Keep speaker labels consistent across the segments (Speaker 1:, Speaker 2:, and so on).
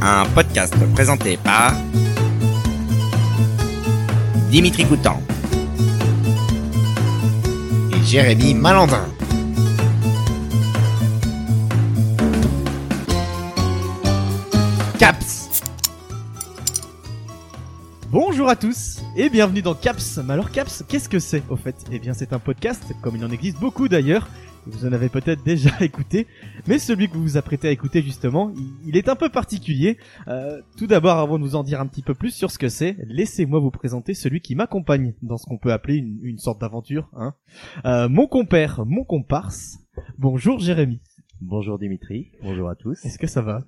Speaker 1: un podcast présenté par Dimitri Coutan
Speaker 2: et Jérémy Malandin.
Speaker 3: Caps Bonjour à tous et bienvenue dans Caps. Mais alors Caps, qu'est-ce que c'est au fait Eh bien c'est un podcast, comme il en existe beaucoup d'ailleurs, vous en avez peut-être déjà écouté, mais celui que vous vous apprêtez à écouter justement, il- il est un peu particulier. Euh, tout d'abord, avant de vous en dire un petit peu plus sur ce que c'est, laissez-moi vous présenter celui qui m'accompagne dans ce qu'on peut appeler une, une sorte d'aventure. Hein. Euh, mon compère, mon comparse, bonjour Jérémy,
Speaker 4: Bonjour Dimitri, bonjour à tous.
Speaker 3: est-ce que ça va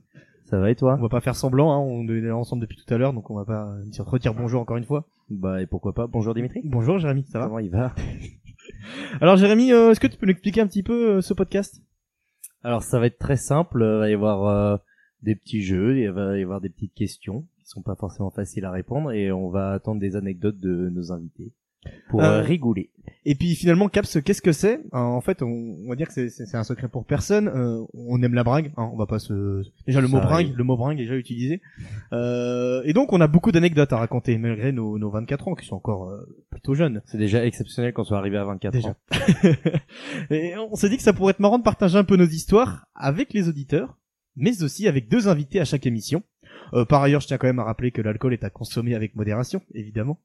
Speaker 4: Ça va et toi
Speaker 3: On va pas faire semblant, hein, on est ensemble depuis tout à l'heure, donc on va pas dire, redire bonjour encore une fois.
Speaker 4: Bah et pourquoi pas Bonjour Dimitri.
Speaker 3: Bonjour Jérémy, ça va
Speaker 4: Comment il va
Speaker 3: Alors Jérémy, euh, est-ce que tu peux nous expliquer un petit peu euh, ce podcast
Speaker 4: Alors ça va être très simple, il va y avoir euh, des petits jeux, il va y avoir des petites questions qui sont pas forcément faciles à répondre et on va attendre des anecdotes de nos invités pour
Speaker 3: Euh,
Speaker 4: euh, rigoler.
Speaker 3: Et puis finalement, Caps, qu'est-ce que c'est Euh, En fait, on, on va dire que c'est- c'est c'est un secret pour personne. euh, on aime la bringue, hein, on va pas se... Déjà le
Speaker 4: Ça
Speaker 3: mot bringue,
Speaker 4: arrive.
Speaker 3: le mot bringue est déjà utilisé. Euh, et donc on a beaucoup d'anecdotes à raconter, malgré nos, nos 24 ans, qui sont encore euh, plutôt jeunes.
Speaker 4: C'est déjà exceptionnel qu'on soit arrivé à 24
Speaker 3: Déjà.
Speaker 4: ans.
Speaker 3: Et on s'est dit que ça pourrait être marrant de partager un peu nos histoires avec les auditeurs, mais aussi avec deux invités à chaque émission. Euh, par ailleurs, je tiens quand même à rappeler que l'alcool est à consommer avec modération, évidemment.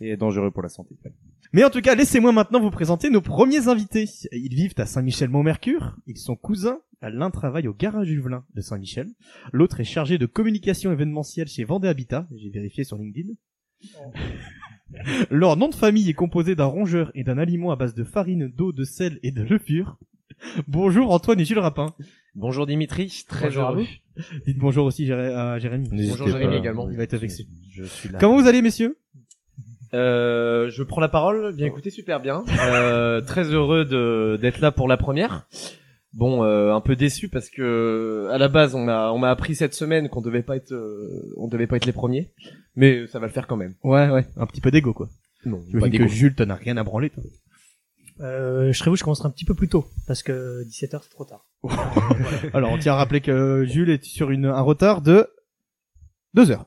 Speaker 4: Et dangereux pour la santé.
Speaker 3: Mais en tout cas, laissez-moi maintenant vous présenter nos premiers invités. Ils vivent à Saint-Michel-Mont-Mercure, ils sont cousins, l'un travaille au garage Juvelin de Saint-Michel, l'autre est chargé de communication événementielle chez Vendée Habitat, j'ai vérifié sur LinkedIn. Leur nom de famille est composé d'un rongeur et d'un aliment à base de farine, d'eau, de sel et de levure. Bonjour Antoine et Jules Rapin.
Speaker 5: Bonjour Dimitri, très
Speaker 3: Bonjour à
Speaker 5: heureux.
Speaker 3: Dites bonjour aussi Jéré- à Jérémy.
Speaker 4: N'hésitez
Speaker 5: Bonjour Jérémy
Speaker 4: pas.
Speaker 5: également.
Speaker 3: Il va être vexé.
Speaker 4: Je suis là.
Speaker 3: Comment vous allez messieurs
Speaker 5: Euh, je prends la parole. Bien écoutez, super bien. Euh, très heureux de d'être là pour la première. Bon, euh, un peu déçu parce que à la base on a on m'a appris cette semaine qu'on devait pas être euh, on devait pas être les premiers, mais ça va le faire quand même.
Speaker 3: Ouais ouais, un petit peu d'ego quoi.
Speaker 5: Non,
Speaker 3: Je me dis que Jules t'en as rien à branler toi.
Speaker 6: Euh, je serais vous, je commencerai un petit peu plus tôt parce que 17h c'est trop tard.
Speaker 3: Alors, on tient à rappeler que Jules est sur une, un retard de deux heures.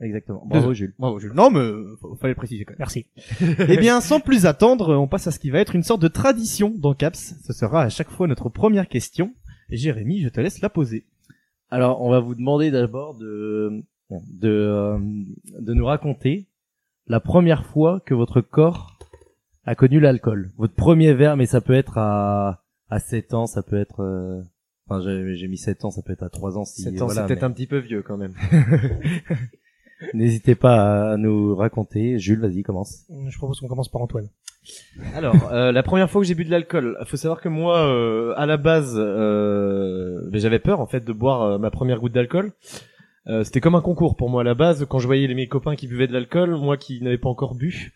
Speaker 4: Exactement. Bravo Jules.
Speaker 3: Bravo Jules. Non, mais euh, faut- fallait le préciser quand même.
Speaker 6: Merci.
Speaker 3: Eh bien, sans plus attendre, on passe à ce qui va être une sorte de tradition dans Caps. Ce sera à chaque fois notre première question. Jérémy, je te laisse la poser.
Speaker 4: Alors, on va vous demander d'abord de de euh, de nous raconter la première fois que votre corps a connu l'alcool. Votre premier verre, mais ça peut être à à 7 ans, ça peut être euh, enfin j'ai j'ai mis 7 ans, ça peut être à 3 ans si
Speaker 5: Sept ans,
Speaker 4: voilà,
Speaker 5: c'est peut-être
Speaker 4: mais
Speaker 5: un petit peu vieux quand même.
Speaker 4: n'hésitez pas à nous raconter. Jules, vas-y, commence.
Speaker 6: Je propose qu'on commence par Antoine.
Speaker 5: Alors, euh, la première fois que j'ai bu de l'alcool, faut savoir que moi, euh, à la base, euh, ben, j'avais peur en fait de boire euh, ma première goutte d'alcool. Euh, C'était comme un concours pour moi à la base. Quand je voyais les- mes copains qui buvaient de l'alcool, moi qui n'avais pas encore bu,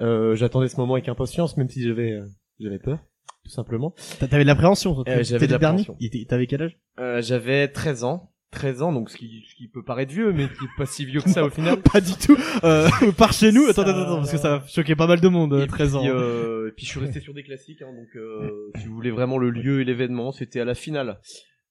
Speaker 5: euh, j'attendais ce moment avec impatience, même si j'avais euh, j'avais peur, tout simplement.
Speaker 3: T'a- T'avais de Eh, l'appréhension. toi.
Speaker 5: Euh, j'avais
Speaker 3: T'étais
Speaker 5: de
Speaker 3: le dernier.
Speaker 5: l'appréhension.
Speaker 3: Il était- T'avais quel âge
Speaker 5: Euh, j'avais 13 ans. 13 ans, donc ce qui, ce qui peut paraître vieux, mais qui est pas si vieux que ça au final.
Speaker 3: Pas du tout. Euh, par chez nous. Attends,
Speaker 6: Ça-
Speaker 3: attends, attends, parce que ça a choqué pas mal de monde. euh,
Speaker 5: Et
Speaker 3: 13 ans.
Speaker 5: Puis, euh, et puis je suis resté sur des classiques, hein, donc euh, si vous voulez vraiment le lieu et l'événement, c'était à la finale.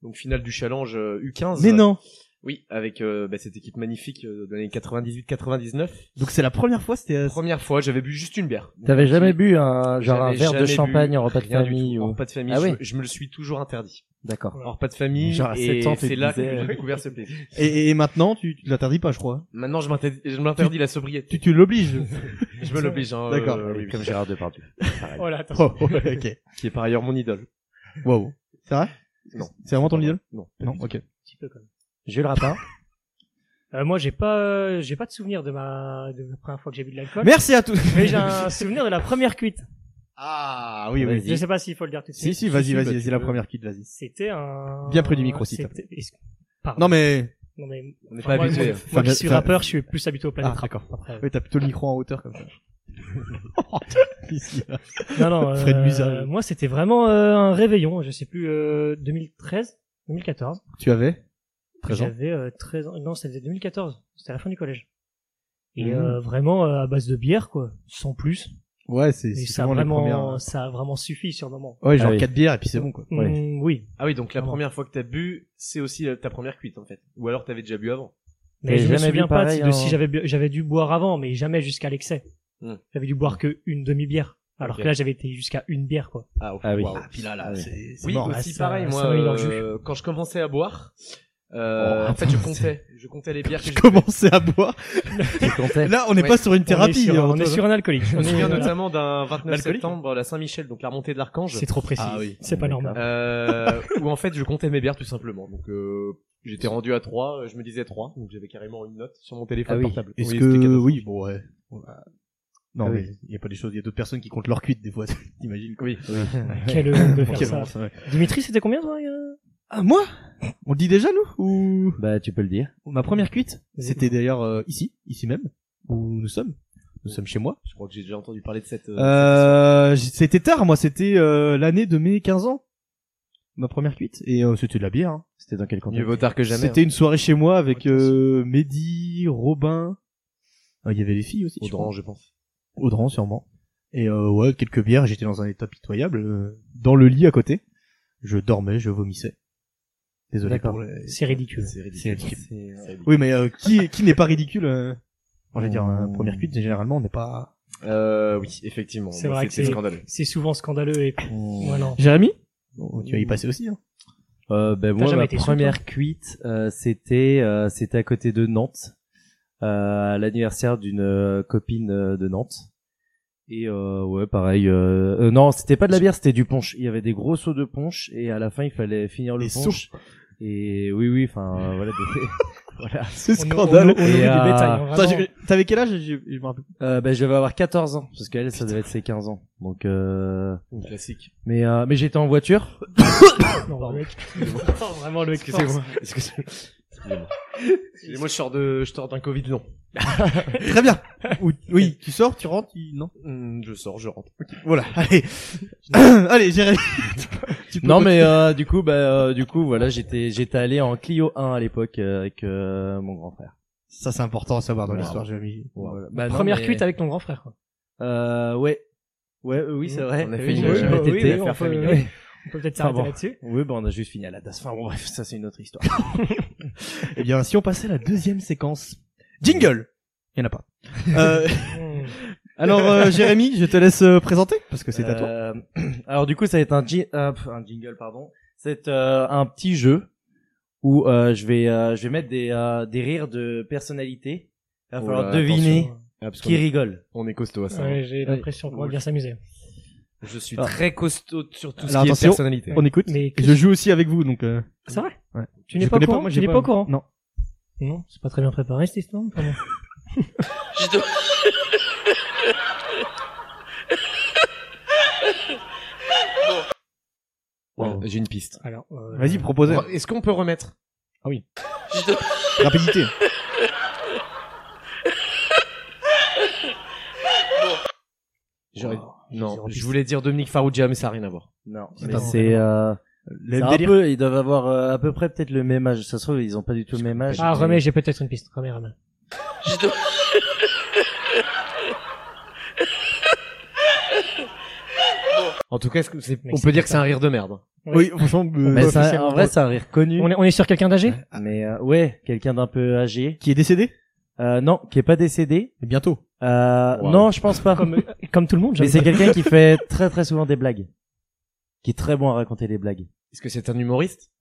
Speaker 5: Donc finale du challenge euh, U15.
Speaker 3: Mais non.
Speaker 5: Oui, avec euh, bah, cette équipe magnifique euh, de l'année 98-99.
Speaker 3: Donc c'est la première fois. C'était. euh,
Speaker 5: Première fois, j'avais bu juste une bière.
Speaker 4: T'avais jamais
Speaker 5: J'avais
Speaker 4: bu un genre un verre
Speaker 5: jamais
Speaker 4: de
Speaker 5: bu
Speaker 4: champagne en repas de
Speaker 5: rien du
Speaker 4: famille
Speaker 5: tout. En
Speaker 4: ou
Speaker 5: repas de famille,
Speaker 4: Ah
Speaker 5: je,
Speaker 4: oui.
Speaker 5: me- je me le suis toujours interdit.
Speaker 4: D'accord.
Speaker 5: En repas de famille,
Speaker 3: Genre à
Speaker 5: et
Speaker 3: 7 ans, tu
Speaker 5: c'est
Speaker 3: te
Speaker 5: là
Speaker 3: disais-
Speaker 5: que j'ai découvert ce plaisir.
Speaker 3: Et, et maintenant, tu, tu l'interdis pas, je crois.
Speaker 5: Maintenant, je m'interdis je m'interdis la sobriété.
Speaker 3: Tu, tu l'obliges.
Speaker 5: Je me l'oblige. hein,
Speaker 3: D'accord.
Speaker 5: euh, oui, oui.
Speaker 4: Comme Gérard Depardieu. Pareil.
Speaker 6: Voilà, attends.
Speaker 3: Oh, ouais, ok.
Speaker 5: Qui est par ailleurs mon idole.
Speaker 3: Wow. C'est vrai
Speaker 5: Non.
Speaker 3: C'est vraiment ton idole
Speaker 5: Non.
Speaker 3: Non. Ok.
Speaker 6: Un petit peu quand même.
Speaker 4: Jules Rapin.
Speaker 6: Euh, moi, j'ai pas, euh, j'ai pas de souvenir de ma, de la première fois que j'ai bu de l'alcool.
Speaker 3: Merci à tous.
Speaker 6: Mais j'ai un souvenir de la première cuite.
Speaker 3: Ah oui
Speaker 4: Vas-y.
Speaker 3: oui.
Speaker 6: Je sais pas s'il faut le dire tout de
Speaker 3: Si
Speaker 6: suite.
Speaker 3: si vas-y
Speaker 6: bah,
Speaker 3: vas-y
Speaker 6: tu
Speaker 3: vas-y la
Speaker 6: peux.
Speaker 3: première kid vas-y.
Speaker 6: C'était un.
Speaker 3: Bien près du micro, s'il te
Speaker 6: C'était- Est-ce- Pardon.
Speaker 3: Non mais
Speaker 6: Non mais.
Speaker 5: On n'est
Speaker 6: enfin,
Speaker 5: pas
Speaker 6: moi,
Speaker 5: habitué.
Speaker 6: moi, moi qui
Speaker 3: Enfin,
Speaker 6: suis
Speaker 3: ça-
Speaker 6: rappeur, je suis plus habitué au planète
Speaker 3: Ah,
Speaker 6: rap.
Speaker 3: d'accord.
Speaker 6: Après, euh,
Speaker 3: oui, t'as plutôt le micro en hauteur comme ça. Ici, là.
Speaker 6: Non, non.
Speaker 3: Fred
Speaker 6: euh,
Speaker 3: Musard.
Speaker 6: Moi, c'était vraiment euh, un réveillon. Je sais plus, euh, 2013, 2014.
Speaker 3: tu avais 13 ans.
Speaker 6: J'avais euh, 13 ans. Non, c'était 2014. C'était à la fin du collège. Et
Speaker 3: Mhm.
Speaker 6: euh, vraiment euh, à base de bière, quoi. Sans plus.
Speaker 3: Ouais, c'est
Speaker 6: Et
Speaker 3: c'est
Speaker 6: ça a
Speaker 3: souvent la
Speaker 6: vraiment,
Speaker 3: première.
Speaker 6: ça a vraiment suffi sur le moment.
Speaker 3: Ouais, genre
Speaker 4: Ah oui.
Speaker 3: 4 bières et puis c'est bon quoi.
Speaker 4: Ouais.
Speaker 6: Mm, oui.
Speaker 5: Ah oui, donc la
Speaker 6: Ah non.
Speaker 5: première fois que t'as bu, c'est aussi euh, ta première cuite en fait. Ou alors t'avais déjà bu avant.
Speaker 6: Mais
Speaker 4: T'as
Speaker 6: je me
Speaker 4: jamais
Speaker 6: souviens
Speaker 4: bu
Speaker 6: pas
Speaker 4: pareil
Speaker 6: de
Speaker 4: en-
Speaker 6: si j'avais bu- j'avais dû boire avant, mais jamais jusqu'à l'excès.
Speaker 5: Hmm.
Speaker 6: J'avais dû boire que une demi-bière. Alors
Speaker 5: Ok.
Speaker 6: que là, j'avais été jusqu'à une bière, quoi.
Speaker 5: Ah, ok,
Speaker 4: Ah oui.
Speaker 5: waouh.
Speaker 3: puis là, là, c'est
Speaker 5: Oui,
Speaker 6: mort.
Speaker 5: aussi
Speaker 6: Ah, ça-
Speaker 5: pareil.
Speaker 6: ça
Speaker 5: Moi,
Speaker 6: m'a mis dans le
Speaker 5: euh, quand je commençais à boire, euh,
Speaker 4: Oh,
Speaker 5: en fait, je comptais, je comptais les
Speaker 6: bah,
Speaker 5: bières que
Speaker 3: Je
Speaker 5: j'ai. buvais.
Speaker 3: commençais à boire.
Speaker 4: Tu comptais
Speaker 3: Là, on n'est
Speaker 5: Ouais.
Speaker 3: pas sur une
Speaker 6: on est
Speaker 3: thérapie.
Speaker 6: sur,
Speaker 3: hein,
Speaker 6: on
Speaker 3: toi.
Speaker 6: est sur un alcoolique.
Speaker 5: Je me souviens
Speaker 6: Voilà.
Speaker 5: notamment d'un 29
Speaker 3: L'alcoolique.
Speaker 5: septembre, la Saint-Michel, donc la montée de l'archange,
Speaker 6: C'est trop précis.
Speaker 3: Ah oui.
Speaker 6: C'est pas
Speaker 4: D'accord.
Speaker 6: normal.
Speaker 5: euh, où en fait, je comptais mes bières tout simplement. Donc, euh, j'étais rendu à 3, je me disais 3, donc j'avais carrément une note sur mon téléphone
Speaker 4: Ah oui.
Speaker 5: portable.
Speaker 3: Est-ce
Speaker 5: Oui, c'était
Speaker 3: que
Speaker 5: catastrophique.
Speaker 3: oui, bon ouais. Ouais. Non
Speaker 4: Ah
Speaker 3: mais
Speaker 4: oui.
Speaker 3: il y a pas des choses, il y a d'autres personnes qui comptent leur cuite des fois, t'imagines quoi.
Speaker 5: Oui.
Speaker 6: Quelle honte de faire
Speaker 3: Quel
Speaker 6: ça.
Speaker 3: moment, ça, ouais.
Speaker 6: Dimitri, c'était combien, toi, euh
Speaker 3: Ah moi On le dit déjà nous ou
Speaker 4: Bah, tu peux le dire.
Speaker 3: ma première cuite C'était d'ailleurs euh, ici, ici même où nous sommes. Nous sommes chez moi.
Speaker 5: Je crois que j'ai déjà entendu parler de cette. euh,
Speaker 3: Euh, j- c'était tard, moi, c'était euh, l'année de mes 15 ans. Ma première cuite. Et euh, c'était de la bière. hein.
Speaker 4: C'était dans quel
Speaker 5: Mieux
Speaker 4: contexte
Speaker 5: vaut tard que jamais.
Speaker 3: C'était
Speaker 5: hein.
Speaker 3: une soirée chez moi avec
Speaker 5: Attention.
Speaker 3: euh, Mehdi, Robin. Euh, Il y avait les filles aussi. je
Speaker 5: Audran, hein. je pense.
Speaker 3: crois. Audran, sûrement. Et euh, ouais, quelques bières, j'étais dans un état pitoyable. euh, dans le lit à côté. Je dormais, je vomissais. Désolé
Speaker 4: D'accord.
Speaker 3: pour les-
Speaker 6: C'est ridicule.
Speaker 5: C'est ridicule. C'est ridicule.
Speaker 3: Oui, mais euh, qui, qui n'est pas ridicule euh... Je veux dire,
Speaker 4: Hmm.
Speaker 3: euh, première cuite, généralement, on n'est pas...
Speaker 5: Euh, oui, effectivement.
Speaker 6: C'est vrai que
Speaker 5: C'était
Speaker 6: c'est-
Speaker 5: scandaleux.
Speaker 6: C'est souvent scandaleux et
Speaker 4: Mmh.
Speaker 6: ouais, non.
Speaker 3: Jérémy Tu vas y passer aussi, hein
Speaker 4: Euh, ben moi,
Speaker 6: jamais
Speaker 4: ma
Speaker 6: été sous,
Speaker 4: première cuite, euh, c'était euh, c'était à côté de Nantes, euh, à l'anniversaire d'une euh, copine euh, de Nantes. Et euh, ouais, pareil. euh, euh, non, c'était pas de la bière, c'était du punch. Il y avait des gros seaux de punch et à la fin, il fallait finir le
Speaker 3: Des
Speaker 4: punch. Et oui, oui, enfin euh, voilà. des- voilà.
Speaker 3: C'est
Speaker 6: On- on- on- on oublie
Speaker 4: Et,
Speaker 6: du
Speaker 4: euh,
Speaker 6: détail, hein,
Speaker 3: Attends,
Speaker 6: vraiment.
Speaker 3: j'ai- T'avais quel âge J'ai- Je me rappelle.
Speaker 4: Euh, ben je vais avoir 14 ans parce qu'elle, ça devait être ses 15 ans. Donc, euh,
Speaker 5: Classique.
Speaker 4: mais euh, mais j'étais en voiture.
Speaker 6: Non, le mec. Non, vraiment le mec.
Speaker 5: Excusez-moi. Excusez-moi. Excusez-moi. Excusez-moi, je sors de, je sors d'un Covid long.
Speaker 3: Très bien. Ou- oui, tu sors, tu rentres, tu- non
Speaker 5: Hmm, Je sors, je rentre.
Speaker 3: Voilà. Allez, allez, Jérémy. tu peux-
Speaker 4: Non mais euh, du coup bah euh, du coup voilà j'étais j'étais allé en Clio 1 à l'époque euh, avec euh, mon grand frère.
Speaker 3: ça c'est important à savoir dans
Speaker 4: Wow.
Speaker 3: l'histoire, Jérémy.
Speaker 4: Voilà. Bah, non,
Speaker 6: Première
Speaker 4: mais-
Speaker 6: cuite avec ton grand frère. quoi.
Speaker 4: euh, ouais ouais euh, oui c'est vrai.
Speaker 5: On a fait
Speaker 4: oui,
Speaker 5: une
Speaker 4: oui,
Speaker 5: jeu.
Speaker 4: oui,
Speaker 6: Oui,
Speaker 4: oui,
Speaker 6: oui,
Speaker 4: on
Speaker 6: on
Speaker 4: fait-
Speaker 6: peut-
Speaker 4: oui.
Speaker 6: On peut peut-être
Speaker 4: Ah
Speaker 6: s'arrêter
Speaker 4: bon.
Speaker 6: là-dessus.
Speaker 4: Oui, bah on a juste fini à la DAS. Enfin bon bref ça c'est une autre histoire.
Speaker 3: Eh bien, si on passait à la deuxième séquence, jingle. Il y en a pas. Euh,
Speaker 6: Mmh.
Speaker 3: alors, euh, Jérémy, je te laisse euh, présenter parce que c'est à toi.
Speaker 4: Euh, alors du coup ça va être un, ji- euh, pff, un jingle pardon c'est euh, un petit jeu où euh, je vais euh, je vais mettre des euh, des rires de personnalités. Il va
Speaker 5: Oh
Speaker 4: falloir
Speaker 5: là,
Speaker 4: deviner
Speaker 5: Ah, parce
Speaker 4: qui
Speaker 5: qu'on-
Speaker 4: rigole.
Speaker 5: On est costaud à ça. hein.
Speaker 6: Ouais, j'ai
Speaker 3: Ouais.
Speaker 6: l'impression qu'on va bien s'amuser.
Speaker 5: Je suis
Speaker 3: Ah.
Speaker 5: très costaud sur tout
Speaker 3: Alors,
Speaker 5: ce qui
Speaker 3: attention.
Speaker 5: est personnalité.
Speaker 3: On écoute.
Speaker 6: Mais
Speaker 3: Et je joue aussi avec vous, donc. euh,
Speaker 6: c'est vrai
Speaker 3: Ouais.
Speaker 6: Tu n'es
Speaker 3: je
Speaker 6: pas, au
Speaker 3: connais
Speaker 6: courant
Speaker 3: moi,
Speaker 6: Tu
Speaker 3: j'ai
Speaker 6: n'es pas au courant
Speaker 3: Non.
Speaker 6: Non, c'est pas très bien préparé cette histoire. pardon.
Speaker 5: Wow. J'ai une piste.
Speaker 6: Alors, euh,
Speaker 3: Vas-y, proposez.
Speaker 5: Re- Est-ce qu'on peut remettre
Speaker 3: Rapidité.
Speaker 5: J'aurais-
Speaker 6: Ah,
Speaker 4: Oh,
Speaker 5: Non, je voulais dire Dominique Farrugia, mais ça n'a rien à voir.
Speaker 4: Non
Speaker 3: un
Speaker 4: mais c'est euh,
Speaker 3: Le
Speaker 4: C'est un
Speaker 3: délire.
Speaker 4: peu, ils doivent avoir euh, à peu près peut-être le même âge. Ça se trouve, ils ont pas du tout le même âge.
Speaker 6: Ah, remets, j'ai peut-être une piste. Remets, remets.
Speaker 5: En tout cas, est-ce que c'est-
Speaker 6: Mais
Speaker 5: on
Speaker 6: c'est
Speaker 5: peut dire
Speaker 6: pas
Speaker 5: que c'est un rire de merde.
Speaker 3: Oui, franchement. euh,
Speaker 4: Mais
Speaker 3: ouais.
Speaker 4: c'est un- en vrai, c'est un rire connu.
Speaker 6: On est, on est sur quelqu'un d'âgé
Speaker 4: Mais euh, ouais, quelqu'un d'un peu âgé.
Speaker 3: Qui est décédé
Speaker 4: Euh, non, qui est pas décédé.
Speaker 3: Bientôt.
Speaker 4: Euh,
Speaker 5: Wow.
Speaker 4: Non, je pense pas.
Speaker 6: comme, comme tout le monde,
Speaker 4: Mais
Speaker 6: j'avoue.
Speaker 4: c'est quelqu'un qui fait très très souvent des blagues, qui est très bon à raconter des blagues.
Speaker 5: Est-ce que c'est un humoriste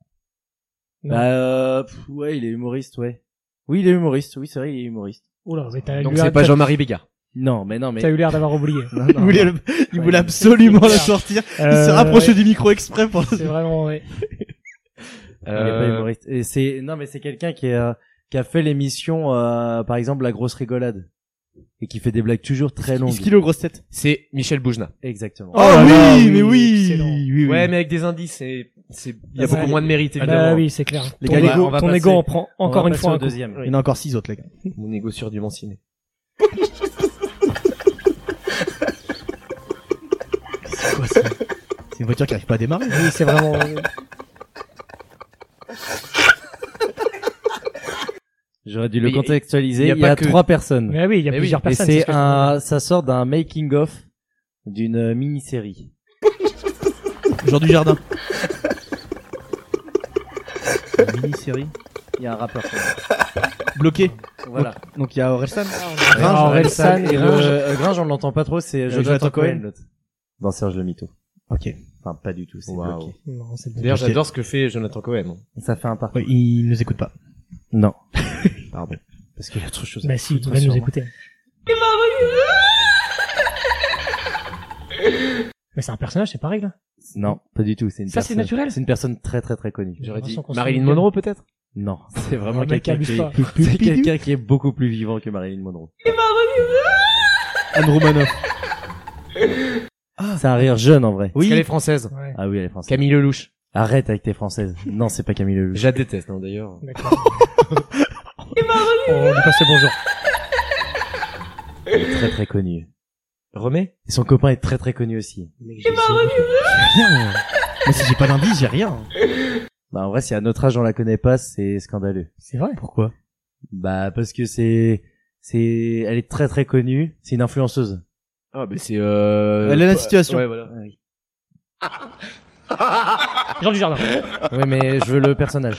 Speaker 6: Non.
Speaker 4: Bah, euh, pff, ouais, il est humoriste, ouais. Oui, il est humoriste. Oui, c'est vrai, il est humoriste.
Speaker 6: Oula, mais t'as eu
Speaker 5: Donc
Speaker 6: l'air-
Speaker 5: c'est pas
Speaker 6: t'as-
Speaker 5: Jean-Marie Bégard.
Speaker 4: Non, mais non, mais.
Speaker 6: t'as eu l'air d'avoir oublié.
Speaker 4: Non,
Speaker 3: Il
Speaker 4: non,
Speaker 3: voulait,
Speaker 4: non.
Speaker 3: le- il voulait absolument la sortir. Il s'est
Speaker 6: Euh,
Speaker 3: rapproché
Speaker 6: ouais,
Speaker 3: du micro exprès pour.
Speaker 6: C'est vraiment, ouais.
Speaker 4: Il est pas humoriste. euh, Et c'est non, mais c'est quelqu'un qui est, euh, qui a fait l'émission, euh, par exemple, la grosse rigolade, et qui fait des blagues toujours très longues.
Speaker 3: Est-ce qu'il est aux grosses têtes
Speaker 5: C'est Michel Boujna.
Speaker 4: Exactement.
Speaker 3: Oh,
Speaker 6: là
Speaker 3: oui,
Speaker 6: là, oui,
Speaker 3: mais oui,
Speaker 6: excellent.
Speaker 3: oui, oui.
Speaker 5: Ouais, mais avec des indices, c'est, c'est, il y a
Speaker 6: Ah,
Speaker 5: beaucoup
Speaker 6: ouais.
Speaker 5: moins de mérite, évidemment.
Speaker 6: Bah oui, c'est clair.
Speaker 4: Les
Speaker 6: ton
Speaker 4: gars,
Speaker 6: ego,
Speaker 4: on va
Speaker 6: ton
Speaker 4: passer-
Speaker 6: ego en prend
Speaker 4: On
Speaker 6: encore
Speaker 4: va
Speaker 6: une
Speaker 4: passer
Speaker 6: fois
Speaker 4: au
Speaker 6: un coup.
Speaker 4: deuxième.
Speaker 3: Il y en a encore six autres, les gars.
Speaker 5: Mon égo surdiment ciné.
Speaker 3: C'est quoi ça C'est une voiture qui arrive pas à démarrer.
Speaker 6: Oui, c'est vraiment.
Speaker 4: J'aurais dû le
Speaker 5: Mais
Speaker 4: contextualiser.
Speaker 5: il y a
Speaker 4: Il y a
Speaker 5: pas que-
Speaker 4: trois personnes.
Speaker 6: Mais oui, il y a
Speaker 5: Mais oui,
Speaker 6: plusieurs
Speaker 4: Et
Speaker 6: personnes.
Speaker 4: c'est
Speaker 6: ce que je-
Speaker 4: un, ça sort d'un making of d'une euh, mini-série.
Speaker 7: Genre du jardin.
Speaker 4: Mini-série Il y a un rappeur. qui-
Speaker 3: Bloqué.
Speaker 4: Voilà.
Speaker 3: Donc il y a Orelsan.
Speaker 4: Gringe,
Speaker 3: Gringe,
Speaker 4: Orelsan
Speaker 3: Orelsan
Speaker 4: et
Speaker 3: et
Speaker 4: le-
Speaker 3: Gringe.
Speaker 4: euh, Gringe, on l'entend pas trop,
Speaker 5: euh,
Speaker 4: c'est
Speaker 3: Jonathan
Speaker 4: Jonathan Cohen.
Speaker 3: Cohen,
Speaker 4: l'autre. Dans Serge le Mito.
Speaker 3: Ok.
Speaker 4: Enfin, pas du tout, c'est
Speaker 5: Waouh.
Speaker 4: bloqué.
Speaker 6: Non, c'est
Speaker 5: D'ailleurs,
Speaker 3: Ok.
Speaker 5: j'adore ce que fait Jonathan Cohen. hein.
Speaker 4: Ça fait un parcours.
Speaker 3: Ouais, il nous écoute pas.
Speaker 4: Non.
Speaker 5: Pardon. Parce qu'il y a trop de choses.
Speaker 6: Bah si, il va nous écouter. Mais c'est un personnage, c'est pareil là.
Speaker 4: Non, pas du tout, c'est une
Speaker 6: Ça, c'est
Speaker 4: personne.
Speaker 6: naturel
Speaker 4: C'est une personne très très très connue.
Speaker 5: J'aurais dit
Speaker 6: Vincent Constant
Speaker 5: Marilyn
Speaker 6: Miguel.
Speaker 5: Monroe peut-être
Speaker 4: Non, c'est vraiment
Speaker 6: Non, mais
Speaker 4: quelqu'un
Speaker 6: calme
Speaker 4: qui,
Speaker 6: pas.
Speaker 4: c'est quelqu'un qui est beaucoup plus vivant que Marilyn Monroe.
Speaker 3: Anne Romanoff.
Speaker 4: C'est un rire jeune en vrai.
Speaker 5: Oui. Parce qu'elle est française.
Speaker 6: Ouais.
Speaker 4: Ah oui, elle est française.
Speaker 5: Camille Lelouch.
Speaker 4: Arrête avec tes françaises. Non, c'est pas Camille Lelouch.
Speaker 5: Je la déteste hein, d'ailleurs.
Speaker 6: D'accord. On lui passe le bonjour.
Speaker 4: Elle est très très connue.
Speaker 5: Remets
Speaker 4: Et son copain est très très connu aussi.
Speaker 3: Rien. Moi hein. si j'ai pas d'indice, j'ai rien.
Speaker 4: Bah en vrai, si à notre âge on la connaît pas, c'est scandaleux.
Speaker 6: C'est vrai.
Speaker 3: Pourquoi
Speaker 4: Bah parce que c'est c'est elle est très très connue, c'est une influenceuse.
Speaker 5: Ah mais c'est euh...
Speaker 3: Elle est la situation.
Speaker 5: Ouais voilà.
Speaker 6: Genre du jardin.
Speaker 4: Oui, mais je veux le personnage.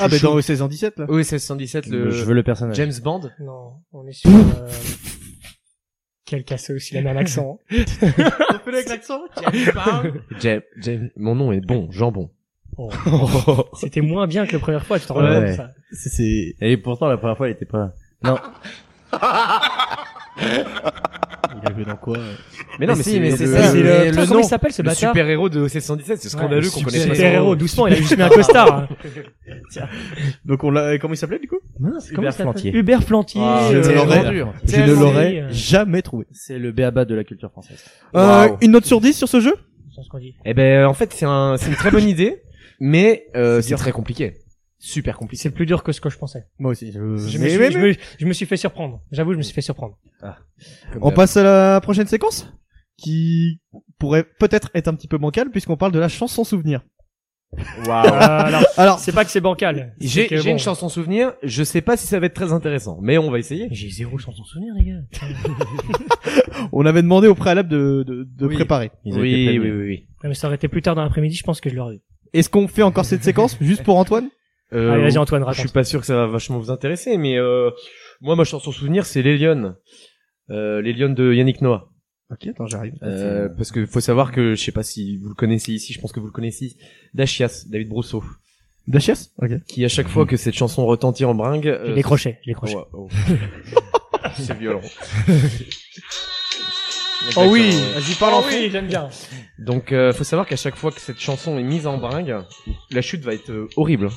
Speaker 3: Ah bah dans 16 en 17 là.
Speaker 5: Oui c'est 117 le
Speaker 4: Je veux le personnage.
Speaker 5: James Bond.
Speaker 6: Non, on est sur. Euh... Quel cassé aussi, il a mis un accent.
Speaker 5: James, James- Mon nom est bon, jambon.
Speaker 6: Oh. C'était moins bien que la première fois, tu t'en
Speaker 4: Ouais.
Speaker 6: rappelles ça.
Speaker 3: C'est- C'est
Speaker 4: Et pourtant la première fois, elle était pas. Non.
Speaker 3: il a joué dans quoi euh
Speaker 5: Mais non mais,
Speaker 4: si, mais c'est
Speaker 5: le-
Speaker 4: ça,
Speaker 6: C'est
Speaker 5: le,
Speaker 6: le,
Speaker 5: le
Speaker 6: Putain,
Speaker 5: nom.
Speaker 6: comment il s'appelle ce
Speaker 5: Le
Speaker 6: bâtard
Speaker 5: super héros de OC117, c'est scandaleux qu'on connaisse pas.
Speaker 6: Super héros, doucement, il a juste mis un costard. hein.
Speaker 3: Donc on l'a comment il s'appelait du coup
Speaker 6: Mince, comment
Speaker 4: Hubert
Speaker 6: il s'appelle
Speaker 4: Plantier.
Speaker 6: Hubert Plantier.
Speaker 5: Ah,
Speaker 3: Je
Speaker 6: euh,
Speaker 3: ne l'aurais-
Speaker 5: dur.
Speaker 3: Je ne
Speaker 6: Tellement
Speaker 3: l'aurais
Speaker 6: nul.
Speaker 3: jamais trouvé.
Speaker 4: euh, C'est le béaba de la culture française.
Speaker 5: Waouh.
Speaker 7: Euh, une note sur 10 sur ce jeu
Speaker 6: C'est ce qu'on dit.
Speaker 5: Eh ben en fait c'est un, c'est une très bonne idée, mais euh, c'est très compliqué, super compliqué.
Speaker 6: C'est plus dur que ce que je pensais.
Speaker 3: Moi aussi. je-
Speaker 6: Je me,
Speaker 3: Mais-
Speaker 6: suis,
Speaker 3: mais-
Speaker 6: je,
Speaker 3: mais-
Speaker 6: me, je me suis fait surprendre. J'avoue, je me suis fait surprendre.
Speaker 5: Comme
Speaker 3: On
Speaker 5: d'hab.
Speaker 3: passe à la prochaine séquence qui pourrait peut-être être un petit peu bancale puisqu'on parle de la chanson souvenir.
Speaker 5: Ah.
Speaker 6: Euh, alors,
Speaker 3: Alors
Speaker 6: c'est pas que c'est bancal. c'est
Speaker 5: J'ai
Speaker 6: que,
Speaker 5: j'ai
Speaker 6: bon,
Speaker 5: une chanson souvenir, je sais pas si ça va être très intéressant, mais on va essayer.
Speaker 6: J'ai zéro chanson souvenir, les gars.
Speaker 3: on avait demandé au préalable de, de, de préparer.
Speaker 4: Ils ont été prévenus.
Speaker 5: oui.
Speaker 6: Ouais, mais ça aurait été plus tard dans l'après-midi, je pense que je l'aurais eu.
Speaker 3: Est-ce qu'on fait encore cette séquence juste pour Antoine
Speaker 5: Euh,
Speaker 6: Allez, vas-y, Antoine,
Speaker 5: Je
Speaker 6: raconte.
Speaker 5: suis pas sûr que ça va vachement vous intéresser, mais euh, moi, ma chanson souvenir, c'est Les Lionnes. Euh, les Lionnes de Yannick Noah.
Speaker 3: Ok, attends, j'arrive.
Speaker 5: Euh, parce que faut savoir que, je sais pas si vous le connaissez ici, je pense que vous le connaissez, Dachias, David Brousseau,
Speaker 3: Dachias Ok.
Speaker 5: qui à chaque fois que cette chanson retentit en bringue...
Speaker 6: Je
Speaker 5: euh,
Speaker 6: l'ai croché, je l'ai
Speaker 5: Ouais,
Speaker 6: croché.
Speaker 5: oh. c'est violent.
Speaker 6: Oh Ah oui,
Speaker 5: Exactement, ouais.
Speaker 6: vas-y, parle en oui, j'aime bien.
Speaker 5: Donc, euh, faut savoir qu'à chaque fois que cette chanson est mise en bringue, la chute va être euh, horrible.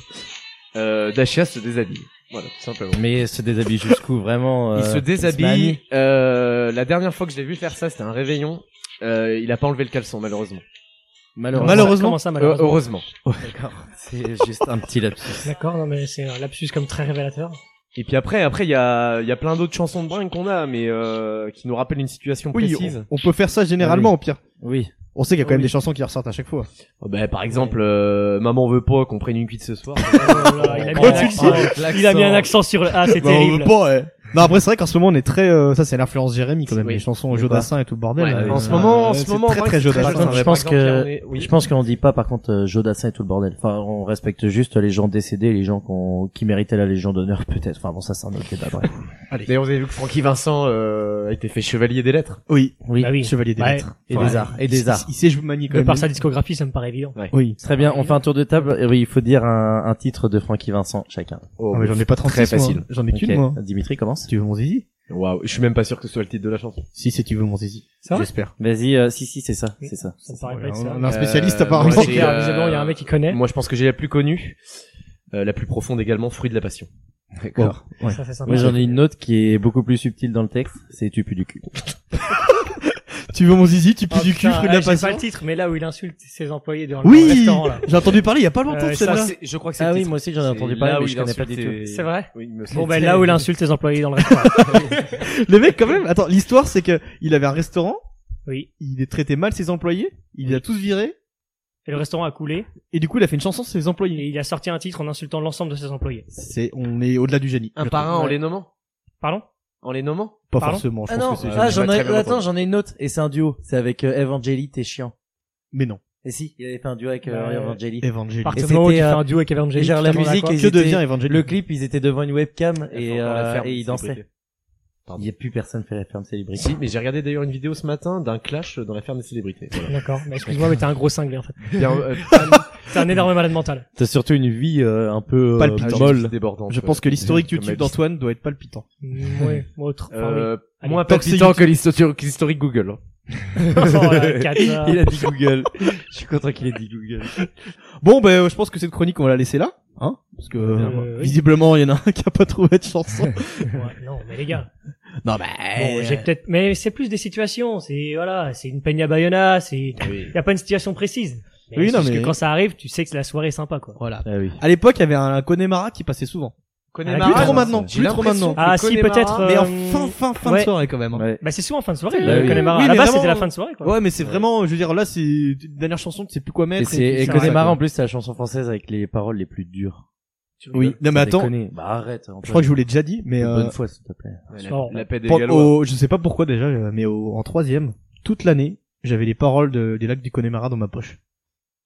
Speaker 5: Euh, Dachias se déshabille. Voilà, tout simplement.
Speaker 4: Mais se déshabille jusqu'où vraiment
Speaker 5: il
Speaker 4: euh,
Speaker 5: se
Speaker 4: Slimani.
Speaker 5: déshabille. Euh, la dernière fois que je l'ai vu faire ça, c'était un réveillon. Euh, il a pas enlevé le caleçon, malheureusement.
Speaker 4: Malheureusement.
Speaker 3: Malheureusement.
Speaker 6: Comment ça,
Speaker 5: Euh,
Speaker 6: malheureusement
Speaker 5: heureusement.
Speaker 4: C'est juste un petit lapsus.
Speaker 6: D'accord, non, mais c'est un lapsus comme très révélateur.
Speaker 5: Et puis après, après, il y a, il y a plein d'autres chansons de bringue qu'on a, mais euh, qui nous rappellent une situation
Speaker 3: Oui,
Speaker 5: précise.
Speaker 3: on, on peut faire ça généralement au pire.
Speaker 4: Oui.
Speaker 3: On sait qu'il y a quand
Speaker 6: Oui.
Speaker 3: même des chansons qui ressortent à chaque fois.
Speaker 5: Oh, bah, par exemple, euh, maman veut pas qu'on prenne une cuite ce soir.
Speaker 6: Oh là là, il, a mis
Speaker 4: Oh,
Speaker 6: un
Speaker 4: tu le
Speaker 6: accent,
Speaker 4: dis.
Speaker 6: il a mis un accent sur le A, c'est
Speaker 3: Bah, on
Speaker 6: terrible.
Speaker 3: veut pas, ouais. Non, après, c'est vrai qu'en ce moment, on est très, euh, ça, c'est l'influence Jérémy quand même.
Speaker 5: Oui.
Speaker 3: Les chansons
Speaker 4: Oui,
Speaker 3: Jodassin et tout le bordel.
Speaker 5: Ouais,
Speaker 3: euh,
Speaker 5: en ce moment, en
Speaker 3: c'est
Speaker 5: ce moment,
Speaker 3: très,
Speaker 5: en vrai,
Speaker 3: très
Speaker 5: c'est
Speaker 3: Jodassin.
Speaker 5: très Jodassin.
Speaker 4: Je
Speaker 5: Par
Speaker 4: pense
Speaker 5: exemple,
Speaker 4: que-
Speaker 5: on est- oui.
Speaker 4: Je pense qu'on dit pas par contre euh, Jodassin et tout le bordel. Enfin, on respecte juste les gens décédés, et les gens qu'on- qui méritaient la Légion d'honneur peut-être. Enfin bon, ça c'est un autre débat. bref.
Speaker 5: D'ailleurs, vous avez vu que Francky Vincent euh, a été fait chevalier des lettres.
Speaker 3: Oui.
Speaker 4: Oui.
Speaker 6: Bah oui.
Speaker 3: Chevalier des
Speaker 6: Ouais.
Speaker 3: lettres.
Speaker 4: Et
Speaker 3: Ouais.
Speaker 4: des arts. Et des
Speaker 3: Il-
Speaker 4: arts.
Speaker 3: Il sait jouer manier quand
Speaker 6: De
Speaker 3: même.
Speaker 6: par sa discographie, ça me paraît évident.
Speaker 3: Oui.
Speaker 4: Très bien. On fait un tour de table. Et oui, il faut dire un, un titre de Francky Vincent chacun.
Speaker 5: Oh,
Speaker 3: Ah, mais j'en ai pas 36,
Speaker 5: Très facile.
Speaker 3: moi. J'en ai qu'une,
Speaker 4: Ok.
Speaker 3: moi.
Speaker 4: Dimitri
Speaker 3: Si
Speaker 4: commence.
Speaker 3: tu veux mon zizi.
Speaker 5: Waouh, je suis même pas sûr que ce soit le titre de la chanson.
Speaker 3: Si, si tu veux mon zizi.
Speaker 6: C'est vrai
Speaker 3: J'espère.
Speaker 4: Vas-y. euh, si si, c'est ça.
Speaker 6: Oui.
Speaker 4: C'est ça.
Speaker 6: Ça me paraît
Speaker 3: Ouais,
Speaker 6: pas être ça.
Speaker 3: on a un spécialiste
Speaker 5: Euh,
Speaker 3: apparemment.
Speaker 5: moi,
Speaker 6: Franck,
Speaker 5: j'ai,
Speaker 6: Pierre,
Speaker 5: euh,
Speaker 6: visiblement, il y a un mec qui connaît.
Speaker 5: Moi, je pense que j'ai la plus connue, euh, la plus profonde également, fruit de la passion.
Speaker 4: D'accord. Ouais.
Speaker 6: Ça, c'est sympa.
Speaker 4: Moi j'en ai une autre qui est beaucoup plus subtile dans le texte. C'est tu pues du cul.
Speaker 3: Tu veux mon zizi, tu pues
Speaker 6: Oh,
Speaker 3: du cul,
Speaker 6: putain,
Speaker 3: fruit de
Speaker 6: ouais,
Speaker 3: la
Speaker 6: j'ai pas
Speaker 3: passion.
Speaker 6: le titre, mais là où il insulte ses employés dans le
Speaker 3: Oui!
Speaker 6: restaurant, là.
Speaker 3: J'ai entendu parler il y a pas longtemps de
Speaker 6: Euh,
Speaker 3: celle-là.
Speaker 5: c'est- je crois que
Speaker 4: Ah
Speaker 5: le
Speaker 4: oui,
Speaker 5: titre.
Speaker 4: moi aussi j'en ai
Speaker 5: C'est
Speaker 4: entendu
Speaker 5: là
Speaker 4: parler,
Speaker 5: où
Speaker 4: mais je
Speaker 5: il
Speaker 4: connais pas du
Speaker 5: insulte
Speaker 4: tout.
Speaker 5: ses-
Speaker 6: C'est vrai?
Speaker 5: Oui, il me semble.
Speaker 6: Bon, ben, là où il insulte ses employés dans le restaurant.
Speaker 3: Les mecs, quand même. Attends, l'histoire, c'est que il avait un restaurant,
Speaker 6: Oui.
Speaker 3: il les traitait mal ses employés, il les a tous virés,
Speaker 6: Et le restaurant a coulé,
Speaker 3: et du coup, il a fait une chanson sur ses
Speaker 6: et
Speaker 3: employés.
Speaker 6: il a sorti un titre en insultant l'ensemble de ses employés.
Speaker 3: C'est, on est au-delà du génie.
Speaker 5: un par un en les nommant.
Speaker 6: Pardon?
Speaker 5: En les nommant
Speaker 4: Pas
Speaker 6: Pardon
Speaker 4: forcément, je Ah non, pense que c'est...
Speaker 2: Ah,
Speaker 4: j'en
Speaker 2: j'en ai-
Speaker 4: ai...
Speaker 2: attends,
Speaker 4: Attends, j'en ai une autre, et c'est un duo. C'est avec Evangeli, t'es chiant.
Speaker 8: Mais non.
Speaker 4: Et si, il avait fait un duo avec
Speaker 6: euh,
Speaker 4: Evangeli.
Speaker 8: Evangeli.
Speaker 6: Partir
Speaker 4: Et
Speaker 6: du moment où tu
Speaker 4: c'était,
Speaker 6: fais
Speaker 4: euh,
Speaker 6: un duo avec Evangelique,
Speaker 4: et genre
Speaker 6: tu
Speaker 4: la
Speaker 6: t'en vas
Speaker 4: musique
Speaker 6: d'accord.
Speaker 4: et-
Speaker 8: Que
Speaker 4: ils
Speaker 8: devient
Speaker 4: étaient-
Speaker 8: Evangeli
Speaker 4: Le clip, ils étaient devant une webcam
Speaker 5: Elle
Speaker 4: et,
Speaker 5: fait encore la
Speaker 4: euh,
Speaker 5: ferme,
Speaker 4: et ils dansaient.
Speaker 5: célébrité.
Speaker 4: Il y a plus personne qui fait la ferme célébrité.
Speaker 5: Si, mais j'ai regardé d'ailleurs une vidéo ce matin d'un clash dans la ferme des célébrités. Voilà.
Speaker 6: D'accord. Mais excuse-moi, mais t'es un gros cinglé, en fait.
Speaker 5: Bien, euh,
Speaker 6: T'es un énorme malade mental.
Speaker 4: T'as surtout une vie euh, un peu euh,
Speaker 8: Palpitante.
Speaker 4: molle.
Speaker 5: débordante.
Speaker 8: Je pense que l'historique
Speaker 5: Comme
Speaker 8: YouTube
Speaker 5: elle-
Speaker 8: d'Antoine doit être palpitant.
Speaker 6: Mm, Ouais, moi, autre. Enfin, oui.
Speaker 5: Euh,
Speaker 6: Allez.
Speaker 5: moins
Speaker 6: Tant
Speaker 8: que c'est
Speaker 5: palpitant que l'histori- que l'historique Google. hein.
Speaker 6: Oh, la cata.
Speaker 4: Il a dit Google. Je suis content qu'il ait dit Google.
Speaker 3: Bon, ben, euh, je pense que cette chronique, on va la laisser là. Hein Parce que, euh,
Speaker 6: oui.
Speaker 3: visiblement, il y en a un qui a pas trouvé de chanson.
Speaker 6: Ouais, non, mais les gars.
Speaker 3: non, bah...
Speaker 6: Bon, j'ai peut-être, mais c'est plus des situations. C'est, voilà, c'est une peña bayona, c'est, y a pas une situation précise. Mais
Speaker 3: Oui,
Speaker 6: c'est
Speaker 3: non,
Speaker 6: juste
Speaker 3: mais-
Speaker 6: que quand ça arrive, tu sais que la soirée est sympa, quoi.
Speaker 3: Voilà.
Speaker 4: Ah oui.
Speaker 3: À l'époque, il y avait un Connemara qui passait souvent.
Speaker 5: Connais
Speaker 6: Ah,
Speaker 5: Mara,
Speaker 6: plus trop
Speaker 5: non,
Speaker 3: maintenant,
Speaker 5: j'ai
Speaker 3: plus trop
Speaker 5: l'impression
Speaker 3: maintenant.
Speaker 5: que
Speaker 6: Ah, si,
Speaker 5: Connemara-
Speaker 6: peut-être.
Speaker 3: Mais en
Speaker 6: euh,
Speaker 3: fin, fin, fin
Speaker 6: ouais.
Speaker 3: de soirée, quand même. hein.
Speaker 4: Ouais.
Speaker 6: Bah, c'est souvent en fin de soirée,
Speaker 4: Bah
Speaker 6: le
Speaker 4: oui.
Speaker 6: Connemara.
Speaker 3: Oui,
Speaker 6: à
Speaker 3: mais
Speaker 6: la base,
Speaker 3: vraiment-
Speaker 6: c'était la fin de soirée, quoi.
Speaker 3: Ouais, mais c'est vraiment, je veux dire, là, c'est une dernière chanson, tu sais plus quoi
Speaker 4: Et
Speaker 3: mettre.
Speaker 4: c'est et
Speaker 6: ça,
Speaker 4: Connais
Speaker 6: ça,
Speaker 4: Mara,
Speaker 6: quoi.
Speaker 4: en plus, c'est la chanson française avec les paroles les plus dures.
Speaker 3: Oui. Non, mais
Speaker 4: Sans
Speaker 3: attends.
Speaker 4: déconner. Bah arrête. Antoine.
Speaker 3: Je crois que je vous l'ai déjà dit, mais euh,
Speaker 4: Bonne fois, s'il te plaît.
Speaker 5: Ouais,
Speaker 6: Non.
Speaker 5: La, la paix des
Speaker 3: Pen-
Speaker 5: Gallois.
Speaker 3: au- je sais pas pourquoi déjà, euh, mais au- en troisième, toute l'année, j'avais les paroles de- des lacs du Connemara dans ma poche.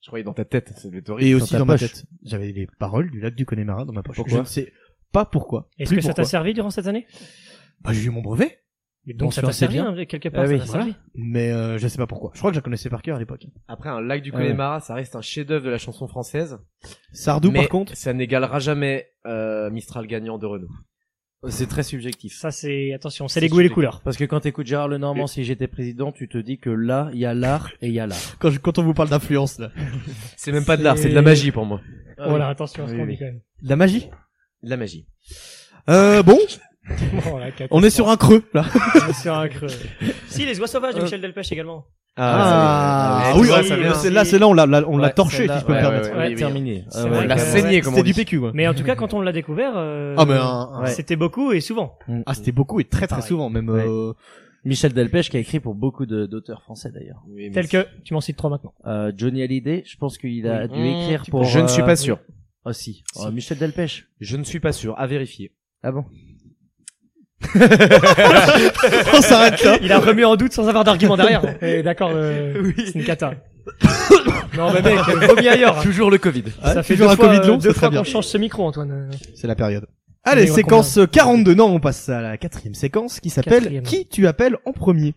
Speaker 5: Je croyais dans ta tête, c'est le
Speaker 3: Et
Speaker 5: horrible.
Speaker 3: aussi
Speaker 4: ta
Speaker 3: dans ma
Speaker 4: poche.
Speaker 3: tête. J'avais les paroles du lac du Connemara dans ma poche.
Speaker 4: Pourquoi
Speaker 3: je ne sais pas pourquoi.
Speaker 6: Est-ce
Speaker 3: Plus
Speaker 6: que ça t'a
Speaker 3: pourquoi.
Speaker 6: servi durant cette année?
Speaker 3: Bah, j'ai eu mon brevet,
Speaker 6: Et
Speaker 3: On
Speaker 6: donc, ça
Speaker 3: se
Speaker 6: t'a
Speaker 3: lançait
Speaker 6: servi,
Speaker 3: bien.
Speaker 6: hein, quelque part,
Speaker 4: Ah
Speaker 6: ça
Speaker 4: oui,
Speaker 6: t'a
Speaker 3: voilà.
Speaker 6: servi.
Speaker 3: mais euh, je sais pas pourquoi. Je crois que je la connaissais par cœur à l'époque.
Speaker 5: Après, un lac du
Speaker 4: Ouais.
Speaker 5: Connemara, ça reste un chef-d'œuvre de la chanson française.
Speaker 3: Sardou
Speaker 5: mais
Speaker 3: par contre,
Speaker 5: ça n'égalera jamais euh, Mistral gagnant de Renault. C'est très subjectif.
Speaker 6: Ça, c'est, attention, c'est les goûts et les couleurs.
Speaker 4: Parce que quand t'écoutes Gérard Lenormand, si j'étais président, tu te dis que là, il y a l'art et il y a l'art.
Speaker 3: quand, je- quand on vous parle d'influence là,
Speaker 5: C'est même pas de l'art, c'est de la magie pour moi.
Speaker 6: Voilà, attention à ce
Speaker 4: Oui,
Speaker 6: qu'on
Speaker 4: oui.
Speaker 6: dit quand même.
Speaker 3: de la magie.
Speaker 5: De la magie.
Speaker 3: Euh, bon,
Speaker 6: Oh, la cata.
Speaker 3: on est sur un creux là.
Speaker 6: On est sur un creux. si, les oies sauvages de Michel Delpech également.
Speaker 3: Ah,
Speaker 5: oui,
Speaker 3: oui,
Speaker 5: ça
Speaker 3: oui,
Speaker 5: vient.
Speaker 3: oui, c'est- là, c'est là, on l'a, la- on l'a
Speaker 4: Ouais,
Speaker 3: torché,
Speaker 4: celle-là,
Speaker 3: si je peux me
Speaker 5: ouais,
Speaker 3: permettre.
Speaker 5: ouais,
Speaker 6: ouais,
Speaker 4: oui, terminé.
Speaker 6: C'est
Speaker 4: Ah,
Speaker 6: vrai
Speaker 4: ouais.
Speaker 5: On l'a
Speaker 6: que-
Speaker 5: saigné, comme on
Speaker 3: C'était du
Speaker 5: dit.
Speaker 3: PQ, ouais.
Speaker 6: Mais en tout cas, quand on l'a découvert, euh,
Speaker 3: Ah, mais un- un-
Speaker 4: Ouais.
Speaker 6: c'était beaucoup et souvent.
Speaker 3: ah, c'était beaucoup et très très
Speaker 6: Pareil.
Speaker 3: souvent, même.
Speaker 4: Ouais.
Speaker 3: euh,
Speaker 4: Michel Delpech qui a écrit pour beaucoup de- d'auteurs français d'ailleurs.
Speaker 5: Oui, mais
Speaker 6: Tel que, tu m'en cites trois maintenant.
Speaker 4: Euh, Johnny Hallyday, je pense qu'il a dû
Speaker 5: Mmh,
Speaker 4: écrire
Speaker 5: tu peux-
Speaker 4: pour. euh,
Speaker 5: Je ne suis pas sûr.
Speaker 4: Aussi. Michel Delpech.
Speaker 5: Je ne suis pas sûr. À vérifier.
Speaker 4: Ah bon.
Speaker 3: on s'arrête là.
Speaker 6: Il a remis en doute sans avoir d'argument derrière. Eh, D'accord, euh, c'est une cata. non, mais mec, vaut mieux ailleurs.
Speaker 5: Toujours le Covid.
Speaker 6: Ça fait deux
Speaker 3: Ah, toujours un
Speaker 6: fois,
Speaker 3: Covid long,
Speaker 6: euh,
Speaker 3: c'est
Speaker 6: deux
Speaker 3: très
Speaker 6: fois
Speaker 3: bien.
Speaker 6: qu'on change ce micro, Antoine.
Speaker 3: C'est la période.
Speaker 6: Mais
Speaker 3: Allez,
Speaker 6: on a
Speaker 3: séquence 42. Non, on passe à la quatrième séquence qui s'appelle
Speaker 6: Quatrième.
Speaker 3: Qui tu appelles en premier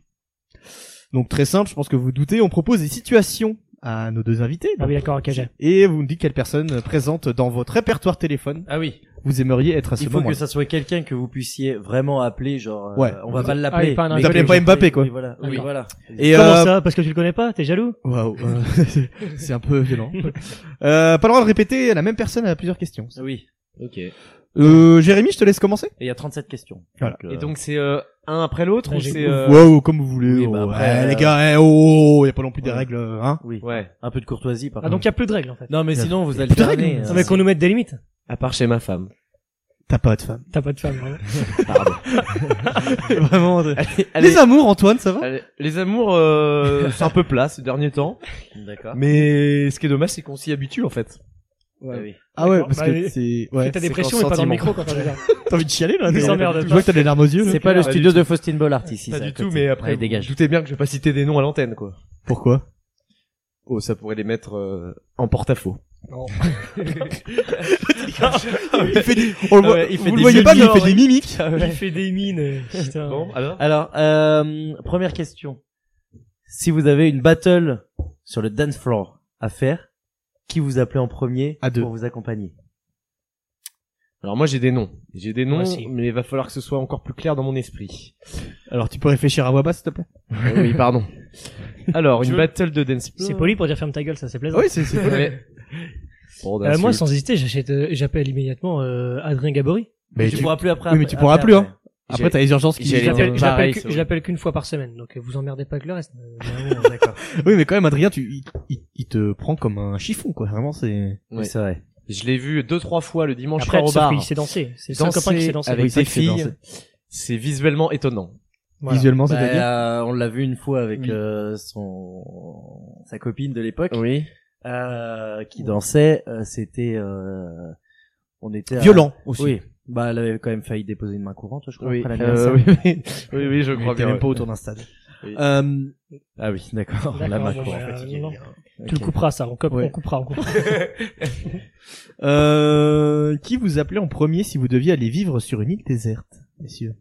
Speaker 3: Donc très simple, je pense que vous doutez. On propose des situations à nos deux invités.
Speaker 6: Ah oui, d'accord, ok, j'ai.
Speaker 3: Et vous me dites quelle personne présente dans votre répertoire téléphone
Speaker 4: Ah oui.
Speaker 3: vous aimeriez être à ce
Speaker 4: Il faut
Speaker 3: moment.
Speaker 4: que ça soit quelqu'un que vous puissiez vraiment appeler, genre. euh,
Speaker 3: Ouais.
Speaker 4: on va pas
Speaker 6: Ah
Speaker 4: l'appeler.
Speaker 6: oui, pas un
Speaker 4: mais-
Speaker 6: inconnu. T'appelais
Speaker 3: pas Mbappé, quoi.
Speaker 4: Oui, voilà. Oui,
Speaker 6: D'accord.
Speaker 4: voilà.
Speaker 3: Et
Speaker 6: Comment
Speaker 3: euh,
Speaker 6: ça? Parce que tu le connais pas? T'es jaloux?
Speaker 3: waouh, euh, c'est- c'est un peu violent. euh, pas le droit de répéter la même personne à plusieurs questions.
Speaker 4: Oui.
Speaker 5: Ok. Et
Speaker 3: Euh, Jérémy, je te laisse commencer.
Speaker 4: Et il y a 37 questions.
Speaker 3: Voilà.
Speaker 4: euh,
Speaker 5: donc c'est euh, un après l'autre
Speaker 6: Ah,
Speaker 5: ou
Speaker 6: j'ai-
Speaker 5: c'est euh,
Speaker 3: Wow, comme vous voulez.
Speaker 4: oui,
Speaker 3: oh.
Speaker 4: bah après,
Speaker 3: Eh, les
Speaker 4: euh,
Speaker 3: gars, eh, oh, oh, oh, y a pas non plus des
Speaker 4: ouais.
Speaker 3: règles, hein.
Speaker 4: Oui.
Speaker 5: Ouais.
Speaker 4: Un peu de courtoisie, par
Speaker 6: Ah, donc
Speaker 4: contre.
Speaker 6: il y a plus de règles, en fait.
Speaker 4: Non, mais
Speaker 3: y a-
Speaker 4: sinon, vous
Speaker 3: y a plus de
Speaker 4: alternez.
Speaker 5: Ah,
Speaker 3: règles.
Speaker 6: Non, mais qu'on nous mette des limites.
Speaker 5: À part chez ma femme.
Speaker 3: T'as pas de femme.
Speaker 6: T'as pas de femme, vraiment.
Speaker 3: Vraiment. euh,
Speaker 5: Allez,
Speaker 3: les amours, Antoine, ça va
Speaker 5: allez, les amours, euh, c'est un peu plat ces derniers temps.
Speaker 4: D'accord.
Speaker 5: Mais ce qui est dommage, c'est qu'on s'y habitue en fait.
Speaker 4: Ah oui.
Speaker 3: Ah ouais,
Speaker 6: D'accord,
Speaker 3: parce
Speaker 6: bah,
Speaker 3: que
Speaker 6: mais-
Speaker 3: c'est.
Speaker 6: T'as
Speaker 3: Ouais.
Speaker 6: des
Speaker 5: c'est
Speaker 6: pressions
Speaker 5: quand
Speaker 6: et pas dans le
Speaker 5: sentiment.
Speaker 6: micro quand t'as déjà.
Speaker 3: T'as envie de chialer là
Speaker 6: Nous
Speaker 3: t'es-
Speaker 6: emmerde
Speaker 3: Je vois que t'as les larmes aux yeux. là.
Speaker 4: C'est pas le
Speaker 5: pas
Speaker 4: studio de Faustine Bollard ici.
Speaker 5: Pas
Speaker 4: c'est à
Speaker 5: du
Speaker 4: côté.
Speaker 5: tout, mais après,
Speaker 4: Allez,
Speaker 5: vous
Speaker 4: dégage.
Speaker 5: doutez bien que je vais pas citer des noms à l'antenne, quoi.
Speaker 3: Pourquoi
Speaker 5: Oh, ça pourrait les mettre euh, en porte-à-faux.
Speaker 3: Il fait des. On Oh, le voit-
Speaker 5: ouais, il fait
Speaker 3: Vous le
Speaker 5: des
Speaker 3: voyez pas, mais il
Speaker 5: mimiques.
Speaker 3: fait des mimiques.
Speaker 6: Il fait des mines. euh, Putain.
Speaker 5: Bon, alors
Speaker 4: Alors, euh, première question. Si vous avez une battle sur le dance floor à faire, qui vous appelez en premier
Speaker 3: À deux.
Speaker 4: pour vous accompagner
Speaker 5: Alors moi j'ai des noms. J'ai des noms,
Speaker 6: Moi aussi.
Speaker 5: mais il va falloir que ce soit encore plus clair dans mon esprit.
Speaker 3: Alors tu peux réfléchir à voix basse, s'il te plaît.
Speaker 5: Oh oui, pardon. Alors, une battle de dance.
Speaker 6: C'est poli pour dire ferme ta gueule, ça c'est plaisant.
Speaker 3: Oui, c'est. c'est-
Speaker 5: Ouais. Bah, Bon,
Speaker 6: Euh, moi,
Speaker 5: d'insulte.
Speaker 6: sans hésiter, j'achète, euh, j'appelle immédiatement euh, Adrien Gabory.
Speaker 3: Mais
Speaker 4: tu,
Speaker 3: tu-
Speaker 4: pourras plus après.
Speaker 3: Oui, mais
Speaker 4: après-
Speaker 3: tu pourras
Speaker 4: après,
Speaker 3: plus, hein.
Speaker 4: après.
Speaker 3: Après, t'as les urgences qui.
Speaker 5: J'allais
Speaker 6: Je
Speaker 5: dire
Speaker 6: l'appelle- je
Speaker 5: pareil,
Speaker 6: l'appelle que-
Speaker 5: c'est
Speaker 6: je
Speaker 5: vrai.
Speaker 6: l'appelle qu'une fois par semaine, donc euh, vous emmerdez pas avec le reste. Euh, vraiment, euh, d'accord.
Speaker 3: Oui, mais quand même, Adrien, tu, il, il- il te prend comme un chiffon, quoi. Vraiment, c'est.
Speaker 4: Oui, c'est vrai.
Speaker 5: Je l'ai vu deux trois fois le dimanche
Speaker 6: Après,
Speaker 5: soir au
Speaker 6: sauf
Speaker 5: bar.
Speaker 6: qu'il s'est dansé. C'est le seul copain qui s'est dansé.
Speaker 5: avec
Speaker 3: Oui, ça,
Speaker 5: des
Speaker 3: c'est dansé.
Speaker 5: filles. C'est visuellement étonnant.
Speaker 6: Voilà.
Speaker 3: Visuellement,
Speaker 4: Bah,
Speaker 3: c'est-à-dire.
Speaker 4: euh, on l'a vu une fois avec
Speaker 3: Oui.
Speaker 4: euh, son sa copine de l'époque
Speaker 5: Oui.
Speaker 4: euh, qui dansait. euh, C'était euh, on était à-
Speaker 3: Violent aussi.
Speaker 4: Oui. Bah, elle avait quand même failli déposer une main courante, je crois.
Speaker 3: Oui,
Speaker 4: après la
Speaker 3: euh,
Speaker 4: glace.
Speaker 3: oui, oui.
Speaker 5: Oui, oui, je
Speaker 3: Mais
Speaker 5: crois
Speaker 3: t'es
Speaker 5: bien.
Speaker 3: même
Speaker 5: ouais.
Speaker 3: pas autour d'un stade.
Speaker 5: Oui.
Speaker 3: Euh,
Speaker 4: Ah oui, d'accord. La main
Speaker 6: bon,
Speaker 4: courante.
Speaker 6: bah,
Speaker 2: fatigué,
Speaker 6: non, non.
Speaker 2: hein.
Speaker 6: Tu le couperas, ça. On, coupe-
Speaker 3: Ouais.
Speaker 6: on coupera, on coupera.
Speaker 3: euh, qui vous appelait en premier si vous deviez aller vivre sur une île déserte, messieurs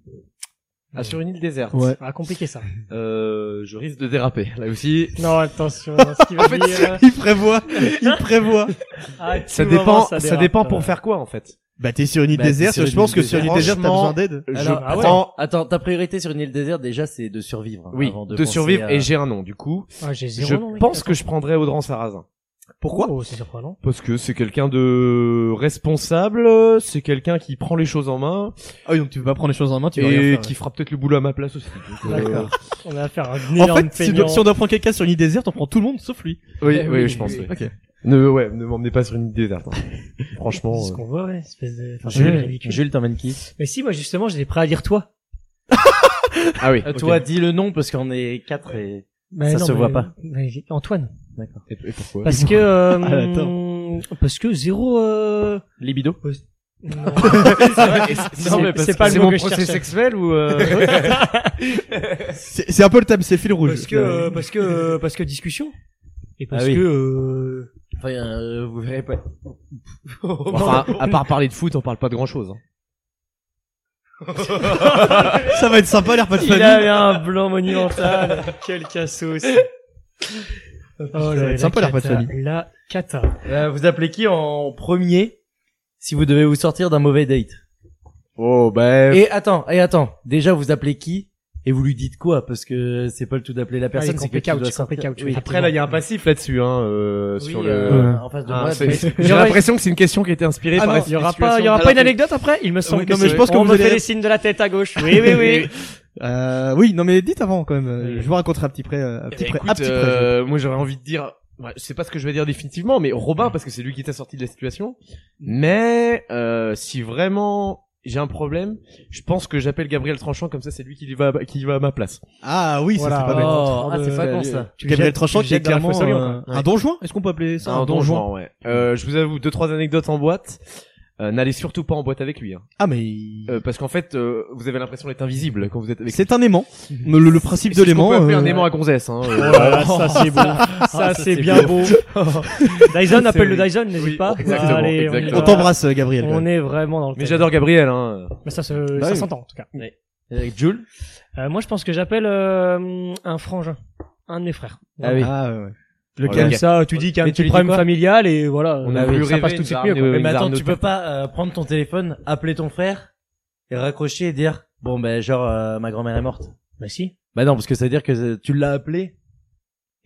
Speaker 5: Ah, sur une île déserte.
Speaker 3: Ouais.
Speaker 6: Ah, compliqué, ça.
Speaker 5: Euh, je risque de déraper, là aussi.
Speaker 6: Non, attention, hein, ce qui veut dire.
Speaker 3: Il prévoit, il prévoit.
Speaker 6: à tout
Speaker 5: Ça
Speaker 6: moment,
Speaker 5: dépend, ça,
Speaker 6: dérape,
Speaker 5: dépend
Speaker 6: euh.
Speaker 5: pour faire quoi, en fait.
Speaker 3: Bah t'es sur une île
Speaker 4: Bah, t'es
Speaker 3: déserte,
Speaker 4: sur
Speaker 3: je
Speaker 4: une
Speaker 3: pense
Speaker 4: île
Speaker 3: que sur une île
Speaker 5: déserte.
Speaker 3: déserte t'as besoin d'aide.
Speaker 6: Alors, ah ouais.
Speaker 5: prends-
Speaker 4: Attends, ta priorité sur une île déserte, déjà, c'est de survivre. hein,
Speaker 5: Oui,
Speaker 4: avant
Speaker 5: de,
Speaker 4: penser
Speaker 5: survivre,
Speaker 4: à-
Speaker 5: et j'ai un nom, du coup.
Speaker 6: Ah, j'ai zéro
Speaker 5: Je
Speaker 6: nom, mec.
Speaker 5: pense que je prendrais Audran Sarrazin.
Speaker 3: Pourquoi
Speaker 6: Oh, c'est surprenant.
Speaker 5: Parce que c'est quelqu'un de responsable, euh, c'est quelqu'un qui prend les choses en main
Speaker 3: Ah oui, donc tu veux pas prendre les choses en main, tu veux rien
Speaker 5: et
Speaker 3: faire.
Speaker 5: qui fera peut-être le boulot à ma place aussi. Donc, euh,
Speaker 6: D'accord. On a affaire à un
Speaker 3: En
Speaker 6: énorme
Speaker 3: fait, si,
Speaker 6: feignant.
Speaker 3: si on doit prendre quelqu'un sur une île déserte, on prend tout le monde sauf lui.
Speaker 5: oui,
Speaker 6: Eh
Speaker 5: oui,
Speaker 6: oui,
Speaker 5: je pense.
Speaker 6: oui.
Speaker 5: oui. Ne, ouais, ne m'emmenez pas sur une île déserte. hein. Franchement.
Speaker 6: C'est ce
Speaker 5: euh,
Speaker 6: qu'on voit, ouais, espèce de... enfin, c'est
Speaker 4: Jules,
Speaker 6: ridicule.
Speaker 4: Jules t'emmènes qui
Speaker 6: Mais si, moi, justement, j'étais prêt à dire toi.
Speaker 5: Ah oui. ok.
Speaker 4: Euh, Toi, dis le nom, parce qu'on est quatre et...
Speaker 6: Mais
Speaker 4: Ça se voit
Speaker 6: mais-
Speaker 4: pas.
Speaker 6: mais Antoine.
Speaker 4: D'accord.
Speaker 5: Et, et pourquoi
Speaker 6: Parce que, euh,
Speaker 3: Ah,
Speaker 6: parce que zéro, euh...
Speaker 4: Libido
Speaker 6: non.
Speaker 5: Non, mais parce
Speaker 6: c'est
Speaker 5: que
Speaker 6: pas le
Speaker 5: c'est
Speaker 6: mot
Speaker 5: mon
Speaker 6: que je
Speaker 5: procès
Speaker 6: cherchais.
Speaker 5: sexuel ou euh,
Speaker 3: C'est c'est un peu le thème, c'est fil rouge.
Speaker 6: parce que, euh, parce que, euh, parce que discussion. Et parce
Speaker 4: Ah oui.
Speaker 6: que, euh...
Speaker 4: Enfin, euh, vous verrez pas.
Speaker 5: enfin, à part parler de foot, on parle pas de hein. grand chose.
Speaker 3: ça va être sympa l'air pas de
Speaker 6: Il
Speaker 3: famille.
Speaker 6: avait un blanc monumental. Quel cassos. Oh là
Speaker 3: va
Speaker 6: là,
Speaker 3: être sympa, l'air pas de
Speaker 6: cata,
Speaker 3: famille.
Speaker 6: La cata.
Speaker 4: Euh, vous appelez qui en premier si vous devez vous sortir d'un mauvais date
Speaker 5: Oh bah.
Speaker 4: Et attends, et attends. Déjà, vous appelez qui et vous lui dites quoi Parce que c'est pas le tout d'appeler la personne,
Speaker 6: Ah, il
Speaker 4: c'est que
Speaker 6: complète
Speaker 4: tu
Speaker 6: out,
Speaker 4: dois
Speaker 6: il complète
Speaker 4: sortir.
Speaker 6: out,
Speaker 4: Oui.
Speaker 6: oui.
Speaker 5: Après là, il y a un passif là-dessus, hein, euh,
Speaker 4: Oui,
Speaker 5: sur
Speaker 4: euh,
Speaker 5: le.
Speaker 4: en face de
Speaker 5: Ah,
Speaker 4: moi.
Speaker 5: c'est-
Speaker 4: mais-
Speaker 5: J'ai l'impression que c'est une question qui a été inspirée
Speaker 6: Ah
Speaker 5: par.
Speaker 6: non,
Speaker 5: la
Speaker 6: il y aura
Speaker 5: situation.
Speaker 6: pas, il y aura pas une anecdote après? Il me semble
Speaker 3: Oui,
Speaker 6: que
Speaker 3: non, mais
Speaker 6: c'est-
Speaker 3: je pense que
Speaker 6: on
Speaker 3: vous
Speaker 6: me
Speaker 3: allez-
Speaker 6: fait les signes de la tête à gauche. Oui, oui, oui.
Speaker 3: Euh, oui, non mais dites avant quand même. euh, Je vous raconterai à petit près, euh, à petit
Speaker 5: Eh,
Speaker 3: près,
Speaker 5: écoute,
Speaker 3: à petit près.
Speaker 5: euh, moi j'aurais envie de dire, ouais, je sais pas ce que je vais dire définitivement, mais Robin parce que c'est lui qui t'a sorti de la situation. Mais euh, si vraiment j'ai un problème, je pense que j'appelle Gabriel Tranchant comme ça, c'est lui qui y va, qui y va à ma place.
Speaker 3: Ah oui,
Speaker 6: Voilà,
Speaker 3: ça c'est pas
Speaker 6: oh,
Speaker 3: bête. euh,
Speaker 4: ah, c'est pas con ça.
Speaker 6: Tu
Speaker 3: Gabriel
Speaker 6: jettes-
Speaker 3: Tranchant
Speaker 6: tu
Speaker 3: qui est
Speaker 6: jettes dans la
Speaker 3: clairement
Speaker 6: fosse à lion,
Speaker 3: euh,
Speaker 6: quoi.
Speaker 3: un donjon. Est-ce qu'on peut appeler ça un, donjon
Speaker 5: ouais. Euh, je vous avoue deux trois anecdotes en boîte. Euh, N'allez surtout pas en boîte avec lui, hein.
Speaker 3: Ah mais il-
Speaker 5: Euh, parce qu'en fait, euh, vous avez l'impression d'être invisible quand vous êtes avec.
Speaker 3: c'est un aimant. Le, le principe de
Speaker 5: C'est ce qu'on
Speaker 3: l'aimant.
Speaker 5: peut appeler
Speaker 3: euh,
Speaker 5: un aimant à gonzesse. Hein, euh.
Speaker 6: Voilà, ça c'est bon. Ah, Ça c'est bien beau. Dyson, appelle le Dyson, n'hésite
Speaker 5: Oui,
Speaker 6: pas.
Speaker 5: exactement,
Speaker 6: Allez, on y
Speaker 5: exactement.
Speaker 3: On
Speaker 6: va.
Speaker 3: t'embrasse euh, Gabriel. quand
Speaker 6: On
Speaker 3: même.
Speaker 6: est vraiment dans le
Speaker 5: Mais
Speaker 6: thème.
Speaker 5: j'adore Gabriel. Hein.
Speaker 6: Mais ça se-
Speaker 3: Bah
Speaker 6: ça
Speaker 3: oui.
Speaker 6: s'entend en tout cas.
Speaker 4: Euh, Jules
Speaker 6: Euh, Moi je pense que j'appelle euh, un frangin, un de mes frères.
Speaker 4: Ah oui.
Speaker 3: Ah ouais. ouais.
Speaker 6: Comme
Speaker 3: Lequel
Speaker 6: ça, tu dis qu'il y a un
Speaker 4: Mais tu
Speaker 6: petit
Speaker 4: lui dis
Speaker 6: problème
Speaker 4: quoi
Speaker 6: familial et voilà,
Speaker 5: On
Speaker 6: euh,
Speaker 5: a voulu
Speaker 6: ça passe
Speaker 5: rêver
Speaker 6: tout de suite
Speaker 5: euh, une
Speaker 6: mieux. quoi.
Speaker 5: arme,
Speaker 4: Mais
Speaker 5: les
Speaker 4: attends,
Speaker 5: armes
Speaker 4: tu peux pas euh, prendre ton téléphone, appeler ton frère et raccrocher et dire bon ben genre euh, ma grand-mère est morte.
Speaker 6: Bah si.
Speaker 4: Bah non, parce que ça veut dire que euh, tu l'as appelé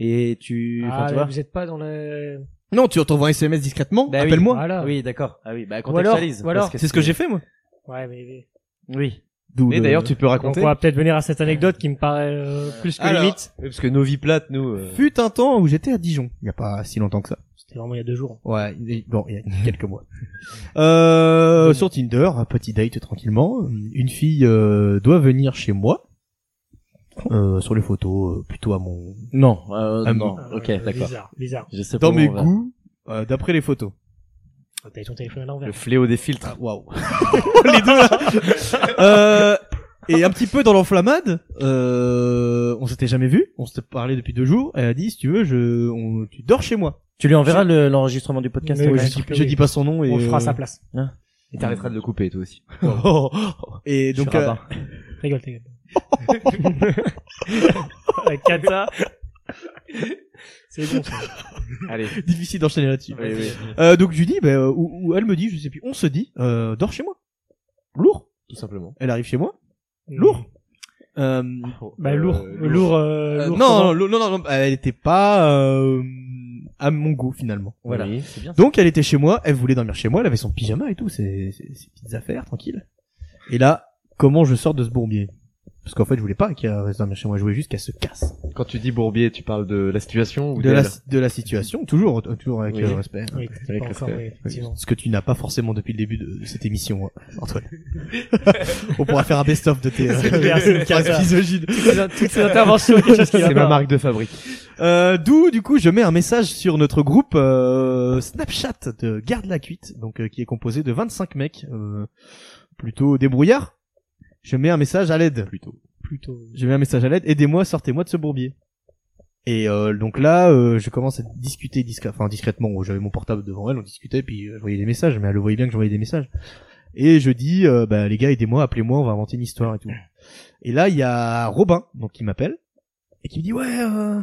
Speaker 4: et tu. Enfin,
Speaker 6: Ah,
Speaker 4: tu vois.
Speaker 6: vous êtes pas dans le.
Speaker 3: Non, tu t'envoies un SMS discrètement.
Speaker 4: Bah oui.
Speaker 3: Appelle-moi.
Speaker 6: Voilà.
Speaker 4: Oui, d'accord. Ah oui, bah
Speaker 6: Ou alors-
Speaker 4: contextualise.
Speaker 6: ou alors-
Speaker 4: parce
Speaker 3: C'est ce que j'ai fait moi.
Speaker 6: Ouais, mais.
Speaker 4: Oui.
Speaker 3: D'où
Speaker 5: Et
Speaker 3: le-
Speaker 5: d'ailleurs, tu peux
Speaker 6: Donc
Speaker 5: raconter.
Speaker 6: on va peut-être venir à cette anecdote qui me paraît euh, plus que
Speaker 3: Alors.
Speaker 6: limite.
Speaker 5: Oui, Parce que nos vies plates, nous. euh,
Speaker 3: fut un temps où j'étais à Dijon. Il y a pas si longtemps que ça.
Speaker 6: C'était vraiment il y a deux jours.
Speaker 3: Ouais, il- bon, il y a quelques mois. Euh, sur Tinder, un petit date tranquillement. Une fille euh, doit venir chez moi.
Speaker 4: Oh.
Speaker 3: Euh, sur les photos, euh, plutôt à mon...
Speaker 4: Non. euh,
Speaker 3: Ah,
Speaker 4: non.
Speaker 6: Ah,
Speaker 4: Ok,
Speaker 6: ouais,
Speaker 4: d'accord.
Speaker 6: Bizarre, bizarre.
Speaker 4: Je sais pas
Speaker 3: Dans
Speaker 4: où
Speaker 3: mes
Speaker 4: on va.
Speaker 3: goûts, euh, d'après les photos.
Speaker 6: Ah, T'as eu ton téléphone à l'envers.
Speaker 5: Le fléau des filtres.
Speaker 3: Waouh. les deux là. euh, et un petit peu dans l'enflammade, euh, on s'était jamais vu, on s'était parlé depuis deux jours. Elle a dit, si tu veux, je, on- tu dors chez moi.
Speaker 4: Tu lui enverras le- l'enregistrement du podcast.
Speaker 6: Mais
Speaker 4: ouais.
Speaker 6: oui.
Speaker 3: je dis, je dis pas son nom et...
Speaker 6: On fera
Speaker 3: euh,
Speaker 6: à sa place.
Speaker 5: Et t'arrêteras de le couper, toi aussi.
Speaker 3: Et donc,
Speaker 4: Je
Speaker 3: euh,
Speaker 4: rabats.
Speaker 6: Rigole, rigole. La cata. C'est bon ça.
Speaker 5: Allez.
Speaker 3: difficile d'enchaîner là-dessus.
Speaker 5: Oui, oui.
Speaker 3: Euh, donc je lui dis, bah, euh, ou, ou elle me dit, je sais plus, on se dit, euh, dors chez moi. Lourd.
Speaker 5: Tout simplement.
Speaker 3: Elle arrive chez moi. Lourd. Euh,
Speaker 6: Bah lourd,
Speaker 5: Euh,
Speaker 6: lourd, euh,
Speaker 3: euh,
Speaker 6: lourd.
Speaker 3: non, non, non, non, non, elle était pas euh, à mon goût finalement.
Speaker 4: Voilà.
Speaker 5: Oui.
Speaker 4: C'est bien.
Speaker 3: Donc elle était chez moi, elle voulait dormir chez moi, elle avait son pyjama et tout, ses, ses- ses petites affaires, tranquille. Et là, comment je sors de ce bourbier Parce qu'en fait, je voulais pas qu'elle reste dormir chez moi, je voulais juste qu'elle se casse.
Speaker 5: Quand tu dis Bourbier, tu parles de la situation ou
Speaker 3: De la,
Speaker 5: d'elle
Speaker 3: de la situation, toujours, euh, toujours avec
Speaker 5: Oui.
Speaker 3: le respect.
Speaker 6: Oui,
Speaker 5: Avec euh,
Speaker 6: pas encore,
Speaker 5: respect.
Speaker 6: oui, effectivement.
Speaker 3: Ce que tu n'as pas forcément depuis le début de, de cette émission, euh, Antoine. On pourra faire un best-of de tes euh,
Speaker 6: C'est clair, c'est le cas,
Speaker 3: phrases
Speaker 6: ça.
Speaker 3: misogynes.
Speaker 6: Toutes ces interventions, quelque chose qui va
Speaker 5: C'est ma
Speaker 6: pas.
Speaker 5: marque de fabrique.
Speaker 3: Euh, D'où, du coup, je mets un message sur notre groupe euh, Snapchat de Garde la Cuite, donc euh, qui est composé de 25 mecs, euh, plutôt débrouillards. Je mets un message à l'aide. Plutôt.
Speaker 6: Plutôt.
Speaker 3: Je mets un message à l'aide. Aidez-moi, sortez-moi de ce bourbier. Et euh, donc là, euh, je commence à discuter discrè- enfin, discrètement. J'avais mon portable devant elle, on discutait, puis euh, je voyais des messages, mais elle le voyait bien que j'envoyais des messages. Et je dis, euh, bah, les gars, aidez-moi, appelez-moi, on va inventer une histoire et tout. Et là, il y a Robin, donc qui m'appelle et qui me dit, ouais, euh,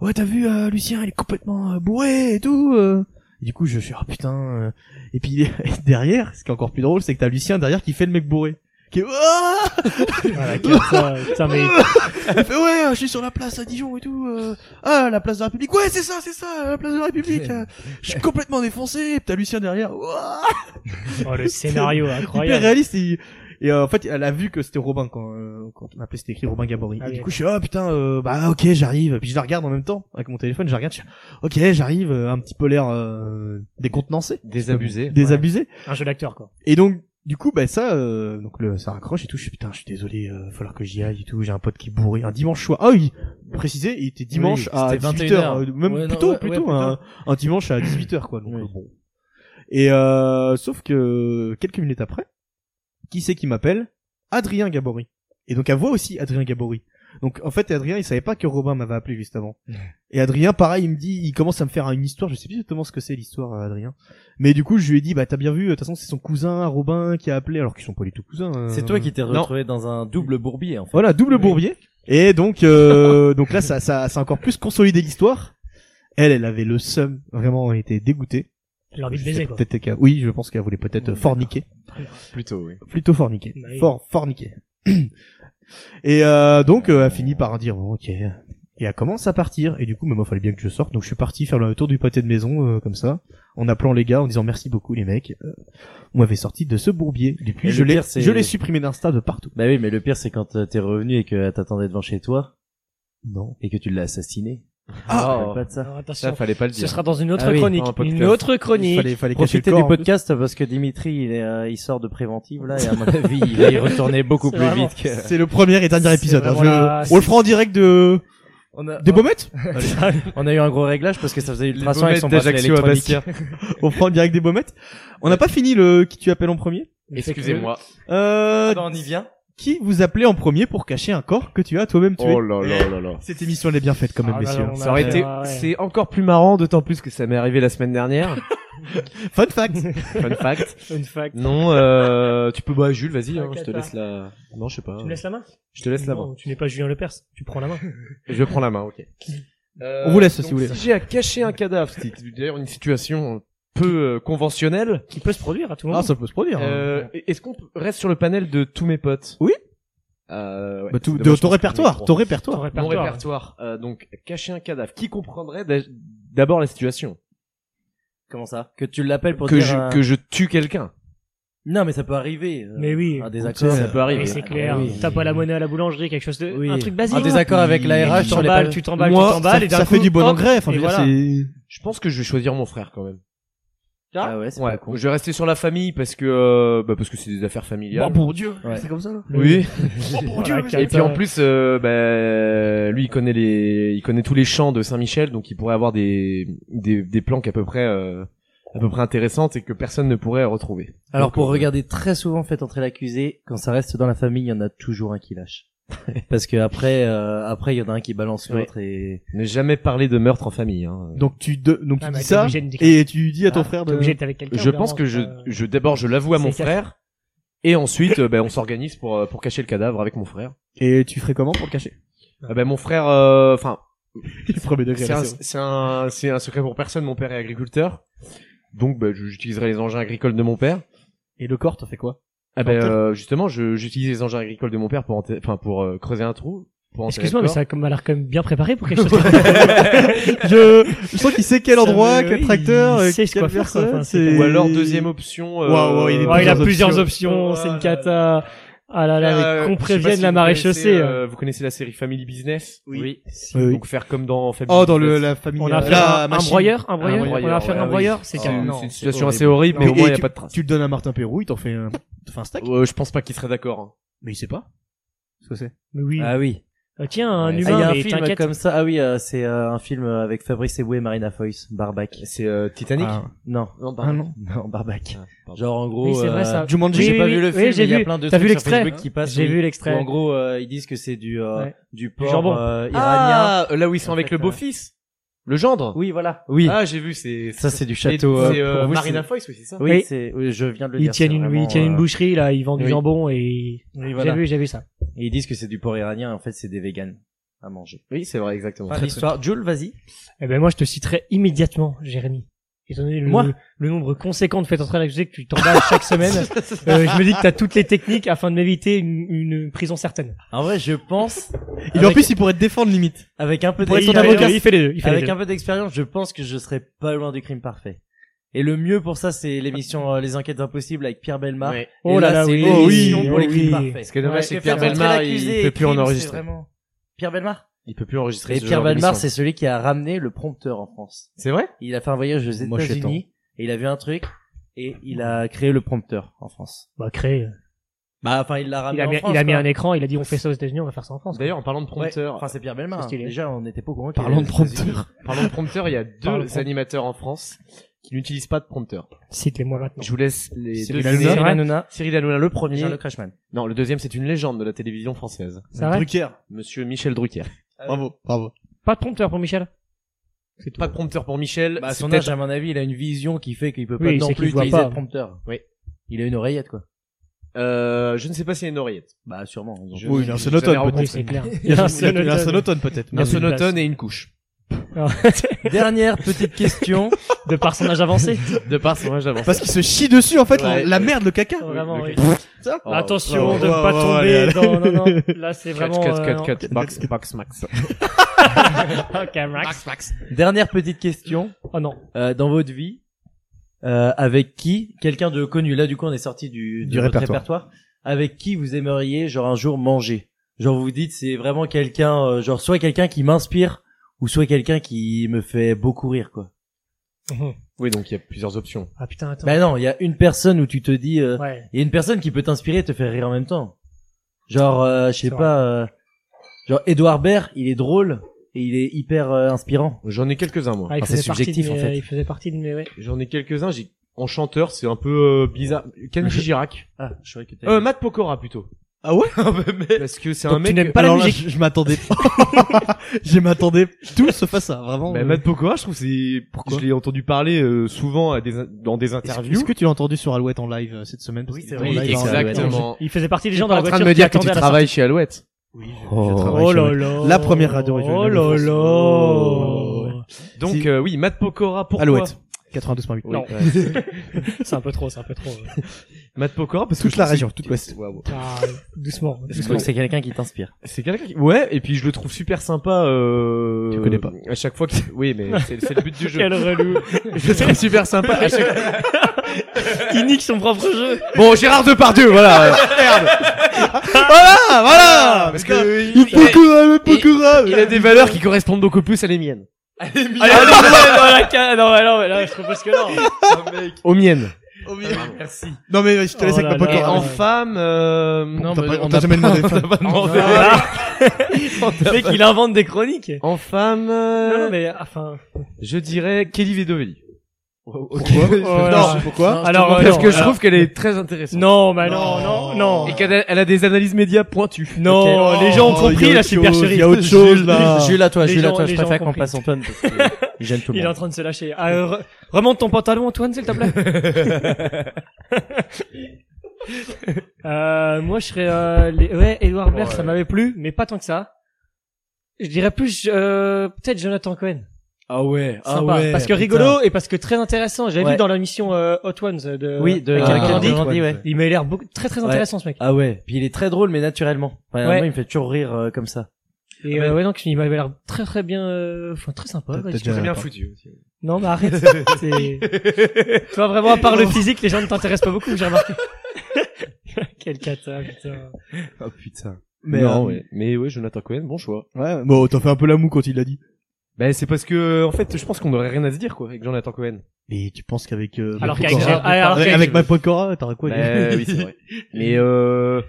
Speaker 3: ouais, t'as vu, euh, Lucien, il est complètement euh, bourré et tout. euh. Et du coup, je suis, ah putain. euh. Et puis il est- derrière, ce qui est encore plus drôle, c'est que t'as Lucien derrière qui fait le mec bourré. Qui est, Ah
Speaker 6: Voilà, comme ça. Putain, mais
Speaker 3: elle fait ouais, euh, je suis sur la place à Dijon et tout. euh, ah, la place de la République. Ouais, c'est ça, c'est ça, la place de la République. euh, je suis complètement défoncé. Et puis T'as Lucien derrière. Ouah,
Speaker 6: oh, le scénario
Speaker 3: hyper
Speaker 6: incroyable.
Speaker 3: réaliste. Et, et, euh, en fait, elle a vu que c'était Robin quand, euh, quand on appelait, c'était écrit Robin Gabori.
Speaker 6: Ah
Speaker 3: et
Speaker 6: oui,
Speaker 3: du coup, je suis ah putain, euh, bah ok, j'arrive. Puis je la regarde en même temps avec mon téléphone. Je la regarde. Je suis, ok, j'arrive. euh, Un petit peu l'air euh, décontenancé,
Speaker 5: Désabusé.
Speaker 3: désabusé.
Speaker 6: Un jeu d'acteur, quoi.
Speaker 3: Et donc, du coup, bah ça, euh, donc le, ça raccroche et tout. Je suis putain, je suis désolé, euh, falloir que j'y aille et tout. J'ai un pote qui est bourré un dimanche soir. Ah oui, précisé, il était dimanche
Speaker 4: Oui,
Speaker 3: à
Speaker 4: c'était
Speaker 3: 18
Speaker 4: 21
Speaker 3: h
Speaker 4: heures.
Speaker 3: même
Speaker 4: Ouais, non,
Speaker 3: plutôt,
Speaker 4: ouais,
Speaker 3: plutôt,
Speaker 4: ouais, plutôt.
Speaker 3: un, hein. un dimanche à 18 h quoi. Donc
Speaker 4: Oui.
Speaker 3: euh, bon. Et euh, sauf que quelques minutes après, qui c'est qui m'appelle Adrien Gabory. Et donc elle voit aussi Adrien Gabory. Donc en fait Adrien il savait pas que Robin m'avait appelé juste avant. Et Adrien pareil il me dit il commence à me faire une histoire je sais plus exactement ce que c'est l'histoire euh, Adrien. Mais du coup je lui ai dit bah t'as bien vu de toute façon c'est son cousin Robin qui a appelé alors qu'ils sont pas du tout cousins. euh.
Speaker 4: C'est toi qui t'es
Speaker 3: Non.
Speaker 4: retrouvé dans un double bourbier, en fait.
Speaker 3: Voilà double
Speaker 4: Oui.
Speaker 3: bourbier. Et donc euh, donc là ça ça ça a encore plus consolidé l'histoire. Elle elle avait le seum vraiment elle était dégoûtée.
Speaker 6: J'ai envie de baiser, quoi.
Speaker 3: Peut-être qu'elle- oui je pense qu'elle voulait peut-être euh, forniquer
Speaker 5: Plutôt, oui.
Speaker 3: plutôt forniqué.
Speaker 6: Bah oui.
Speaker 3: Fort, forniqué. et euh, donc, euh, elle finit par dire, bon, ok. Et elle commence à partir. Et du coup, mais moi, fallait bien que je sorte. Donc, je suis parti faire le tour du pâté de maison, euh, comme ça, en appelant les gars, en disant merci beaucoup, les mecs. Euh, on m'avait sorti de ce bourbier. Depuis,
Speaker 4: Et
Speaker 3: je
Speaker 4: le
Speaker 3: l'ai,
Speaker 4: pire, c'est-
Speaker 3: je l'ai supprimé d'Insta de partout.
Speaker 4: Bah oui, mais le pire, c'est quand euh, t'es revenu et que t'attendais devant chez toi
Speaker 3: Non.
Speaker 4: et que tu l'as assassiné.
Speaker 5: Ah,
Speaker 4: Je me rappelle pas de ça.
Speaker 6: Alors,
Speaker 5: Ça,
Speaker 6: attention.
Speaker 5: fallait pas le
Speaker 6: Ce
Speaker 5: dire.
Speaker 6: sera dans une autre
Speaker 4: Ah oui,
Speaker 6: chronique.
Speaker 5: un podcast.
Speaker 6: Une autre
Speaker 3: Il
Speaker 6: chronique.
Speaker 3: fallait, fallait cacher
Speaker 4: Profitez
Speaker 3: le
Speaker 4: du
Speaker 3: corps, en plus.
Speaker 4: podcast parce que Dimitri, il, est, euh, il sort de préventive là et à mon avis, il va y retourner beaucoup
Speaker 6: C'est
Speaker 4: plus
Speaker 6: vraiment-
Speaker 4: vite que.
Speaker 3: C'est le premier et dernier
Speaker 6: C'est
Speaker 3: épisode. hein.
Speaker 6: vraiment
Speaker 3: Je-
Speaker 6: la-
Speaker 3: On le fera en direct de
Speaker 4: On a,
Speaker 3: des baumettes.
Speaker 4: on a eu un gros réglage parce que ça faisait
Speaker 5: Les
Speaker 4: ultrason avec son
Speaker 5: baumettes
Speaker 4: bracelet
Speaker 5: d'Ajaccio à
Speaker 4: électronique.
Speaker 3: on fera en direct des baumettes. On n'a pas fini le qui tu appelles en premier.
Speaker 5: Excusez-moi.
Speaker 3: Euh,
Speaker 4: on y vient.
Speaker 3: qui vous appelez en premier pour cacher un corps que tu as toi-même tué
Speaker 5: Oh là là là là.
Speaker 3: Cette émission elle est bien faite quand même,
Speaker 6: Ah là
Speaker 3: messieurs.
Speaker 6: là, on a-
Speaker 5: Ça aurait été,
Speaker 6: Ah ouais.
Speaker 5: c'est encore plus marrant, d'autant plus que ça m'est arrivé la semaine dernière.
Speaker 3: Fun fact.
Speaker 5: Fun fact.
Speaker 6: Une fact.
Speaker 5: Non, euh, tu peux, bah, Jules, vas-y, hein,
Speaker 6: Ok,
Speaker 5: je te
Speaker 6: toi.
Speaker 5: laisse la, non, je sais pas.
Speaker 6: Tu me laisses la main
Speaker 5: Je te laisse la main.
Speaker 6: Non, Tu n'es pas Julien Lepers. Tu prends la main.
Speaker 5: Je prends la main, ok.
Speaker 3: On vous laisse, si
Speaker 5: Euh, donc,
Speaker 3: vous voulez.
Speaker 5: Si j'ai à cacher un cadavre, c'est d'ailleurs une situation peu euh, conventionnelle.
Speaker 6: Qui peut se produire à tout moment.
Speaker 3: Ah, ça peut se produire.
Speaker 5: Euh, Est-ce qu'on peut- reste sur le panel de tous mes potes
Speaker 3: Oui.
Speaker 5: Euh, ouais,
Speaker 3: Bah, tout-
Speaker 5: c'est
Speaker 3: de- ton
Speaker 5: dommage, je pense que j'en ai
Speaker 3: répertoire,
Speaker 5: trois.
Speaker 3: ton
Speaker 6: Ton
Speaker 3: répertoire.
Speaker 5: Mon
Speaker 6: répertoire.
Speaker 5: répertoire. Euh, donc, cacher un cadavre. Qui comprendrait d'a- d'abord la situation
Speaker 4: Comment ça Que tu l'appelles pour
Speaker 5: que
Speaker 4: dire
Speaker 5: je,
Speaker 3: euh,
Speaker 4: un-
Speaker 5: que je tue quelqu'un.
Speaker 4: Non, mais ça peut arriver. euh,
Speaker 6: Mais oui.
Speaker 4: Un désaccord, ça peut arriver.
Speaker 6: Mais c'est
Speaker 4: Ah,
Speaker 6: clair.
Speaker 4: oui.
Speaker 6: T'as pas la monnaie à la boulangerie, quelque chose de,
Speaker 4: Oui.
Speaker 6: un truc basique. hein.
Speaker 4: Un désaccord avec l'ARH
Speaker 6: tu
Speaker 4: sur les
Speaker 6: t'emballes,
Speaker 4: pages.
Speaker 6: tu t'emballes, tu
Speaker 5: Moi,
Speaker 6: t'emballes, et d'un
Speaker 3: ça fait
Speaker 6: coup,
Speaker 3: du bon
Speaker 6: hop,
Speaker 3: engrais. Enfin,
Speaker 6: et
Speaker 3: hein, je veux dire,
Speaker 6: voilà.
Speaker 3: c'est-
Speaker 5: Je pense que je vais choisir mon frère quand même.
Speaker 4: Ah ouais, c'est
Speaker 5: Ouais,
Speaker 4: pas con.
Speaker 5: je vais rester sur la famille parce que euh, bah parce que c'est des affaires familiales.
Speaker 3: bon Dieu,
Speaker 4: Ouais.
Speaker 3: comme ça.
Speaker 6: Ah,
Speaker 3: là.
Speaker 5: oui.
Speaker 6: Voilà,
Speaker 5: Et
Speaker 6: quatre,
Speaker 5: puis en
Speaker 6: euh,
Speaker 5: plus, euh, bah, lui il connaît les, il connaît tous les champs de Saint-Michel, donc il pourrait avoir des des, des planques à peu près euh, à peu près intéressantes et que personne ne pourrait retrouver.
Speaker 4: Alors
Speaker 5: Donc,
Speaker 4: pour
Speaker 5: euh,
Speaker 4: regarder très souvent faites entrer l'accusé, quand ça reste dans la famille, il y en a toujours un qui lâche. Parce que après, euh, après il y en a un qui balance
Speaker 5: Ouais.
Speaker 4: l'autre et
Speaker 5: Ne jamais parler de meurtre en famille. Hein.
Speaker 3: Donc tu de- donc
Speaker 6: Ah,
Speaker 3: tu
Speaker 6: mais
Speaker 3: dis
Speaker 6: t'es
Speaker 3: ça
Speaker 6: obligé de dire-
Speaker 3: et tu dis à ton
Speaker 6: Ah,
Speaker 3: frère
Speaker 6: t'es
Speaker 3: de.
Speaker 6: obligé d'être avec quelqu'un.
Speaker 5: je
Speaker 6: au bout
Speaker 5: pense
Speaker 6: d'un
Speaker 5: que je,
Speaker 6: moment, euh,
Speaker 5: je d'abord je l'avoue à
Speaker 6: c'est
Speaker 5: mon
Speaker 6: caché.
Speaker 5: frère et ensuite euh, bah, on s'organise pour euh, pour cacher le cadavre avec mon frère.
Speaker 3: Et tu ferais comment pour le cacher
Speaker 5: Ah, bah, mon frère, euh, enfin
Speaker 3: Le premier degré.
Speaker 5: C'est
Speaker 3: là,
Speaker 5: un,
Speaker 3: c'est bon.
Speaker 5: c'est un, c'est un secret pour personne. Mon père est agriculteur, donc bah, je- j'utiliserai les engins agricoles de mon père.
Speaker 3: Et le corps, t'en fais quoi
Speaker 5: Ah ben
Speaker 3: Enterre-
Speaker 5: euh, justement, je- j'utilise les engins agricoles de mon père pour, enter- enfin pour euh, creuser un trou. Pour enterrer
Speaker 6: Excuse-moi,
Speaker 5: le
Speaker 6: mais
Speaker 5: corps.
Speaker 6: ça a comme- m'a l'air quand même bien préparé pour quelque chose. comme ça.
Speaker 3: je... je sens qu'il sait quel
Speaker 6: Ça
Speaker 3: endroit,
Speaker 6: me-
Speaker 3: quel
Speaker 6: il
Speaker 3: tracteur, euh,
Speaker 6: sait ce
Speaker 3: quelle
Speaker 6: qu'on va faire, quoi.
Speaker 3: personne.
Speaker 6: Enfin, c'est-
Speaker 3: c'est-
Speaker 5: Ou alors deuxième option. Euh,
Speaker 3: Waouh, waouh, il est
Speaker 6: Ouais, Oh, il a
Speaker 3: plusieurs
Speaker 6: plusieurs
Speaker 3: options.
Speaker 6: options, c'est une cata. Ah là là, mais
Speaker 5: Euh,
Speaker 6: qu'on
Speaker 5: je sais pas
Speaker 6: prévienne
Speaker 5: si
Speaker 6: la
Speaker 5: vous
Speaker 6: marée
Speaker 5: connaissez,
Speaker 6: chaussée. euh.
Speaker 5: euh, vous connaissez la série Family Business
Speaker 4: Oui.
Speaker 3: Oui, oui.
Speaker 5: Donc faire comme dans Family
Speaker 3: Oh, dans le,
Speaker 5: Business.
Speaker 3: la famille.
Speaker 6: On a
Speaker 3: euh,
Speaker 6: affaire
Speaker 3: la
Speaker 6: à un
Speaker 3: machine.
Speaker 6: broyeur, un broyeur,
Speaker 5: Un broyeur,
Speaker 6: on a affaire à un
Speaker 5: ouais,
Speaker 6: broyeur,
Speaker 5: oui.
Speaker 6: c'est
Speaker 5: C'est
Speaker 6: calme.
Speaker 5: une,
Speaker 3: Ah, non,
Speaker 5: c'est une
Speaker 3: c'est
Speaker 5: situation
Speaker 3: horrible.
Speaker 5: assez horrible, mais
Speaker 3: Et
Speaker 5: au moins il n'y a
Speaker 3: tu-
Speaker 5: pas de traces.
Speaker 3: Tu le donnes à Martin Perrault, il t'en fait un, t'en fait un stack.
Speaker 5: Ouais, Euh, je pense pas qu'il serait d'accord. hein.
Speaker 3: Mais il sait pas. Ce que c'est.
Speaker 6: Mais oui.
Speaker 4: Ah oui.
Speaker 6: Euh, tiens, un
Speaker 5: Ouais.
Speaker 4: Ah, Il y
Speaker 6: humain,
Speaker 4: a un
Speaker 6: mais
Speaker 4: film
Speaker 6: t'inquiète.
Speaker 4: comme ça. Ah oui, euh, c'est euh, un film avec Fabrice Eboué et Marina Foïs, Barbac.
Speaker 5: C'est euh, Titanic.
Speaker 3: Ah.
Speaker 4: Non.
Speaker 5: Non,
Speaker 3: Ah, non.
Speaker 4: Non, Barbac.
Speaker 5: Ah, pardon.
Speaker 4: Genre en gros,
Speaker 6: Oui, c'est vrai,
Speaker 4: euh,
Speaker 6: ça.
Speaker 4: Jumanji,
Speaker 6: Oui,
Speaker 4: j'ai
Speaker 6: oui,
Speaker 4: pas
Speaker 6: oui,
Speaker 4: vu le
Speaker 6: oui,
Speaker 4: film,
Speaker 6: j'ai
Speaker 4: mais il y
Speaker 6: vu.
Speaker 4: a plein de
Speaker 6: T'as vu
Speaker 4: trucs sur
Speaker 6: l'extrait
Speaker 4: Facebook qui passent.
Speaker 6: J'ai
Speaker 4: oui,
Speaker 6: vu
Speaker 4: où
Speaker 6: l'extrait.
Speaker 4: en gros, euh, ils disent que c'est du euh,
Speaker 6: Ouais.
Speaker 4: du porc
Speaker 6: jambon.
Speaker 4: euh, iranien.
Speaker 5: Ah, là où ils sont
Speaker 4: En
Speaker 5: avec
Speaker 4: fait,
Speaker 5: le beau-fils. Le gendre.
Speaker 4: Oui, voilà. Oui.
Speaker 5: Ah, j'ai vu, c'est...
Speaker 4: Ça c'est du château.
Speaker 5: C'est
Speaker 4: euh, pour
Speaker 5: euh,
Speaker 4: vous,
Speaker 5: Marina Foïs, oui, c'est ça.
Speaker 4: Oui,
Speaker 6: Oui.
Speaker 4: c'est. euh, oui, Je viens de le
Speaker 6: Ils
Speaker 4: dire.
Speaker 6: tiennent une, ils tiennent une boucherie, là, ils vendent du
Speaker 4: oui.
Speaker 6: jambon et j'ai vu, j'ai vu ça.
Speaker 4: Et ils disent que c'est du porc iranien. En fait, c'est des véganes à manger.
Speaker 5: Oui, c'est vrai, exactement.
Speaker 4: Fin de l'histoire. Jules, vas-y.
Speaker 6: Eh ben, moi, je te citerai immédiatement, Jérémy. Étant donné le,
Speaker 4: Moi
Speaker 6: le nombre conséquent de fêtes entre elles, je sais que tu t'emballes chaque semaine, euh, je me dis que t'as toutes les techniques afin de m'éviter une, une prison certaine.
Speaker 4: En vrai, je pense.
Speaker 3: Il, en plus, il pourrait te défendre limite.
Speaker 4: avec un peu
Speaker 6: Pour être son
Speaker 4: d'expérience-
Speaker 6: avocat, il fait les deux, il fait les
Speaker 4: Avec
Speaker 6: deux.
Speaker 4: un peu d'expérience, je pense que je serais pas loin du crime parfait. Et le mieux pour ça, c'est l'émission euh, Les Enquêtes Impossibles avec Pierre Belmar.
Speaker 5: Ouais.
Speaker 4: Et
Speaker 6: Oh là
Speaker 4: là,
Speaker 6: là,
Speaker 4: c'est
Speaker 6: oui.
Speaker 4: l'émission
Speaker 6: Oh
Speaker 4: pour les
Speaker 6: oui.
Speaker 4: crimes parfaits.
Speaker 5: Ce qui est dommage,
Speaker 4: Ouais,
Speaker 5: c'est que
Speaker 4: le
Speaker 5: Pierre
Speaker 4: faire entrer
Speaker 5: Belmar,
Speaker 4: l'accusé
Speaker 5: il
Speaker 4: et
Speaker 5: peut
Speaker 4: le
Speaker 5: plus en
Speaker 4: crime, c'est
Speaker 5: enregistrer.
Speaker 4: vraiment- Pierre Belmar
Speaker 5: Il peut plus enregistrer.
Speaker 4: Et
Speaker 5: ce
Speaker 4: Pierre
Speaker 5: genre
Speaker 4: Belmar,
Speaker 5: d'émission.
Speaker 4: c'est celui qui a ramené le prompteur en France.
Speaker 5: C'est vrai
Speaker 4: Il a fait un voyage aux
Speaker 3: Moi, je suis
Speaker 4: États-Unis et il a vu un truc et il a créé le prompteur en France.
Speaker 6: Bah, créé.
Speaker 4: Bah, enfin, il l'a
Speaker 6: Il
Speaker 4: ramené
Speaker 6: a
Speaker 4: en
Speaker 6: mis,
Speaker 4: France.
Speaker 6: il a mis
Speaker 4: quoi.
Speaker 6: un écran, il a dit on fait ça aux États-Unis, on va faire ça en France.
Speaker 5: D'ailleurs, en parlant de
Speaker 4: Ouais,
Speaker 5: prompteur,
Speaker 4: Enfin, c'est Pierre Belmar. hein.
Speaker 6: C'est stylé.
Speaker 4: Déjà, on n'était pas au courant. qu'il
Speaker 3: Parlons
Speaker 4: allait
Speaker 3: de
Speaker 4: aux États-Unis.
Speaker 3: prompteur.
Speaker 5: parlant de prompteur, il y a
Speaker 6: Parlons de
Speaker 5: deux
Speaker 6: prompteur.
Speaker 5: animateurs en France qui n'utilisent pas de prompteur.
Speaker 6: Citez-moi maintenant.
Speaker 5: Je vous laisse les
Speaker 3: Cyril
Speaker 5: deux
Speaker 3: Hanouna.
Speaker 5: citer.
Speaker 4: Cyril Hanouna.
Speaker 5: Cyril Hanouna, le
Speaker 4: Et
Speaker 5: premier.
Speaker 4: Jean-Luc Reichmann.
Speaker 5: Non, le deuxième, c'est une légende de la télévision française.
Speaker 6: C'est vrai?
Speaker 3: Drucker.
Speaker 5: Monsieur Michel Drucker.
Speaker 3: Bravo. Bravo.
Speaker 6: Pas de prompteur pour Michel?
Speaker 5: Pas de prompteur pour Michel.
Speaker 4: Bah, à
Speaker 5: c'est
Speaker 4: son
Speaker 5: peut-être-
Speaker 4: âge, à mon avis, il a une vision qui fait qu'il peut pas
Speaker 6: Oui,
Speaker 4: non
Speaker 6: c'est qu'il
Speaker 4: plus
Speaker 6: voit
Speaker 4: utiliser
Speaker 6: pas.
Speaker 4: le prompteur. Oui. Il a une oreillette, quoi.
Speaker 5: Euh, je ne sais pas s'il y a une oreillette.
Speaker 4: Bah, sûrement. ils ont-
Speaker 5: Je-
Speaker 3: Oui, il a un
Speaker 5: je-
Speaker 3: sonotone,
Speaker 5: j'avais
Speaker 3: peut-être.
Speaker 6: Oui, c'est clair.
Speaker 3: Il y a un sonotone, il y a un sonotone, peut-être.
Speaker 5: Un
Speaker 6: Merci.
Speaker 5: sonotone et une couche.
Speaker 4: Dernière petite question.
Speaker 6: De par son âge avancé.
Speaker 5: De par son âge avant.
Speaker 3: Parce qu'il se chie dessus, en fait,
Speaker 5: Ouais.
Speaker 3: la merde, le caca.
Speaker 6: Vraiment, oui.
Speaker 3: Ça
Speaker 5: Oh,
Speaker 6: Attention
Speaker 3: oh,
Speaker 6: de
Speaker 3: oh,
Speaker 6: ne pas
Speaker 3: oh,
Speaker 6: tomber
Speaker 3: allez,
Speaker 6: dans... Non, non, là c'est vraiment...
Speaker 5: Cut,
Speaker 6: euh,
Speaker 5: cut, cut, cut. Max, Max, Max.
Speaker 6: non. Ok, Max.
Speaker 4: Dernière petite question.
Speaker 6: Ah, Oh non.
Speaker 4: Euh, dans votre vie, euh, avec qui, quelqu'un de connu, là, du coup, on est sorti du, de
Speaker 3: Du
Speaker 4: votre
Speaker 3: répertoire.
Speaker 4: avec qui vous aimeriez, genre, un jour manger? Genre, vous vous dites, c'est vraiment quelqu'un, euh, genre, soit quelqu'un qui m'inspire, ou soit quelqu'un qui me fait beaucoup rire, quoi.
Speaker 5: Oui, donc il y a plusieurs options.
Speaker 6: Ah putain, attends.
Speaker 4: Bah non, il y a une personne où tu te dis, euh,
Speaker 6: Ouais.
Speaker 4: Il y a une personne qui peut t'inspirer et te faire rire en même temps. Genre, euh, je sais
Speaker 6: C'est vrai.
Speaker 4: pas, euh, genre Edouard Baird, il est drôle et il est hyper euh, inspirant.
Speaker 5: J'en ai quelques-uns, moi.
Speaker 6: Ah, il
Speaker 4: Enfin, c'est
Speaker 6: faisait partie
Speaker 4: subjectif,
Speaker 6: de
Speaker 4: en
Speaker 6: mes-
Speaker 4: fait.
Speaker 6: Il faisait partie de mes... Ouais.
Speaker 5: J'en ai quelques-uns. J'ai En chanteur, c'est un peu euh, bizarre. Kenji Girac.
Speaker 4: Ah, je savais que t'avais-
Speaker 5: Euh, Matt Pokora, plutôt.
Speaker 3: Ah ouais
Speaker 5: Parce que c'est un
Speaker 6: Donc, tu
Speaker 5: mec...
Speaker 6: n'aimes pas la
Speaker 3: Alors là,
Speaker 6: musique.
Speaker 3: je, je m'attendais pas. je m'attendais tout sauf à ça, vraiment.
Speaker 5: Bah,
Speaker 3: Euh,
Speaker 5: Matt Pokora, je trouve, c'est...
Speaker 3: Pourquoi
Speaker 5: je l'ai entendu parler euh, souvent à des in- dans des
Speaker 3: est-ce,
Speaker 5: interviews.
Speaker 3: est-ce que tu l'as entendu sur Alouette en live euh, cette semaine Parce
Speaker 4: Oui,
Speaker 3: qu'il
Speaker 4: c'est
Speaker 3: était en
Speaker 4: vrai.
Speaker 3: live,
Speaker 4: Oui,
Speaker 3: hein.
Speaker 5: exactement.
Speaker 6: Il faisait partie des gens dans la
Speaker 5: en train
Speaker 6: voiture
Speaker 5: de me dire
Speaker 6: qui
Speaker 5: que
Speaker 6: attendaient
Speaker 5: tu
Speaker 6: à la sortie.
Speaker 5: travailles chez Alouette.
Speaker 3: Oui, je,
Speaker 4: Oh.
Speaker 3: je travaille
Speaker 6: Oh
Speaker 3: chez
Speaker 6: là
Speaker 3: Alouette.
Speaker 6: là.
Speaker 3: La première radio
Speaker 6: Oh
Speaker 3: régionale de
Speaker 6: là
Speaker 3: France.
Speaker 6: là.
Speaker 5: Donc, euh, oui, Matt Pokora, pourquoi
Speaker 3: Alouette. 92.8.
Speaker 5: Oui,
Speaker 6: Non.
Speaker 5: ouais.
Speaker 6: C'est un peu trop, c'est un peu trop.
Speaker 5: Matt Pokora, parce
Speaker 3: Toute
Speaker 5: que
Speaker 3: la
Speaker 5: c'est-
Speaker 3: région, toute l'Ouest.
Speaker 5: Waouh.
Speaker 6: Ah, doucement.
Speaker 4: Parce
Speaker 6: doucement.
Speaker 4: que c'est quelqu'un qui t'inspire.
Speaker 5: C'est quelqu'un qui... Ouais, et puis je le trouve super sympa. Euh...
Speaker 3: Tu connais pas.
Speaker 5: À chaque fois que... Oui, mais c'est c'est le but du jeu.
Speaker 6: Quel relou.
Speaker 5: je le trouve super sympa. À chaque...
Speaker 6: Il nique son propre jeu.
Speaker 5: Bon, Gérard Depardieu, voilà.
Speaker 3: Voilà, voilà
Speaker 5: Parce que
Speaker 3: Le Pokora, le Pokora
Speaker 5: il a des valeurs qui correspondent beaucoup plus à les miennes.
Speaker 6: Allez, allez, allez, dans la ca- Non, mais non, mais là, je propose que non.
Speaker 5: Aux miennes.
Speaker 3: Non mais euh, je te laisse
Speaker 6: Oh
Speaker 3: avec
Speaker 6: là
Speaker 3: ma
Speaker 6: là.
Speaker 5: Et
Speaker 6: Ah,
Speaker 3: Pokora.
Speaker 5: en
Speaker 6: ouais.
Speaker 5: femme, euh, non,
Speaker 3: T'as
Speaker 5: mais
Speaker 3: pas-
Speaker 5: on
Speaker 3: on t'a jamais demandé.
Speaker 5: on t'a pas demandé.
Speaker 6: Le mec, il invente des chroniques.
Speaker 5: En femme, euh,
Speaker 6: Non, non, mais enfin.
Speaker 5: je dirais Kelly Vedovelli.
Speaker 6: Oh,
Speaker 3: Non,
Speaker 6: alors-
Speaker 3: pourquoi
Speaker 6: Alors, euh,
Speaker 5: parce
Speaker 6: non,
Speaker 5: que je
Speaker 6: alors-
Speaker 5: trouve qu'elle est très intéressante.
Speaker 6: Non, bah non, non, non.
Speaker 5: Et qu'elle a, elle a des analyses médias pointues.
Speaker 6: Non, les gens ont
Speaker 3: Oh, il y
Speaker 6: compris
Speaker 3: a
Speaker 6: la
Speaker 3: autre chose,
Speaker 6: supercherie.
Speaker 3: Il y a autre chose là.
Speaker 4: Jules, à toi,
Speaker 6: Les
Speaker 4: Jules, à
Speaker 6: gens-
Speaker 4: toi,
Speaker 6: les
Speaker 4: je
Speaker 6: gens
Speaker 4: préfère qu'on
Speaker 6: ont compris.
Speaker 4: passe Antoine parce que j'aime tout le
Speaker 6: Il est en
Speaker 4: monde.
Speaker 6: train de se lâcher. Ah, euh, re- remonte ton pantalon, Antoine, s'il te plaît. euh, moi, je serais. Euh, les- Ouais, Edouard Baird, ça m'avait plu, mais pas tant que ça. Je dirais plus euh, peut-être Jonathan Cohen.
Speaker 4: Ah ouais,
Speaker 6: Sympa, parce que rigolo et parce que très intéressant. J'avais
Speaker 4: Ouais.
Speaker 6: vu dans la mission euh, Hot Ones de.
Speaker 4: Oui, de
Speaker 6: avec
Speaker 3: Ah,
Speaker 6: Eric
Speaker 4: quelqu'un
Speaker 6: Grandi.
Speaker 3: Grandi,
Speaker 4: qui grandit,
Speaker 3: ouais.
Speaker 4: ouais.
Speaker 6: Il m'a l'air beaucoup très très
Speaker 4: Ouais.
Speaker 6: intéressant ce mec.
Speaker 4: Ah ouais, puis il est très drôle mais naturellement. Enfin,
Speaker 6: Ouais.
Speaker 4: Moi, il me fait toujours rire euh, comme ça.
Speaker 6: Et euh, ouais donc il m'avait l'air très très bien, euh, enfin très sympa.
Speaker 3: T'as-
Speaker 6: quoi,
Speaker 3: t'as
Speaker 6: il se-
Speaker 3: déjà-
Speaker 5: Très bien foutu aussi.
Speaker 6: Non, mais arrête. C'est- tu vois, vraiment, à part le physique, les gens ne t'intéressent pas beaucoup, j'ai remarqué. Quel cata, putain.
Speaker 5: Oh putain.
Speaker 8: Mais,
Speaker 5: non,
Speaker 8: euh,
Speaker 5: ouais. mais oui, Jonathan Cohen, bon choix.
Speaker 8: Ouais, bon, t'en fais un peu la moue quand il l'a dit.
Speaker 5: Ben c'est parce que en fait, je pense qu'on n'aurait rien à se dire quoi avec Jonathan Cohen.
Speaker 3: Mais tu penses qu'avec euh,
Speaker 6: Alors
Speaker 3: Matt
Speaker 6: qu'avec
Speaker 3: Pokora-
Speaker 6: Gérard- alors
Speaker 3: avec,
Speaker 6: qu'avec-
Speaker 3: avec Matt Pokora, t'aurais quoi lui
Speaker 5: Ben, oui, c'est vrai. Mais euh,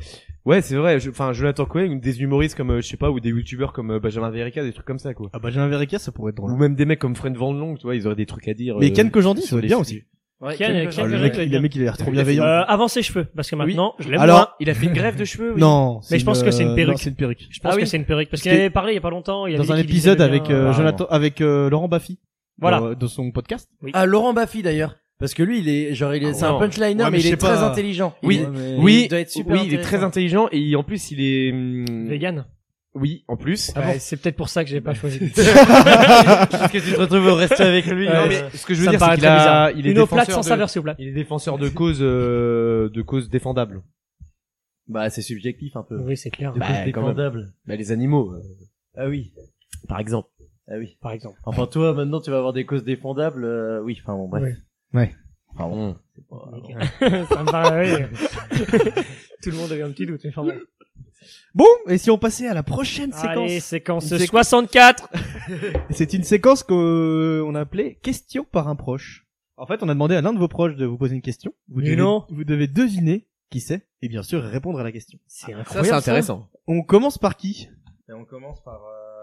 Speaker 5: ouais, c'est vrai. je- Enfin, Jonathan Cohen, ou des humoristes comme euh, je sais pas, ou des youtubeurs comme euh, Benjamin Verica, des trucs comme ça quoi.
Speaker 3: Ah bah j'ai un Verica, ça pourrait être
Speaker 5: Ou
Speaker 3: drôle.
Speaker 5: même des mecs comme Fred Van Long, tu vois, ils auraient des trucs à dire.
Speaker 3: Mais
Speaker 5: euh,
Speaker 3: Ken Kojandi, ça
Speaker 5: sur
Speaker 3: doit être
Speaker 5: les
Speaker 3: bien
Speaker 5: sujets.
Speaker 3: aussi. Oh,
Speaker 6: Ouais,
Speaker 5: Ken-
Speaker 6: Ken,
Speaker 5: Ah,
Speaker 6: Ken,
Speaker 3: le
Speaker 6: Verhoeven,
Speaker 3: mec,
Speaker 6: il est
Speaker 3: il a
Speaker 6: bien.
Speaker 3: mec, il a l'air trop bienveillant.
Speaker 6: Euh, avant ses cheveux, parce que maintenant, je l'aime
Speaker 3: Alors-
Speaker 6: moins.
Speaker 5: Il a fait une grève de cheveux. oui.
Speaker 3: Non,
Speaker 6: Mais je pense
Speaker 3: une,
Speaker 6: que c'est une
Speaker 3: euh,
Speaker 6: perruque.
Speaker 3: non, c'est une perruque.
Speaker 6: Je pense
Speaker 5: Ah oui.
Speaker 6: que c'est une perruque, parce
Speaker 3: Parce
Speaker 6: qu'il
Speaker 3: que-
Speaker 6: avait parlé il y a pas longtemps. Il avait
Speaker 3: Dans un
Speaker 6: dit qu'il
Speaker 3: épisode
Speaker 6: aimait
Speaker 3: avec
Speaker 6: bien-
Speaker 3: euh,
Speaker 5: Ah,
Speaker 3: Jonathan, avec euh, Laurent Baffy.
Speaker 6: Voilà.
Speaker 3: dans- De son podcast.
Speaker 9: Ah, Laurent Baffy d'ailleurs. Parce que lui, il est, genre, il est,
Speaker 5: Ah,
Speaker 9: c'est un
Speaker 5: ouais.
Speaker 9: punchliner,
Speaker 3: Ouais, mais
Speaker 9: mais,
Speaker 3: je
Speaker 9: il
Speaker 3: sais
Speaker 9: est très
Speaker 3: pas.
Speaker 9: intelligent. Il
Speaker 5: Oui,
Speaker 9: est-
Speaker 5: oui,
Speaker 9: il doit être super
Speaker 5: oui, il est très
Speaker 9: intéressant.
Speaker 5: intelligent et en plus il est. hum,
Speaker 6: Vegan.
Speaker 5: Oui, en plus.
Speaker 6: Ah C'est peut-être pour ça que j'ai pas choisi.
Speaker 5: Parce que tu te retrouves au resto avec lui.
Speaker 6: Ouais,
Speaker 5: non, mais ce que je veux dire, c'est qu'il a- il est
Speaker 6: Une eau plate sans
Speaker 5: défenseur de-
Speaker 6: saveur, s'il vous plaît.
Speaker 5: Il est défenseur de causes, euh, de causes défendables.
Speaker 4: Bah, c'est subjectif un peu.
Speaker 6: Oui, c'est clair.
Speaker 4: De
Speaker 5: Bah,
Speaker 4: cause
Speaker 5: quand même.
Speaker 4: dépendable.
Speaker 5: Bah, les animaux, euh,
Speaker 4: Ah oui.
Speaker 5: par exemple.
Speaker 4: Ah oui.
Speaker 6: Par exemple.
Speaker 4: Enfin, toi, maintenant, tu vas avoir des causes défendables. euh, Oui, enfin bon, bref.
Speaker 6: Ouais.
Speaker 5: Enfin, bon.
Speaker 6: Ça me paraît, oui. Tout le monde avait un petit doute, mais enfin bon.
Speaker 3: Bon, et si on passait à la prochaine
Speaker 6: Allez,
Speaker 3: séquence
Speaker 6: séquence
Speaker 3: Une séquence.
Speaker 6: 64.
Speaker 3: C'est une séquence qu'on a appelée Question par un proche. En fait, on a demandé à l'un de vos proches de vous poser une question. Vous
Speaker 6: Mais
Speaker 3: devez,
Speaker 6: non.
Speaker 3: vous devez deviner qui c'est et bien sûr répondre à la question.
Speaker 6: C'est
Speaker 5: Ça, c'est intéressant.
Speaker 3: On commence par qui
Speaker 4: Et on commence par.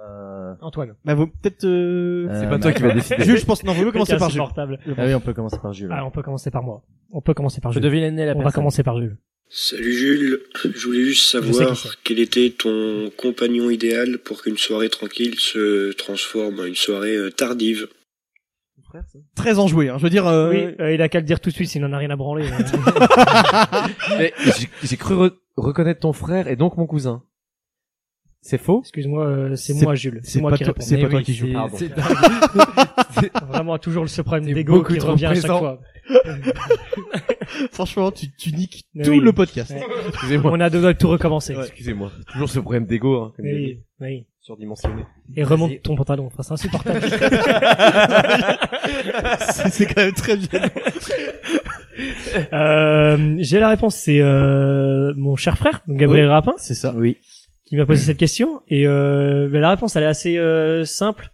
Speaker 4: euh,
Speaker 6: Antoine.
Speaker 3: Bah vous peut-être euh...
Speaker 4: euh,
Speaker 5: C'est pas toi qui vas décider.
Speaker 3: Jules, je pense non, vous mieux commencer
Speaker 6: Mec
Speaker 3: par Jules.
Speaker 6: insupportable.
Speaker 4: Ah oui, on peut commencer par Jules.
Speaker 6: Ah, on peut commencer par moi. On peut commencer par
Speaker 4: Je
Speaker 6: Jules.
Speaker 4: devine la
Speaker 6: On va
Speaker 4: personne.
Speaker 6: commencer par Jules.
Speaker 10: Salut Jules, je voulais juste
Speaker 6: qui
Speaker 10: savoir
Speaker 6: c'est.
Speaker 10: quel était ton compagnon idéal pour qu'une soirée tranquille se transforme en une soirée euh, tardive.
Speaker 3: Très enjoué, hein. je veux dire. euh,
Speaker 6: Oui, euh, il a qu'à le dire tout de suite, s'il n'en a rien à branler. hein.
Speaker 5: Mais j'ai- J'ai cru re- reconnaître ton frère et donc mon cousin. C'est faux
Speaker 6: Excuse-moi, euh, c'est
Speaker 3: C'est-
Speaker 6: moi Jules.
Speaker 3: c'est
Speaker 6: C'est moi
Speaker 3: pas
Speaker 6: qui
Speaker 3: toi-
Speaker 6: réponds.
Speaker 3: c'est
Speaker 6: Mais
Speaker 3: pas toi
Speaker 6: oui,
Speaker 3: qui joues,
Speaker 6: c'est-
Speaker 5: pardon. Ah,
Speaker 6: c'est Vraiment, toujours ce problème
Speaker 5: T'es
Speaker 6: d'ego
Speaker 5: beaucoup
Speaker 6: qui
Speaker 5: trop
Speaker 6: revient à chaque
Speaker 5: présent.
Speaker 6: fois.
Speaker 3: Franchement, tu, tu niques
Speaker 6: Mais
Speaker 3: tout
Speaker 6: oui.
Speaker 3: le podcast.
Speaker 6: Ouais.
Speaker 5: Excusez-moi.
Speaker 6: On a deux doigts de tout recommencer.
Speaker 5: Excusez-moi. Toujours ce problème d'ego, hein, comme
Speaker 6: Mais
Speaker 5: il
Speaker 6: oui, oui.
Speaker 5: est surdimensionné.
Speaker 6: Et remonte ton pantalon. Enfin, c'est insupportable.
Speaker 3: C'est- C'est quand même très bien.
Speaker 6: Euh, j'ai la réponse. C'est euh, mon cher frère, donc Gabriel Rapin,
Speaker 3: C'est ça.
Speaker 4: Oui.
Speaker 6: qui m'a posé cette question. Et euh, ben, la réponse, elle est assez euh, simple.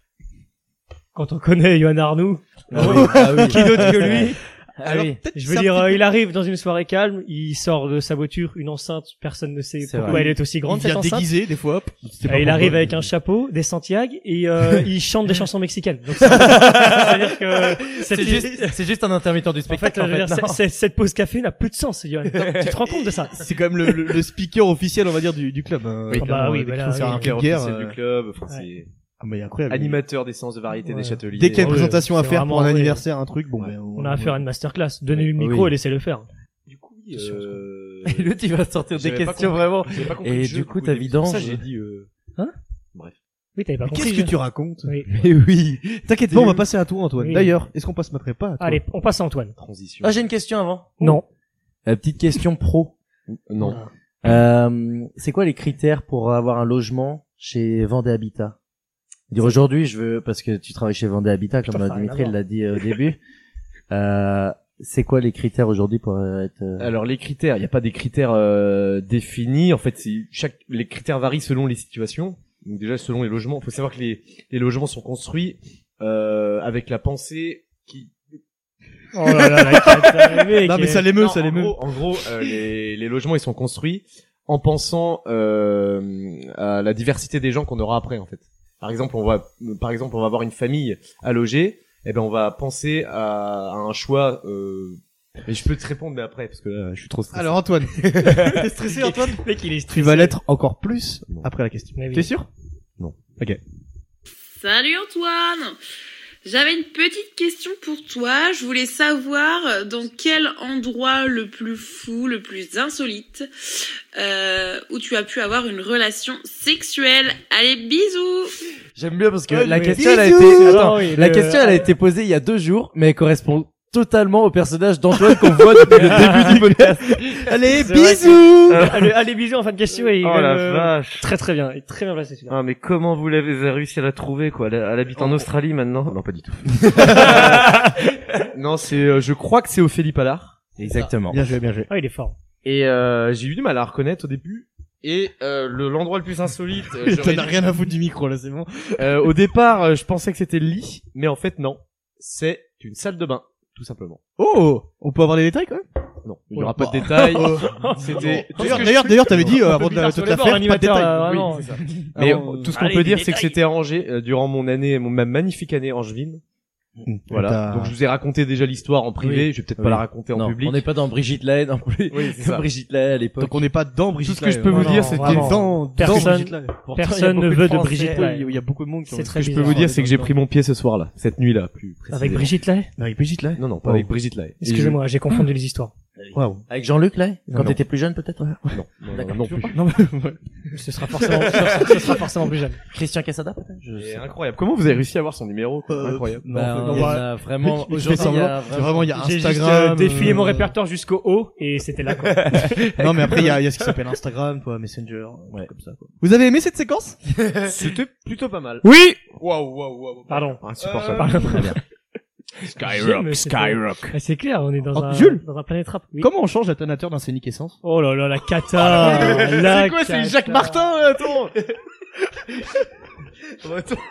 Speaker 6: Quand on connaît Yohan Arnoux,
Speaker 4: Ah oui, ah oui.
Speaker 6: qui d'autre que lui
Speaker 4: Ah oui.
Speaker 3: peut-être
Speaker 6: Je veux
Speaker 3: ça-
Speaker 6: dire, euh, il arrive dans une soirée calme, il sort de sa voiture, une enceinte, personne ne sait
Speaker 4: C'est
Speaker 6: pourquoi
Speaker 4: vrai.
Speaker 6: elle est aussi grande
Speaker 3: il
Speaker 6: cette
Speaker 3: vient
Speaker 6: enceinte.
Speaker 3: déguisé des fois. hop.
Speaker 6: Euh, il arrive avec un chapeau, des Santiago et euh, il chante des chansons mexicaines. Donc, c'est- C'est-à-dire que cette,
Speaker 4: C'est juste, c'est juste un intermittent du
Speaker 6: en fait,
Speaker 4: spectacle.
Speaker 6: euh, je veux dire,
Speaker 4: non.
Speaker 6: c'est- c'est- cette pause café n'a plus de sens, Johan. Non, tu te rends compte de ça
Speaker 3: C'est quand même le, le- le speaker officiel, on va dire, du, du club. hein.
Speaker 6: Oui. Ah bah
Speaker 3: Clairement,
Speaker 6: oui,
Speaker 3: dès qu'il
Speaker 6: voilà,
Speaker 3: faut
Speaker 6: oui.
Speaker 3: faire un
Speaker 6: Speaker
Speaker 3: coup de guerre,
Speaker 5: officiel
Speaker 3: euh,
Speaker 5: du club, enfin, c'est
Speaker 3: Ah mais incroyable.
Speaker 5: animateur des séances de variété
Speaker 6: Ouais.
Speaker 5: des Châteliers.
Speaker 3: Dès qu'il y a une
Speaker 6: Ouais,
Speaker 3: présentation à
Speaker 6: c'est
Speaker 3: faire pour
Speaker 6: vraiment,
Speaker 3: un
Speaker 6: ouais.
Speaker 3: anniversaire, un truc, bon,
Speaker 6: Ouais.
Speaker 3: ben,
Speaker 6: On a affaire à une masterclass. Donnez-lui le
Speaker 4: Oui.
Speaker 6: micro et laissez-le faire.
Speaker 5: Du coup, euh...
Speaker 4: Et l'autre, il va sortir des
Speaker 5: J'avais pas
Speaker 4: questions
Speaker 5: compris.
Speaker 4: vraiment.
Speaker 5: J'ai pas compris
Speaker 4: Et
Speaker 5: le
Speaker 4: du
Speaker 5: jeu,
Speaker 4: coup,
Speaker 5: au
Speaker 4: t'as
Speaker 5: début.
Speaker 4: vidange.
Speaker 5: Ça, j'ai dit, euh,
Speaker 6: Oui, t'avais pas
Speaker 3: Mais
Speaker 6: compris.
Speaker 3: Qu'est-ce que
Speaker 6: Johan.
Speaker 3: tu racontes
Speaker 6: Oui.
Speaker 3: Eh oui. T'inquiète pas, on va passer à toi, Antoine.
Speaker 6: Oui.
Speaker 3: D'ailleurs, est-ce qu'on passerait pas à toi
Speaker 6: Allez, on passe à Antoine.
Speaker 5: transition.
Speaker 9: Ah, j'ai une question avant.
Speaker 6: Non.
Speaker 4: La petite question pro.
Speaker 5: non.
Speaker 4: Euh, c'est quoi les critères pour avoir un logement chez Vendée Habitat Dire aujourd'hui, je veux parce que tu travailles chez Vendée Habitat, comme
Speaker 6: Putain, ça a
Speaker 4: Dimitri
Speaker 6: rien à
Speaker 4: l'a dit euh, au début. Euh, c'est quoi les critères aujourd'hui pour euh, être euh,
Speaker 5: Alors les critères, il n'y a pas des critères euh, définis. En fait, c'est chaque les critères varient selon les situations. Donc déjà selon les logements, il faut savoir que les, les logements sont construits euh, avec la pensée qui.
Speaker 6: Oh là là, la cata, le mec,
Speaker 3: Non, mais
Speaker 6: euh,
Speaker 3: ça l'émeut,
Speaker 5: Non,
Speaker 3: ça
Speaker 5: en
Speaker 3: l'émeut.
Speaker 5: gros, en gros, euh, les, les logements ils sont construits en pensant euh, à la diversité des gens qu'on aura après en fait. Par exemple, on va par exemple on va avoir une famille à loger. Eh ben on va penser à, à un choix. Euh, mais je peux te répondre mais après parce que là je suis trop stressé.
Speaker 3: Alors Antoine, t'es stressé Antoine
Speaker 6: Le mec, il est
Speaker 3: Tu vas l'être encore plus après la question.
Speaker 6: Mais oui.
Speaker 3: T'es sûr
Speaker 11: Salut Antoine J'avais une petite question pour toi. Je voulais savoir euh, dans quel endroit le plus fou, le plus insolite, euh, où tu as pu avoir une relation sexuelle. Allez, bisous
Speaker 4: J'aime bien parce que
Speaker 6: Ouais,
Speaker 4: euh, la
Speaker 6: Oh, mais-
Speaker 4: question elle a
Speaker 6: Bisous euh,
Speaker 4: été
Speaker 6: Non,
Speaker 4: Attends,
Speaker 6: oui,
Speaker 4: la
Speaker 6: le-
Speaker 4: question elle a été posée il y a deux jours, mais elle correspond totalement au personnage d'Antoine qu'on voit depuis le début du podcast.
Speaker 6: Allez,
Speaker 4: Bisous.
Speaker 6: Allez, bisous en fin de question. Et,
Speaker 12: Oh la
Speaker 6: euh,
Speaker 12: vache
Speaker 6: Très très bien, il est très bien placé celui-là.
Speaker 12: ah mais comment vous l'avez vous avez réussi à la trouver quoi Elle elle habite en Australie maintenant.
Speaker 5: Non, pas du tout. non, c'est, euh, je crois que c'est Ophélie Pallard.
Speaker 4: Exactement.
Speaker 3: Bien joué, bien joué.
Speaker 6: Ah, il est fort.
Speaker 5: Et euh, j'ai eu du mal à la reconnaître au début. Et euh, le- l'endroit le, plus insolite, euh, j'aurais
Speaker 3: T'en as
Speaker 5: dit-
Speaker 3: rien à foutre du micro, là, c'est bon.
Speaker 5: Euh, au départ, euh, je pensais que c'était le lit, mais en fait non, c'est une salle de bain, tout simplement.
Speaker 3: Oh! On peut avoir des détails, quand même?
Speaker 5: Non, il n'y aura
Speaker 3: Oh,
Speaker 5: pas de
Speaker 3: bah.
Speaker 5: détails.
Speaker 3: Oh.
Speaker 5: C'était tout ce
Speaker 3: D'ailleurs,
Speaker 5: que je
Speaker 3: d'ailleurs,
Speaker 5: pue.
Speaker 3: d'ailleurs, t'avais dit, euh,
Speaker 5: Un peu
Speaker 3: avant de la-
Speaker 5: bizarre sur
Speaker 3: toute
Speaker 5: les bords,
Speaker 3: l'affaire, pas de
Speaker 5: l'animateur,
Speaker 3: détails.
Speaker 5: euh,
Speaker 3: Oui,
Speaker 5: vraiment,
Speaker 3: c'est ça.
Speaker 5: c'est ça. Mais
Speaker 3: Avant,
Speaker 5: euh, tout ce
Speaker 3: euh,
Speaker 5: qu'on
Speaker 3: allez, des
Speaker 5: peut dire, c'est que
Speaker 3: détails.
Speaker 5: c'était arrangé euh, durant mon année, mon ma magnifique année angevine.
Speaker 3: t'as-
Speaker 5: Voilà. Donc je vous ai raconté déjà l'histoire en privé. Je vais peut-être pas
Speaker 4: Oui.
Speaker 5: la raconter en
Speaker 4: Non,
Speaker 5: public.
Speaker 4: On n'est pas dans Brigitte Lahaye non plus.
Speaker 5: Oui, c'est ça.
Speaker 4: Brigitte Lahaye à l'époque.
Speaker 3: Donc on n'est pas dans
Speaker 4: Brigitte
Speaker 3: Brigitte Lahaye, voilà.
Speaker 4: vraiment.
Speaker 6: personne,
Speaker 4: Pourtant, il y a
Speaker 6: personne ne
Speaker 4: beaucoup
Speaker 6: veut de
Speaker 4: Français,
Speaker 6: Brigitte
Speaker 4: oui,
Speaker 6: Lahaye.
Speaker 4: Il y a beaucoup de monde qui ont
Speaker 6: C'est
Speaker 5: Ce
Speaker 6: très
Speaker 5: que je peux
Speaker 6: bizarre.
Speaker 5: vous
Speaker 3: hein,
Speaker 5: dire, c'est que j'ai pris mon pied ce soir-là, cette nuit-là, plus précisément.
Speaker 6: Avec Brigitte Lahaye
Speaker 3: Avec Brigitte Lahaye
Speaker 5: Non, non, pas
Speaker 3: Oh.
Speaker 5: avec Brigitte Lahaye.
Speaker 6: Excusez-moi, j'ai confondu les histoires.
Speaker 3: Waouh.
Speaker 4: Avec Jean-Luc Lahaye
Speaker 5: Non,
Speaker 4: Quand
Speaker 5: non.
Speaker 4: t'étais plus jeune peut-être ouais.
Speaker 5: Non, non, non,
Speaker 4: D'accord.
Speaker 5: non plus.
Speaker 3: Euh, Non, mais, ouais.
Speaker 6: Ce sera forcément, ce sera forcément plus jeune.
Speaker 4: Christian Cassada peut-être Je
Speaker 5: C'est
Speaker 4: sais pas.
Speaker 5: incroyable. Comment vous avez réussi à avoir son numéro quoi Incroyable.
Speaker 3: Non,
Speaker 4: Bah,
Speaker 3: on
Speaker 4: on
Speaker 3: fait- on
Speaker 4: a
Speaker 3: je
Speaker 4: vraiment
Speaker 3: fais
Speaker 4: aujourd'hui il y
Speaker 3: semblant.
Speaker 4: a
Speaker 3: C'est vraiment, il y a
Speaker 6: J'ai juste
Speaker 3: Instagram.
Speaker 6: euh, défilé
Speaker 3: euh,
Speaker 6: mon répertoire jusqu'au haut et c'était là quoi.
Speaker 3: Non, mais après, il y a, il y a ce qui s'appelle Instagram, quoi, Messenger,
Speaker 4: Ouais.
Speaker 3: comme ça, quoi. Vous avez aimé cette séquence?
Speaker 5: C'était plutôt pas mal.
Speaker 6: Oui.
Speaker 5: Waouh, waouh, waouh.
Speaker 6: Pardon.
Speaker 5: Insupportable.
Speaker 6: Pardon. Jim,
Speaker 1: Skyrock,
Speaker 6: mais c'était-
Speaker 1: Skyrock.
Speaker 6: Ah, C'est clair, on est dans
Speaker 3: Oh,
Speaker 6: un
Speaker 3: Jules
Speaker 6: dans un planète rap. Oui.
Speaker 3: Comment on change l'atonateur d'un scénic essence?
Speaker 6: Oh là là, la cata. c'est
Speaker 5: quoi, c'est Jacques Martin, euh, attends Attends.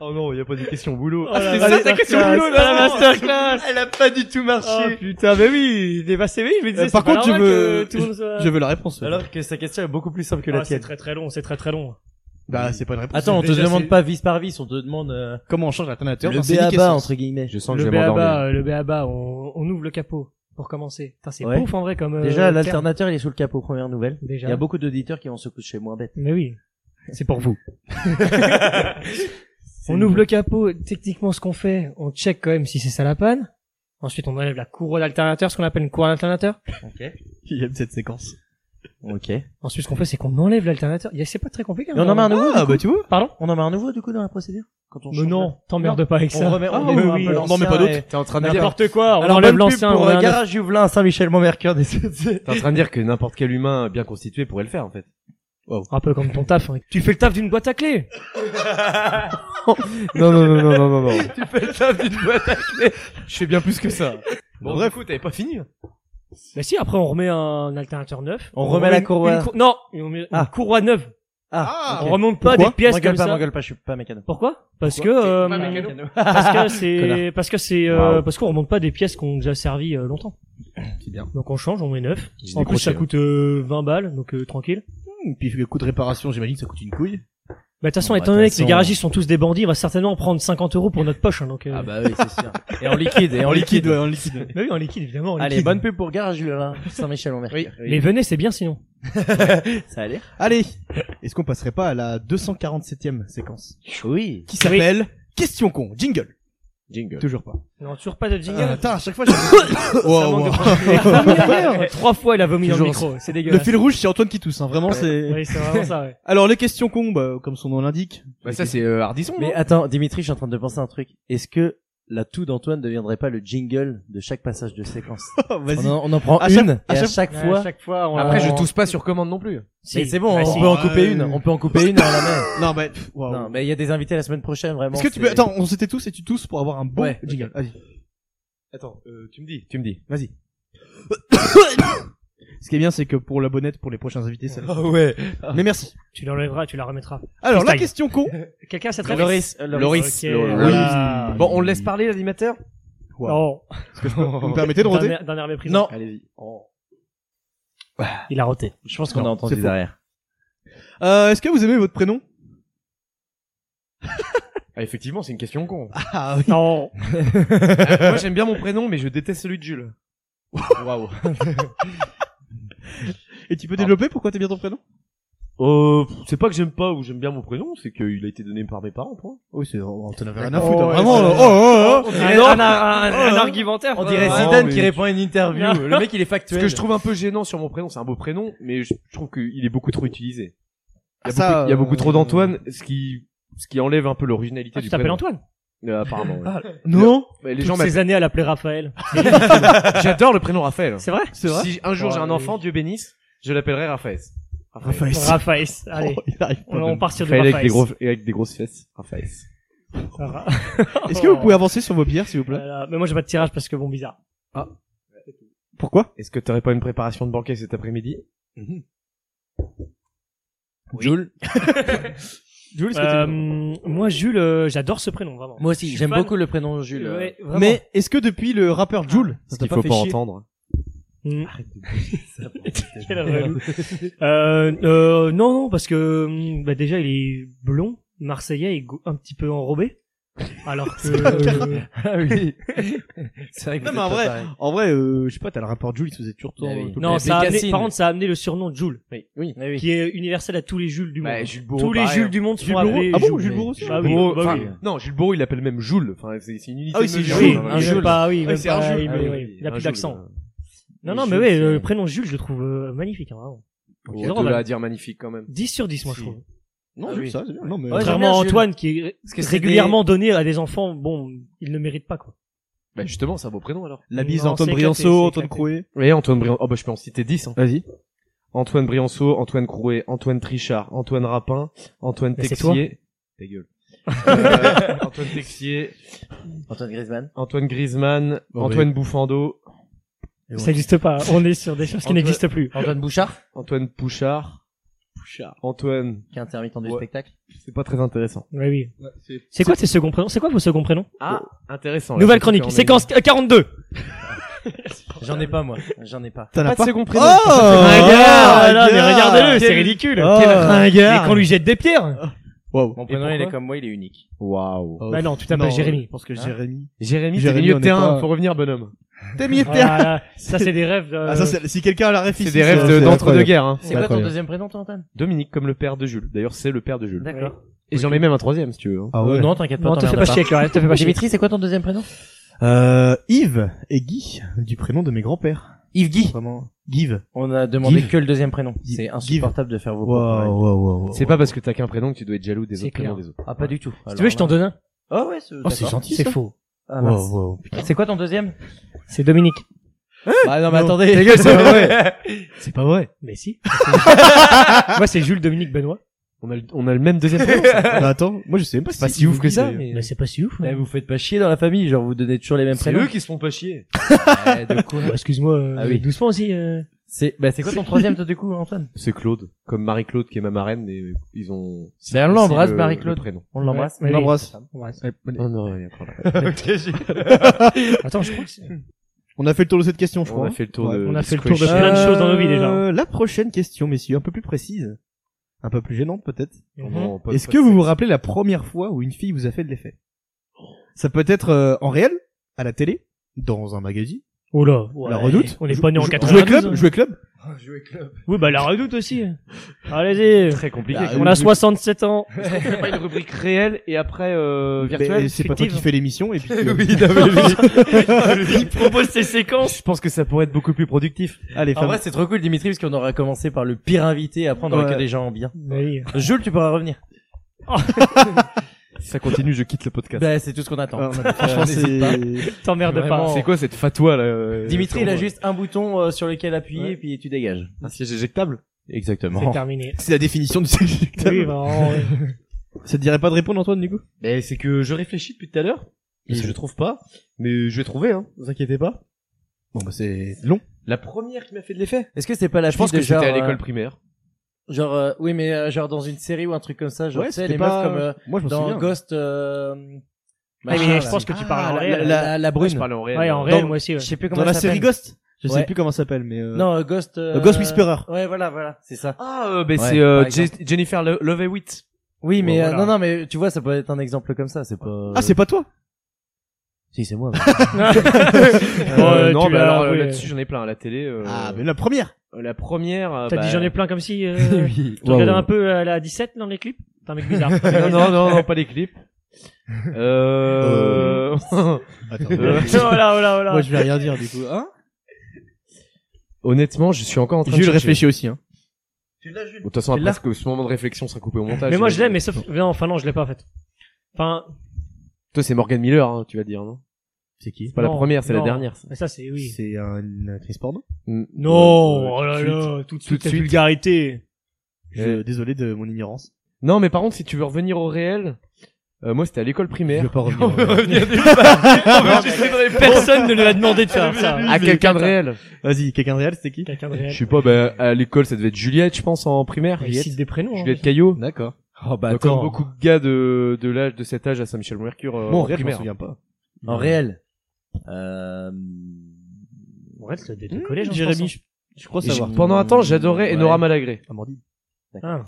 Speaker 5: Oh non, il a pas de question au boulot.
Speaker 6: Oh, la
Speaker 5: Ah, c'est ça, ta
Speaker 6: masterclass.
Speaker 5: question au boulot, là
Speaker 6: Ah, la masterclass.
Speaker 5: Elle a pas du tout
Speaker 6: Oh
Speaker 5: marché
Speaker 6: putain, mais oui, il est passé, oui, je me disais.
Speaker 3: Euh, par
Speaker 6: c'est pas
Speaker 3: contre, je
Speaker 6: normal
Speaker 3: veux-
Speaker 6: que tout le monde soit-
Speaker 3: Je veux la réponse. ouais.
Speaker 5: Alors que sa question est beaucoup plus simple que la
Speaker 6: Ah, c'est
Speaker 5: tienne.
Speaker 6: très très long, c'est très très long.
Speaker 3: Bah, c'est pas une réponse.
Speaker 4: Attends, on te
Speaker 6: Déjà,
Speaker 4: demande
Speaker 6: c'est-
Speaker 4: pas vis par vis, on te demande euh,
Speaker 3: Comment on change l'atonateur
Speaker 4: le
Speaker 3: d'un scénic
Speaker 4: BABA
Speaker 3: essence?
Speaker 4: entre guillemets.
Speaker 5: Je sens que
Speaker 6: le
Speaker 5: je vais m'endormir.
Speaker 6: BABA, le BABA, on, on ouvre le capot pour commencer. Putain, c'est
Speaker 4: Ouais.
Speaker 6: pauvre en vrai comme. euh,
Speaker 4: Déjà,
Speaker 6: terme.
Speaker 4: l'alternateur il est sous le capot, première nouvelle. Il
Speaker 6: Déjà.
Speaker 4: y a beaucoup d'auditeurs qui vont se coucher moins bêtes.
Speaker 6: Mais oui. C'est pour vous. on ouvre le capot, techniquement ce qu'on fait, on check quand même si c'est ça la panne. Ensuite, on enlève la courroie d'alternateur, ce qu'on appelle une courroie d'alternateur.
Speaker 3: J'aime cette séquence.
Speaker 4: Ok.
Speaker 6: Ensuite, ce qu'on fait, c'est qu'on enlève l'alternateur. Il y a- C'est pas très compliqué. hein.
Speaker 4: Mais on en met un nouveau.
Speaker 3: Ah,
Speaker 4: du coup.
Speaker 3: bah, tu vois.
Speaker 6: Pardon
Speaker 4: On en met un nouveau du coup dans la procédure. Quand on
Speaker 6: Mais
Speaker 4: change
Speaker 6: non, t'emmerdes pas avec
Speaker 4: la-
Speaker 6: ça.
Speaker 4: On remet, on
Speaker 6: Ah,
Speaker 4: met
Speaker 6: oui,
Speaker 4: un
Speaker 6: oui.
Speaker 4: peu
Speaker 6: On en
Speaker 4: l'ancien
Speaker 3: met pas d'autres.
Speaker 4: et-
Speaker 5: T'es en train de dire,
Speaker 6: N'importe quoi, on
Speaker 4: Alors,
Speaker 6: enlève
Speaker 4: bonne pub
Speaker 6: l'ancien, on
Speaker 4: pour euh,
Speaker 6: met un neuf.
Speaker 4: Garage Juvelin, Saint-Michel, Montmercœur, des
Speaker 5: t'es en train de dire que n'importe quel humain bien constitué pourrait le faire, en fait.
Speaker 6: Un peu comme ton taf. hein. Tu fais le taf d'une boîte à clé.
Speaker 5: Non, non, non, non, non, non, non. tu fais le taf d'une boîte à clé. Je fais bien plus que ça. Bon, bref, t'avais pas hein. fini.
Speaker 6: Mais si, après, on remet un alternateur neuf.
Speaker 4: On remet la
Speaker 6: une-
Speaker 4: courroie.
Speaker 6: une cour- Non, on met
Speaker 4: Ah.
Speaker 6: une courroie neuve.
Speaker 4: Ah,
Speaker 6: On remonte pas
Speaker 4: Pourquoi
Speaker 6: des pièces
Speaker 4: M'engueule
Speaker 6: comme
Speaker 4: pas,
Speaker 6: ça.
Speaker 4: m'engueule pas, je suis pas mécano.
Speaker 6: Pourquoi Parce que euh, parce que c'est parce que c'est euh, parce qu'on remonte pas des pièces qu'on a déjà servies euh, longtemps.
Speaker 3: C'est bien.
Speaker 6: Donc on change, on met neuf.
Speaker 5: J'ai
Speaker 6: En plus
Speaker 5: décroché,
Speaker 6: ça
Speaker 5: là.
Speaker 6: coûte euh, 20 balles, donc euh, tranquille.
Speaker 3: Et puis, le coût de réparation, j'imagine, ça coûte une couille.
Speaker 6: Bah de toute
Speaker 4: Bon,
Speaker 6: façon,
Speaker 4: bah,
Speaker 6: étant
Speaker 4: de
Speaker 6: donné
Speaker 4: toute
Speaker 6: que les
Speaker 4: façon,
Speaker 6: garagistes sont tous des bandits, on va certainement prendre 50 euros pour notre poche. hein, donc, euh...
Speaker 4: Ah bah oui, c'est sûr. Et en liquide, et en liquide.
Speaker 3: ouais, en liquide.
Speaker 6: Bah oui, en liquide évidemment. en
Speaker 4: Allez,
Speaker 6: liquide.
Speaker 4: bonne pub pour Garage Juvelin, Saint-Michel, Montmercœur.
Speaker 6: Mais venez, c'est bien sinon.
Speaker 4: Ça a l'air.
Speaker 3: Allez. Est-ce qu'on passerait pas à la 247e séquence?
Speaker 4: Oui.
Speaker 3: Qui s'appelle Question con. Jingle.
Speaker 5: Jingle.
Speaker 3: Toujours pas.
Speaker 6: Non, toujours pas de
Speaker 3: Ah,
Speaker 6: jingle.
Speaker 3: Attends, à chaque fois, je...
Speaker 6: Ça
Speaker 3: wow,
Speaker 6: manque de
Speaker 3: wow.
Speaker 6: franchise. Trois fois, il a vomi dans le
Speaker 3: Toujours
Speaker 6: micro. C'est
Speaker 3: Le
Speaker 6: dégueulasse.
Speaker 3: fil rouge, c'est Antoine qui tousse, hein. Vraiment, c'est...
Speaker 6: Oui, c'est vraiment ça. Ouais.
Speaker 3: Alors, les questions cons, bah, comme son nom l'indique.
Speaker 5: Bah, ça, c'est euh, Hardisson.
Speaker 4: Mais attends, Dimitri, je suis en train de penser à un truc. Est-ce que la toux d'Antoine ne deviendrait pas le jingle de chaque passage de séquence on, en, on en prend
Speaker 3: À chaque-
Speaker 4: une, et
Speaker 3: à
Speaker 4: à
Speaker 3: chaque-
Speaker 4: chaque
Speaker 6: Ouais,
Speaker 4: fois... Ah,
Speaker 6: à chaque fois, on
Speaker 5: Après, je
Speaker 6: on-
Speaker 5: tousse pas sur commande non plus.
Speaker 6: Si.
Speaker 4: Mais c'est bon,
Speaker 6: Bah,
Speaker 4: on
Speaker 6: si.
Speaker 4: peut en couper
Speaker 3: euh,
Speaker 4: une, on peut en couper une et on la met.
Speaker 3: Non, mais, pff, wow.
Speaker 4: Non, mais il y a des invités la semaine prochaine, vraiment.
Speaker 3: Est-ce que tu peux,
Speaker 4: c'est-
Speaker 3: attends, on s'était tous et tu tous pour avoir un bon
Speaker 4: Ouais,
Speaker 3: jingle. Vas-y.
Speaker 5: Attends, euh, tu me dis, tu me dis.
Speaker 3: Vas-y. Ce qui est bien, c'est que pour la bonnette, pour les prochains invités, ça.
Speaker 5: Ah ouais.
Speaker 3: Mais merci.
Speaker 6: Tu l'enlèveras, tu la remettras.
Speaker 3: Alors, la
Speaker 6: Freestyle.
Speaker 3: question con.
Speaker 6: Quelqu'un sait très
Speaker 4: Loris, euh,
Speaker 5: Loris.
Speaker 6: Ok,
Speaker 5: Loris.
Speaker 6: voilà.
Speaker 5: Bon, on le laisse parler, l'animateur
Speaker 6: Oh.
Speaker 3: Vous me permettez de
Speaker 6: D'un
Speaker 3: roter?
Speaker 6: air- D'un air méprisant.
Speaker 4: Non,
Speaker 6: Il a roté.
Speaker 4: je pense qu'on a
Speaker 3: Non,
Speaker 4: entendu
Speaker 3: c'est faux.
Speaker 4: derrière.
Speaker 3: Euh, est-ce que vous aimez votre prénom?
Speaker 5: Ah, effectivement, c'est une question con.
Speaker 3: Ah oui.
Speaker 6: Non.
Speaker 5: Moi, j'aime bien mon prénom, mais je déteste celui de Jules. Waouh.
Speaker 3: Et tu peux développer pourquoi t'aimes bien ton prénom?
Speaker 5: Euh, c'est pas que j'aime pas ou j'aime bien mon prénom, c'est qu'il a été donné par mes parents, point.
Speaker 3: Oui, c'est, on t'en avait rien
Speaker 6: à foutre, hein.
Speaker 3: Vraiment,
Speaker 6: ouais,
Speaker 3: oh,
Speaker 6: c'est-
Speaker 3: oh, oh,
Speaker 6: Un,
Speaker 3: oh.
Speaker 6: un, un,
Speaker 5: Oh,
Speaker 6: un argumentaire.
Speaker 4: On dirait
Speaker 6: euh,
Speaker 5: Non,
Speaker 4: Zidane
Speaker 5: mais-
Speaker 4: qui répond à une interview.
Speaker 6: Non.
Speaker 4: Le mec, il est factuel.
Speaker 5: Ce que je trouve un peu gênant sur mon prénom, c'est un beau prénom, mais je je trouve qu'il est beaucoup trop utilisé. Il y a,
Speaker 3: Ça,
Speaker 5: beaucoup, il y a
Speaker 3: euh,
Speaker 5: beaucoup trop d'Antoine, ce qui, ce qui enlève un peu l'originalité
Speaker 6: Ah,
Speaker 5: du
Speaker 6: tu
Speaker 5: prénom.
Speaker 6: t'appelles Antoine Ah.
Speaker 5: Euh, apparemment, ouais.
Speaker 3: Non?
Speaker 5: Mais Les
Speaker 6: Toutes
Speaker 5: gens
Speaker 6: ces années à l'appeler Raphaël.
Speaker 5: m'appellent- J'adore le prénom Raphaël.
Speaker 6: C'est vrai
Speaker 3: C'est vrai?
Speaker 5: Si un jour j'ai un
Speaker 6: Ouais,
Speaker 5: enfant, Dieu bénisse, je l'appellerai Raphaël.
Speaker 3: Raphaël.
Speaker 6: Raphaël. Allez,
Speaker 3: Oh, il arrive pas
Speaker 6: on, on
Speaker 3: de-
Speaker 6: part sur du
Speaker 5: Raphaël avec des,
Speaker 6: Raphaël.
Speaker 5: gros, et avec des grosses fesses. Raphaël.
Speaker 6: Ra- Euh,
Speaker 3: Est-ce que vous pouvez avancer sur vos bières, s'il vous plaît?
Speaker 6: Voilà. Mais moi, j'ai pas de tirage parce que bon, bizarre.
Speaker 3: Pourquoi
Speaker 5: Est-ce que t'aurais pas une préparation de banquet cet après-midi Mhm.
Speaker 4: Jules
Speaker 3: Jules, est-ce que
Speaker 6: Euh,
Speaker 3: tu-
Speaker 6: moi, Jules, euh, j'adore ce prénom, vraiment.
Speaker 4: Moi
Speaker 6: Je
Speaker 4: aussi,
Speaker 6: suis
Speaker 4: j'aime
Speaker 6: fan.
Speaker 4: beaucoup le prénom Jules. euh.
Speaker 6: Ouais, vraiment.
Speaker 3: Mais est-ce que depuis le rappeur Jules, ça t'a
Speaker 5: qu'il faut
Speaker 3: fait
Speaker 5: pas
Speaker 3: chier
Speaker 5: entendre.
Speaker 6: Mm. Quel
Speaker 4: Merde.
Speaker 6: relou. euh, euh, non, non, parce que hum, bah, déjà il est blond, marseillais et go- un petit peu enrobé. Alors que euh,
Speaker 4: Ah oui. C'est vrai que
Speaker 3: Non,
Speaker 4: vous
Speaker 3: mais en
Speaker 4: êtes pas
Speaker 3: vrai,
Speaker 4: pareil.
Speaker 3: en vrai, euh, je sais pas, t'as le rapport Jules, il se faisait toujours tout,
Speaker 4: Ah oui.
Speaker 3: tout le
Speaker 6: non,
Speaker 4: Mais
Speaker 6: ça a amené,
Speaker 4: Bécassine.
Speaker 6: par contre ça a amené le surnom de Jules,
Speaker 4: Oui. Ah oui.
Speaker 6: qui est universel à tous les Jules du monde.
Speaker 5: Bah, Jules Bourreau,
Speaker 6: tous les
Speaker 5: pareil,
Speaker 6: Jules
Speaker 5: hein.
Speaker 6: du monde sont
Speaker 3: Jules Bourreau
Speaker 6: appelés
Speaker 3: Ah bon,
Speaker 6: Jules.
Speaker 3: Jules Bourreau aussi
Speaker 6: Ah oui,
Speaker 5: Bourreau,
Speaker 6: bah
Speaker 5: enfin,
Speaker 6: oui.
Speaker 5: Non, Jules Bourreau, il l'appelle même Jules. Enfin, c'est c'est une unité.
Speaker 3: Ah oui,
Speaker 5: de
Speaker 3: c'est
Speaker 5: mesure.
Speaker 3: Jules,
Speaker 6: Oui,
Speaker 5: Enfin,
Speaker 6: un Jules, pas, oui, même
Speaker 5: c'est
Speaker 6: pas,
Speaker 5: un Jules.
Speaker 6: il-
Speaker 5: Ah oui,
Speaker 6: oui,
Speaker 5: oui,
Speaker 6: il a
Speaker 5: un
Speaker 6: plus
Speaker 5: Jules,
Speaker 6: d'accent.
Speaker 5: euh,
Speaker 6: Non,
Speaker 4: Les
Speaker 6: non, mais
Speaker 4: Jules,
Speaker 6: oui,
Speaker 4: c'est-
Speaker 6: le prénom Jules, je le trouve euh, magnifique. hein, vraiment.
Speaker 5: Bon,
Speaker 6: J'adore,
Speaker 5: de là
Speaker 6: bah.
Speaker 5: à dire magnifique quand même.
Speaker 6: 10 sur 10, moi, je trouve.
Speaker 4: Ah
Speaker 3: Non,
Speaker 4: oui.
Speaker 3: Jules, ça, c'est bien. Non, mais...
Speaker 4: Ouais, j'aime
Speaker 6: Contrairement à
Speaker 4: bien Jules.
Speaker 6: Antoine, qui est
Speaker 4: Parce que c'est
Speaker 6: régulièrement donné à des enfants, bon, ils ne méritent pas, quoi.
Speaker 5: Bah justement, ça vaut prénom alors.
Speaker 3: La bise
Speaker 6: Non,
Speaker 3: d'Antoine
Speaker 6: c'est éclaté,
Speaker 3: Brianceau,
Speaker 6: c'est
Speaker 3: Antoine
Speaker 6: éclaté.
Speaker 3: Crouet.
Speaker 5: Oui, Antoine Brianceau. Oh bah je peux en citer 10. Hein.
Speaker 3: Vas-y.
Speaker 5: Antoine Brianceau, Antoine Crouet, Antoine Trichard, Antoine Rapin, Antoine
Speaker 6: Mais c'est
Speaker 5: Texier. Ta gueule. Euh, Antoine Texier,
Speaker 4: Antoine Griezmann.
Speaker 5: Antoine Griezmann,
Speaker 13: Bon,
Speaker 5: Antoine Bouffando,
Speaker 6: Ça n'existe pas. On est sur des choses qui
Speaker 5: Antoine-
Speaker 6: n'existent plus.
Speaker 4: Antoine Bouchard,
Speaker 5: Antoine Pouchard, Pouchard. Antoine,
Speaker 4: qui est intermittent du
Speaker 5: Ouais.
Speaker 4: spectacle.
Speaker 5: c'est pas très intéressant.
Speaker 6: Ouais, oui. C'est quoi tes seconds prénoms C'est quoi vos seconds prénoms
Speaker 5: Ah, intéressant. là,
Speaker 6: Nouvelle
Speaker 5: surtout
Speaker 6: chronique,
Speaker 5: qu'on a
Speaker 6: séquence euh, 42.
Speaker 4: J'en ai pas moi. J'en ai pas.
Speaker 3: T'en
Speaker 5: une-
Speaker 3: as
Speaker 5: Pas
Speaker 3: pas
Speaker 5: de second prénom.
Speaker 3: Oh,
Speaker 5: Ah
Speaker 6: Ringard,
Speaker 3: ringard.
Speaker 6: voilà, mais Ah, regardez-le, c'est ridicule.
Speaker 3: Oh,
Speaker 6: Quel
Speaker 3: ringard.
Speaker 6: Et qu'on lui jette des pierres.
Speaker 3: Waouh.
Speaker 4: Mon prénom, il est comme moi, il est unique.
Speaker 5: Waouh.
Speaker 3: Oh.
Speaker 6: Bah non, tu t'appelles
Speaker 3: Non,
Speaker 6: Jérémy.
Speaker 3: Je pense que Jérémy. Hein
Speaker 5: Jérémy, t'es
Speaker 3: Jérémy,
Speaker 5: milieu
Speaker 3: on
Speaker 5: de
Speaker 3: est
Speaker 5: terrain,
Speaker 3: pas-
Speaker 5: faut revenir bonhomme.
Speaker 3: T'es mis
Speaker 6: Voilà, ça c'est des rêves. euh,
Speaker 3: Ah, ça, c'est- si quelqu'un a la réflexion.
Speaker 5: C'est des rêves de- d'entre-deux-guerres. hein.
Speaker 4: C'est quoi ton
Speaker 3: incroyable.
Speaker 4: deuxième prénom, toi, Antoine
Speaker 5: Dominique, comme le père de Jules. D'ailleurs, c'est le père de Jules.
Speaker 4: D'accord.
Speaker 5: Et j'en ai même un troisième, si tu veux. hein.
Speaker 3: Ah
Speaker 4: Euh,
Speaker 3: ouais.
Speaker 4: Non, t'inquiète pas.
Speaker 6: Non, te fais
Speaker 4: t'emmerdes
Speaker 6: pas chier avec le rêve, te fais pas chier.
Speaker 4: Dimitri, c'est quoi ton deuxième prénom
Speaker 3: Euh, Yves et Guy, du prénom de mes grands-pères.
Speaker 4: Yves Guy.
Speaker 3: Vraiment. Give.
Speaker 4: On a demandé
Speaker 3: Give.
Speaker 4: que le deuxième prénom.
Speaker 3: Give.
Speaker 4: C'est insupportable de faire vos
Speaker 3: Waouh,
Speaker 4: propres
Speaker 3: waouh, waouh.
Speaker 5: C'est pas parce que t'as qu'un prénom que tu dois être jaloux des
Speaker 6: C'est
Speaker 5: autres prénoms
Speaker 6: clair.
Speaker 5: des autres.
Speaker 4: rêves. Ah, pas du tout.
Speaker 6: Si tu veux, je t'en donne un.
Speaker 4: Ah ouais, c'est
Speaker 3: Oh, c'est
Speaker 4: d'accord.
Speaker 3: gentil.
Speaker 6: C'est
Speaker 3: ça.
Speaker 6: faux.
Speaker 4: Ah, mince.
Speaker 3: Waouh, waouh.
Speaker 4: C'est quoi ton deuxième
Speaker 6: C'est Dominique.
Speaker 4: Bah non,
Speaker 3: mais Non.
Speaker 4: attendez.
Speaker 3: Les gars, c'est pas vrai. C'est pas vrai.
Speaker 6: Mais si. Moi, c'est Jules Dominique Benoît.
Speaker 5: On a le, on a le même deuxième prénom. ça.
Speaker 3: Bah, attends, moi je sais même pas si
Speaker 5: pas
Speaker 3: c'est
Speaker 5: si ouf que
Speaker 3: Guy,
Speaker 5: ça,
Speaker 3: d'ailleurs.
Speaker 5: mais-
Speaker 6: Mais c'est pas si ouf.
Speaker 4: Ouais,
Speaker 6: hein.
Speaker 4: Eh, vous faites pas chier dans la famille, genre vous donnez toujours les mêmes
Speaker 5: C'est
Speaker 4: prénoms.
Speaker 5: eux qui se font pas chier.
Speaker 4: Ouais, de quoi
Speaker 6: Bah, Excuse-moi. euh,
Speaker 4: Ah oui.
Speaker 6: Doucement aussi. euh.
Speaker 4: C'est bah c'est quoi ton troisième toi du coup, Antoine
Speaker 5: C'est Claude. Comme Marie-Claude, qui est ma marraine, et ils ont...
Speaker 4: Ben on l'embrasse,
Speaker 5: le-
Speaker 4: Marie-Claude.
Speaker 5: le prénom.
Speaker 4: On l'embrasse.
Speaker 6: Ouais,
Speaker 3: On
Speaker 6: oui.
Speaker 3: l'embrasse.
Speaker 6: L'embrasse.
Speaker 3: Ouais, allez.
Speaker 5: Oh non, rien, voilà.
Speaker 6: Attends, je crois que c'est-
Speaker 3: On a fait le tour de cette question, je
Speaker 5: On
Speaker 3: crois.
Speaker 5: a fait le tour
Speaker 3: Ouais.
Speaker 5: de...
Speaker 6: on a
Speaker 5: de
Speaker 6: fait le
Speaker 5: ce
Speaker 6: tour de
Speaker 5: question.
Speaker 6: plein de choses dans nos vies déjà.
Speaker 3: Euh, La prochaine question, messieurs, un peu plus précise. Un peu plus gênante, peut-être.
Speaker 6: Mhm.
Speaker 5: Non, pas-
Speaker 3: Est-ce
Speaker 5: pas
Speaker 3: que
Speaker 5: de
Speaker 3: vous
Speaker 5: sexe.
Speaker 3: vous rappelez la première fois où une fille vous a fait de l'effet Ça peut être euh, en réel, à la télé, dans un magazine,
Speaker 6: Oh là.
Speaker 3: la Redoute.
Speaker 6: On est pas né en
Speaker 3: Jou-
Speaker 6: 92.
Speaker 3: Jouer club,
Speaker 6: hein.
Speaker 3: jouer club.
Speaker 6: Oui, bah la Redoute aussi. Allez-y.
Speaker 5: Très compliqué.
Speaker 4: Bah,
Speaker 6: On a 67 ans.
Speaker 5: a pas une rubrique réelle et après euh,
Speaker 3: Mais
Speaker 5: virtuelle.
Speaker 3: C'est pas toi qui
Speaker 6: fictive.
Speaker 3: fais l'émission et puis. euh, tu-
Speaker 6: Il propose ses séquences.
Speaker 5: Je pense que ça pourrait être beaucoup plus productif.
Speaker 3: Allez,
Speaker 4: En
Speaker 3: Fab-
Speaker 4: vrai, c'est trop cool, Dimitri, parce qu'on aura commencé par le pire invité, après on aura
Speaker 3: Ouais.
Speaker 4: que des gens bien. Jules, tu pourras revenir.
Speaker 5: Si ça continue, je quitte le podcast.
Speaker 4: Bah, c'est tout ce qu'on attend.
Speaker 3: Ah, on a- Franchement,
Speaker 4: n'hésite pas.
Speaker 3: c'est.
Speaker 6: T'emmerdes
Speaker 4: Vraiment.
Speaker 6: pas.
Speaker 5: C'est quoi cette fatwa là euh,
Speaker 4: Dimitri,
Speaker 5: sur- Ah,
Speaker 4: il a juste un bouton euh, sur lequel appuyer,
Speaker 5: Ouais. Euh,
Speaker 4: et puis tu dégages.
Speaker 5: un siège éjectable.
Speaker 6: C'est
Speaker 4: Exactement.
Speaker 6: terminé.
Speaker 3: C'est la définition du
Speaker 6: Oui, Ah,
Speaker 3: sélecteur.
Speaker 6: vraiment. ouais.
Speaker 3: Ça te dirait pas de répondre, Antoine, du coup
Speaker 5: Mais c'est que je réfléchis depuis tout à l'heure et je trouve pas, mais je vais trouver. Hein, vous inquiétez pas.
Speaker 3: Bon, bah c'est long.
Speaker 5: La première qui m'a fait de l'effet.
Speaker 4: Est-ce que c'est pas la
Speaker 5: Je pense
Speaker 4: fille
Speaker 5: que
Speaker 4: de genre,
Speaker 5: j'étais à l'école
Speaker 4: euh,
Speaker 5: primaire.
Speaker 4: genre, euh, oui, mais euh, genre dans une série ou un truc comme ça, genre, tu sais, les meufs comme euh,
Speaker 3: Moi, je me
Speaker 4: dans
Speaker 3: souviens.
Speaker 4: Ghost. euh,
Speaker 6: Ah,
Speaker 4: machin,
Speaker 6: mais
Speaker 4: là.
Speaker 6: je pense que tu parles en
Speaker 4: la,
Speaker 6: réel.
Speaker 4: la, la brune.
Speaker 5: Je parlais en réel.
Speaker 6: Ouais, en
Speaker 5: euh,
Speaker 6: réel,
Speaker 3: dans-
Speaker 6: moi aussi. ouais.
Speaker 4: Je sais plus comment
Speaker 3: Dans la
Speaker 4: ça
Speaker 3: série
Speaker 4: s'appelle.
Speaker 3: Ghost Je
Speaker 4: Ouais.
Speaker 3: sais plus comment ça s'appelle, mais. euh,
Speaker 4: Non, euh, Ghost. euh,
Speaker 3: euh, Ghost Whisperer.
Speaker 4: Ouais, voilà, voilà, c'est ça.
Speaker 5: Ah, euh, ben
Speaker 4: Ouais,
Speaker 5: c'est euh,
Speaker 4: par exemple.
Speaker 5: Je- Jennifer Lo- Love Hewitt.
Speaker 4: Oui, mais
Speaker 6: Ouais,
Speaker 4: euh,
Speaker 6: voilà.
Speaker 4: non, non, mais tu vois, ça peut être un exemple comme ça. C'est pas.
Speaker 3: Ah, c'est pas toi
Speaker 4: Si, c'est moi.
Speaker 6: Bon,
Speaker 5: Euh,
Speaker 6: euh,
Speaker 5: non,
Speaker 6: tu
Speaker 5: mais
Speaker 6: l'as
Speaker 5: alors euh,
Speaker 6: avoué.
Speaker 5: là-dessus j'en ai plein à la télé. euh,
Speaker 3: Ah, mais la première
Speaker 5: La première. euh,
Speaker 6: T'as
Speaker 5: bah,
Speaker 6: dit j'en ai plein comme si. Euh...
Speaker 5: Oui. Euh,
Speaker 6: Tu regardes un peu euh, la 17 dans les clips T'es un mec bizarre.
Speaker 5: non, non, non, non, pas les clips. Euh...
Speaker 3: Attends.
Speaker 5: Euh,
Speaker 6: oh là, oh là, oh là.
Speaker 3: Moi, je vais rien dire, du coup. Hein
Speaker 5: Honnêtement, je suis encore en train
Speaker 3: Jules
Speaker 5: de chercher.
Speaker 3: réfléchit aussi, hein.
Speaker 5: De toute façon, après que ce moment de réflexion sera coupé au montage.
Speaker 6: mais moi, je l'aime,
Speaker 5: j'imagine.
Speaker 6: mais sauf. Non, enfin, non, je l'ai pas en fait. Enfin,
Speaker 5: Toi, c'est Morgan Miller, hein, tu vas dire, non
Speaker 3: C'est qui
Speaker 5: C'est pas la
Speaker 6: Non,
Speaker 5: première, c'est la
Speaker 6: non.
Speaker 5: dernière. ça.
Speaker 6: mais ça, c'est oui.
Speaker 3: C'est une actrice porno
Speaker 5: Mm.
Speaker 6: Non,
Speaker 5: Euh,
Speaker 6: oh là
Speaker 5: tout de suite.
Speaker 6: là, tout de
Speaker 5: Tout de
Speaker 6: suite, la
Speaker 5: suite.
Speaker 6: vulgarité.
Speaker 3: Je- Désolé de mon ignorance.
Speaker 5: Non, mais par contre, si tu veux revenir au réel, Euh, moi, c'était à l'école primaire.
Speaker 3: Je vais pas revenir.
Speaker 6: Personne ne lui a demandé de faire ça. Ah,
Speaker 5: À quelqu'un de réel.
Speaker 3: Vas-y, quelqu'un de réel, c'était qui
Speaker 6: Quelqu'un de réel.
Speaker 5: Je sais pas, bah, à l'école, ça devait être Juliette, je pense, en primaire.
Speaker 6: Il cite des prénoms. hein.
Speaker 5: Juliette Caillot.
Speaker 3: D'accord.
Speaker 4: Oh bah
Speaker 5: Euh, Comme beaucoup de gars de, de l'âge, de cet âge à Saint-Michel-Mercure, euh,
Speaker 3: Bon,
Speaker 5: en
Speaker 3: je m'en
Speaker 5: primaire.
Speaker 3: souviens pas.
Speaker 4: En réel. Euh...
Speaker 6: Ouais, ça devait être le collège. hein, je
Speaker 3: Jérémy,
Speaker 6: pense,
Speaker 3: je, je crois
Speaker 5: Et j'ai-
Speaker 3: savoir.
Speaker 5: Pendant un temps, j'adorais
Speaker 4: Ouais.
Speaker 5: Enora Malagré.
Speaker 3: Amandine.
Speaker 6: hein.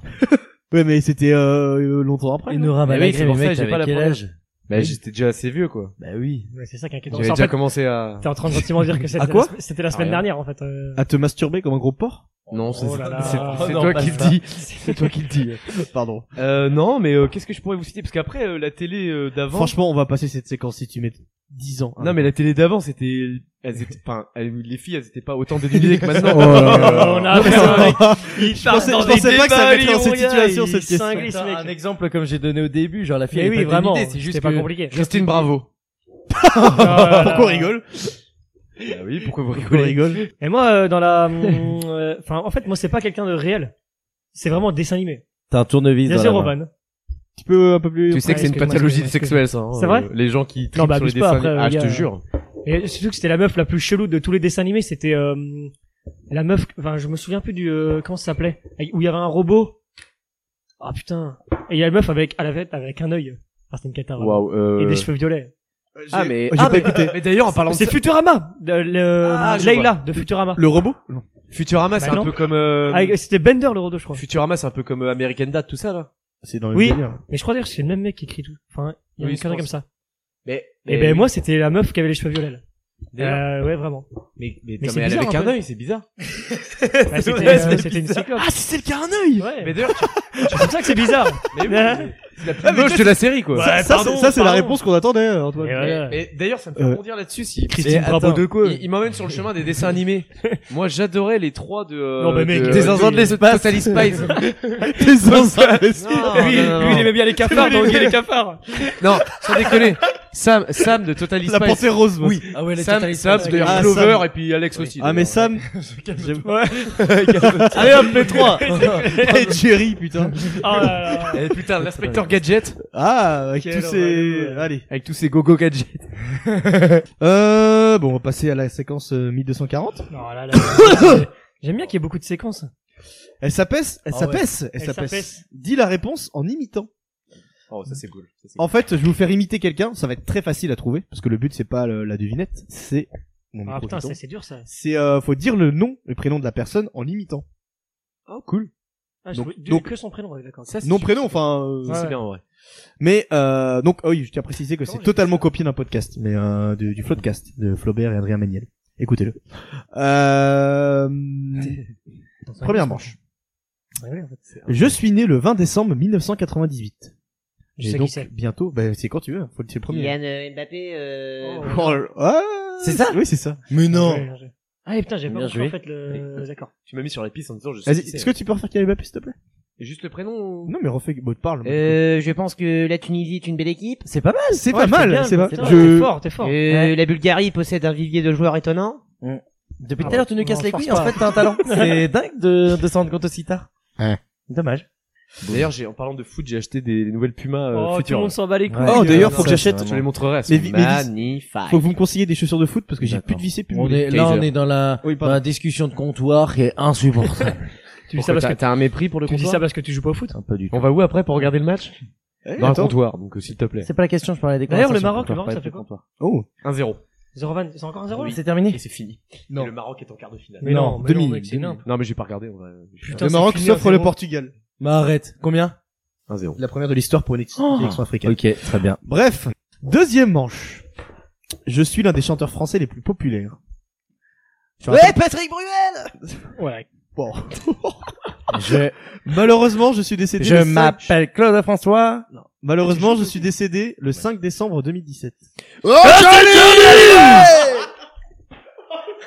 Speaker 3: Ouais, mais c'était euh, longtemps après.
Speaker 4: Et Nora
Speaker 5: Mais oui,
Speaker 4: Malagré,
Speaker 5: c'est
Speaker 4: mais
Speaker 5: pour ça,
Speaker 4: mec,
Speaker 5: j'ai pas
Speaker 4: t'avais
Speaker 5: la
Speaker 4: quel
Speaker 5: première.
Speaker 4: âge
Speaker 5: Bah, j'étais déjà assez vieux, quoi.
Speaker 4: Bah oui.
Speaker 6: Ouais, c'est ça qui inquiète.
Speaker 5: J'avais
Speaker 6: En
Speaker 5: déjà
Speaker 6: fait,
Speaker 5: commencé à...
Speaker 6: T'es en train de gentiment dire que c'était
Speaker 3: quoi ah,
Speaker 6: la- c'était la semaine
Speaker 5: rien.
Speaker 6: dernière en fait. euh.
Speaker 3: À te masturber comme un gros porc
Speaker 5: Non, c'est
Speaker 6: Oh là là.
Speaker 5: c'est-
Speaker 6: Oh
Speaker 5: c'est
Speaker 6: non,
Speaker 5: toi
Speaker 6: pas
Speaker 5: qui le
Speaker 6: ça.
Speaker 5: dis. C'est toi qui le dis.
Speaker 3: Pardon.
Speaker 5: Euh, non, mais euh, qu'est-ce que je pourrais vous citer Parce qu'après, euh, la télé euh, d'avant... Ah,
Speaker 3: Franchement, on va passer cette séquence si tu mets 10 ans.
Speaker 5: Non, mais la télé d'avant, c'était... Elles étaient... Enfin, elles- les filles, elles étaient pas autant dénudées que
Speaker 3: Oh
Speaker 5: maintenant.
Speaker 6: On a appris ça, mec.
Speaker 3: je pensais, je pensais pas que ça mettrait en cette situation cette question.
Speaker 6: cinglé, ce mec.
Speaker 4: Un exemple comme j'ai donné au début, genre la fille
Speaker 6: Mais
Speaker 4: elle est
Speaker 6: oui,
Speaker 4: pas
Speaker 6: vraiment.
Speaker 4: dénudée, c'est juste
Speaker 6: C'était pas
Speaker 4: que-
Speaker 6: compliqué.
Speaker 5: Christine Bravo.
Speaker 6: Pourquoi
Speaker 3: Pourquoi on rigole
Speaker 5: Ah oui, pourquoi vous
Speaker 3: Pourquoi on
Speaker 5: rigolez
Speaker 3: rigole
Speaker 6: Et moi, euh, dans la, hum, euh, enfin, en fait, moi, c'est pas quelqu'un de réel. C'est vraiment dessin animé.
Speaker 4: T'as un tournevis
Speaker 6: Il y
Speaker 4: dans
Speaker 6: a
Speaker 4: la
Speaker 6: zéro
Speaker 4: main.
Speaker 6: van.
Speaker 3: Tu peux un peu plus
Speaker 5: Tu sais que c'est une
Speaker 6: excuse-moi,
Speaker 5: pathologie
Speaker 6: excuse-moi,
Speaker 5: sexuelle, ça. hein,
Speaker 6: C'est vrai
Speaker 5: euh, Les gens qui
Speaker 6: Non,
Speaker 5: trippent
Speaker 6: bah,
Speaker 5: sur les
Speaker 6: abuse pas,
Speaker 5: dessins.
Speaker 6: après, euh,
Speaker 5: Ah, je
Speaker 6: gars,
Speaker 5: te
Speaker 6: euh,
Speaker 5: jure.
Speaker 6: Et surtout que c'était la meuf la plus chelou de tous les dessins animés. C'était euh, la meuf. Enfin, je me souviens plus du euh, comment ça s'appelait. Avec- Où il y avait un robot. Ah putain. Et il y a la meuf avec, à la tête avec un œil. Ah, c'était une cata. vraiment.
Speaker 5: Waouh. euh,
Speaker 6: Et des cheveux violets.
Speaker 5: Ah, mais...
Speaker 3: J'ai
Speaker 5: ah,
Speaker 3: pas écouté.
Speaker 5: mais d'ailleurs, en parlant de
Speaker 6: C'est Futurama. de- le,
Speaker 5: Ah, je
Speaker 6: Layla de Futurama.
Speaker 3: Le robot
Speaker 5: Futurama, c'est
Speaker 6: Bah,
Speaker 5: un
Speaker 6: non.
Speaker 5: peu comme... euh,
Speaker 6: Avec- C'était Bender le robot, je crois.
Speaker 5: Futurama, c'est un peu comme euh, American Dad, tout ça, là.
Speaker 3: C'est dans le
Speaker 6: Oui.
Speaker 3: délire.
Speaker 6: Mais je crois d'ailleurs que c'est le même mec qui écrit tout. Enfin, il y a
Speaker 5: Oui,
Speaker 6: une
Speaker 5: je
Speaker 6: connerie comme
Speaker 5: pense.
Speaker 6: ça.
Speaker 5: Mais...
Speaker 6: Et ben moi, c'était la meuf qui avait les cheveux violets. là.
Speaker 5: D'ailleurs.
Speaker 6: Euh, ouais, vraiment.
Speaker 5: Mais, mais,
Speaker 6: Mais
Speaker 5: non,
Speaker 6: c'est
Speaker 5: mais elle
Speaker 6: bizarre,
Speaker 5: avec
Speaker 6: en
Speaker 5: un
Speaker 6: fait.
Speaker 5: œil, c'est bizarre.
Speaker 6: Ah, c'était
Speaker 5: Ouais,
Speaker 6: euh,
Speaker 5: c'est
Speaker 6: c'était une cyclope.
Speaker 3: Ah, c'est celle qui a un œil
Speaker 6: Ouais.
Speaker 5: Mais d'ailleurs, tu-
Speaker 6: C'est pour ça que c'est bizarre.
Speaker 5: mais oui,
Speaker 6: Ouais. Ah,
Speaker 5: c'est la plus moche de la série, quoi.
Speaker 3: Ça, ça,
Speaker 6: pardon,
Speaker 3: c'est- ça, c'est la
Speaker 6: pardon.
Speaker 3: réponse qu'on attendait, hein, Antoine.
Speaker 6: Et voilà.
Speaker 5: Mais d'ailleurs, ça me fait
Speaker 3: Euh,
Speaker 5: rebondir là-dessus si.
Speaker 6: Christine
Speaker 5: Mais
Speaker 6: Bravo
Speaker 5: attends,
Speaker 6: de quoi
Speaker 5: Il, il m'emmène sur le chemin des dessins animés. Moi, j'adorais les trois de. euh,
Speaker 6: Non, mais mec,
Speaker 5: de-
Speaker 6: des zinzins
Speaker 5: de l'espace, Alice Spice.
Speaker 3: Tes sens-
Speaker 5: Non, non, non, non.
Speaker 6: bien les cafards, donc il y a les cafards.
Speaker 5: Non, sans déconner. Sam, Sam de Total
Speaker 3: La
Speaker 5: Spice.
Speaker 3: pensée rose, moi.
Speaker 5: Oui.
Speaker 4: Ah ouais, la
Speaker 5: Sam,
Speaker 4: totalité.
Speaker 5: Sam, d'ailleurs,
Speaker 3: Ah,
Speaker 5: Clover
Speaker 3: Sam.
Speaker 5: et puis Alex aussi.
Speaker 3: Ah, mais
Speaker 5: d'ailleurs.
Speaker 3: Sam.
Speaker 6: Allez hop, les trois.
Speaker 3: Et Jerry, putain.
Speaker 6: Ah là là.
Speaker 5: Eh, putain, l'inspecteur Gadget
Speaker 3: Ah, avec
Speaker 6: Quel
Speaker 3: tous ces.
Speaker 6: relou.
Speaker 3: Allez.
Speaker 5: avec tous ses gogo gadgets.
Speaker 3: Euh, bon, on va passer à la séquence euh, 1240.
Speaker 6: Non, là, là, là. J'aime bien qu'il y ait beaucoup de séquences.
Speaker 3: Elle s'apaisse, elle
Speaker 6: Ah
Speaker 3: s'apaisse, elle
Speaker 6: Elle
Speaker 3: s'apaisse.
Speaker 6: s'apaisse.
Speaker 3: Dis la réponse en imitant.
Speaker 5: Oh, ça c'est cool. Ça, c'est
Speaker 3: En fait, je vais vous faire imiter quelqu'un, ça va être très facile à trouver, parce que le but c'est pas le- la devinette, c'est... Mon
Speaker 6: Ah
Speaker 3: micro
Speaker 6: putain,
Speaker 3: qui tombe.
Speaker 6: c'est c'est dur ça.
Speaker 3: C'est, euh, faut dire le nom, le prénom de la personne en l'imitant.
Speaker 5: Oh, cool.
Speaker 6: Ah, je
Speaker 3: Donc-
Speaker 6: voulais-
Speaker 3: donc-
Speaker 6: que son prénom, ouais, d'accord.
Speaker 5: Ça, c'est
Speaker 3: Nom,
Speaker 5: sûr.
Speaker 3: prénom, enfin... euh,
Speaker 5: Ça, c'est
Speaker 6: Ouais.
Speaker 5: bien en vrai.
Speaker 3: Mais, euh, donc, oh oui, je tiens à préciser que
Speaker 6: Comment
Speaker 3: c'est
Speaker 6: j'ai
Speaker 3: totalement copié d'un podcast, mais euh, du, du Floodcast, de Flaubert et Adrien Méniel. Écoutez-le. Euh, première manche.
Speaker 6: Ouais, en fait, c'est-
Speaker 3: Je suis né le 20 décembre 1998.
Speaker 6: Je
Speaker 3: Et
Speaker 6: sais
Speaker 3: donc,
Speaker 6: qui c'est.
Speaker 3: bientôt, bah, c'est quand tu veux, faut le c'est le premier.
Speaker 9: Mbappé,
Speaker 3: Oh là- ah,
Speaker 4: C'est ça
Speaker 3: Oui, c'est ça.
Speaker 4: Mais
Speaker 6: Ouais, ouais. Ah et putain, j'ai pas
Speaker 4: Bien
Speaker 6: compris en
Speaker 4: joué.
Speaker 6: fait le... D'accord.
Speaker 5: Tu m'as mis sur la piste en disant je sais.
Speaker 3: Vas-y,
Speaker 5: qui c'est.
Speaker 3: est-ce que tu peux refaire Kylian Mbappé, s'il te plaît
Speaker 5: Juste le prénom ou-
Speaker 3: Non, mais refais, bon, parle.
Speaker 9: Euh, je pense que la Tunisie est une belle équipe.
Speaker 3: C'est pas mal, c'est
Speaker 6: Ouais,
Speaker 3: pas
Speaker 6: c'est bien,
Speaker 3: mal, c'est pas
Speaker 6: putain, T'es
Speaker 3: Je...
Speaker 6: fort, t'es fort.
Speaker 9: Euh, La Bulgarie possède un vivier de joueurs étonnants.
Speaker 4: Depuis
Speaker 6: Ah
Speaker 4: tout à l'heure,
Speaker 6: bon,
Speaker 4: tu nous
Speaker 6: non,
Speaker 4: casses les
Speaker 6: force
Speaker 4: couilles, en
Speaker 6: pas.
Speaker 4: fait, t'as un talent. C'est dingue de, de s'en rendre compte aussi tard.
Speaker 2: Ouais.
Speaker 4: Dommage.
Speaker 5: D'ailleurs, j'ai en parlant de foot, j'ai acheté des, des nouvelles Pumas euh,
Speaker 6: Oh, tout le
Speaker 5: futures.
Speaker 6: monde s'en bat les couilles.
Speaker 3: Oh, d'ailleurs,
Speaker 5: Non,
Speaker 3: faut que
Speaker 5: ça,
Speaker 3: j'achète.
Speaker 5: Je te les montrerai. elles sont
Speaker 3: Mais vi- mais vis-
Speaker 5: magnifiques.
Speaker 3: Faut que vous me conseillez des chaussures de foot parce que j'ai plus de vis et plus de Bah,
Speaker 4: On
Speaker 3: mollets.
Speaker 4: est, là,
Speaker 5: Kaiser.
Speaker 4: on est dans la,
Speaker 3: Oui,
Speaker 4: dans
Speaker 3: pardon.
Speaker 4: la discussion de comptoir qui est insupportable.
Speaker 6: Tu dis ça parce que
Speaker 5: t'as t'as un mépris pour le
Speaker 6: tu dis ça
Speaker 5: comptoir
Speaker 6: parce que tu joues pas au foot.
Speaker 4: un peu du
Speaker 5: On va où après pour regarder le match
Speaker 3: Eh,
Speaker 5: Dans le
Speaker 3: attends.
Speaker 5: comptoir, donc euh, s'il te plaît.
Speaker 4: C'est pas la question, je parlais des
Speaker 6: D'ailleurs, le
Speaker 4: conversations
Speaker 6: Maroc, le
Speaker 4: comptoir,
Speaker 6: Maroc,
Speaker 4: pas
Speaker 6: ça
Speaker 4: avec
Speaker 6: fait
Speaker 4: le
Speaker 6: quoi
Speaker 4: comptoir.
Speaker 3: Oh.
Speaker 5: 1-0.
Speaker 6: Zéro van, c'est encore un zéro
Speaker 4: Oui,
Speaker 6: van
Speaker 4: c'est terminé.
Speaker 5: Et c'est fini.
Speaker 3: Non.
Speaker 5: Et le Maroc est en quart de finale.
Speaker 6: Mais non, mais non,
Speaker 3: demi,
Speaker 6: mec, c'est
Speaker 3: demi.
Speaker 6: nimp.
Speaker 5: Non, mais j'ai pas regardé. on va-
Speaker 3: Le Maroc s'offre le Portugal.
Speaker 4: Bah, arrête. Combien?
Speaker 5: 1-0.
Speaker 3: La première de l'histoire pour une ex- sélection africaine.
Speaker 4: Ok, très bien.
Speaker 3: Bref, deuxième manche. Je suis l'un des chanteurs français les plus populaires. Je rappelle-
Speaker 9: Patrick Bruel
Speaker 6: Ouais.
Speaker 3: Bon.
Speaker 4: Je,
Speaker 3: Malheureusement, je suis décédé.
Speaker 4: je
Speaker 3: le cinq-
Speaker 4: m'appelle Claude François.
Speaker 3: Malheureusement, je Oh, suis décédé le 5 décembre 2017. Ah,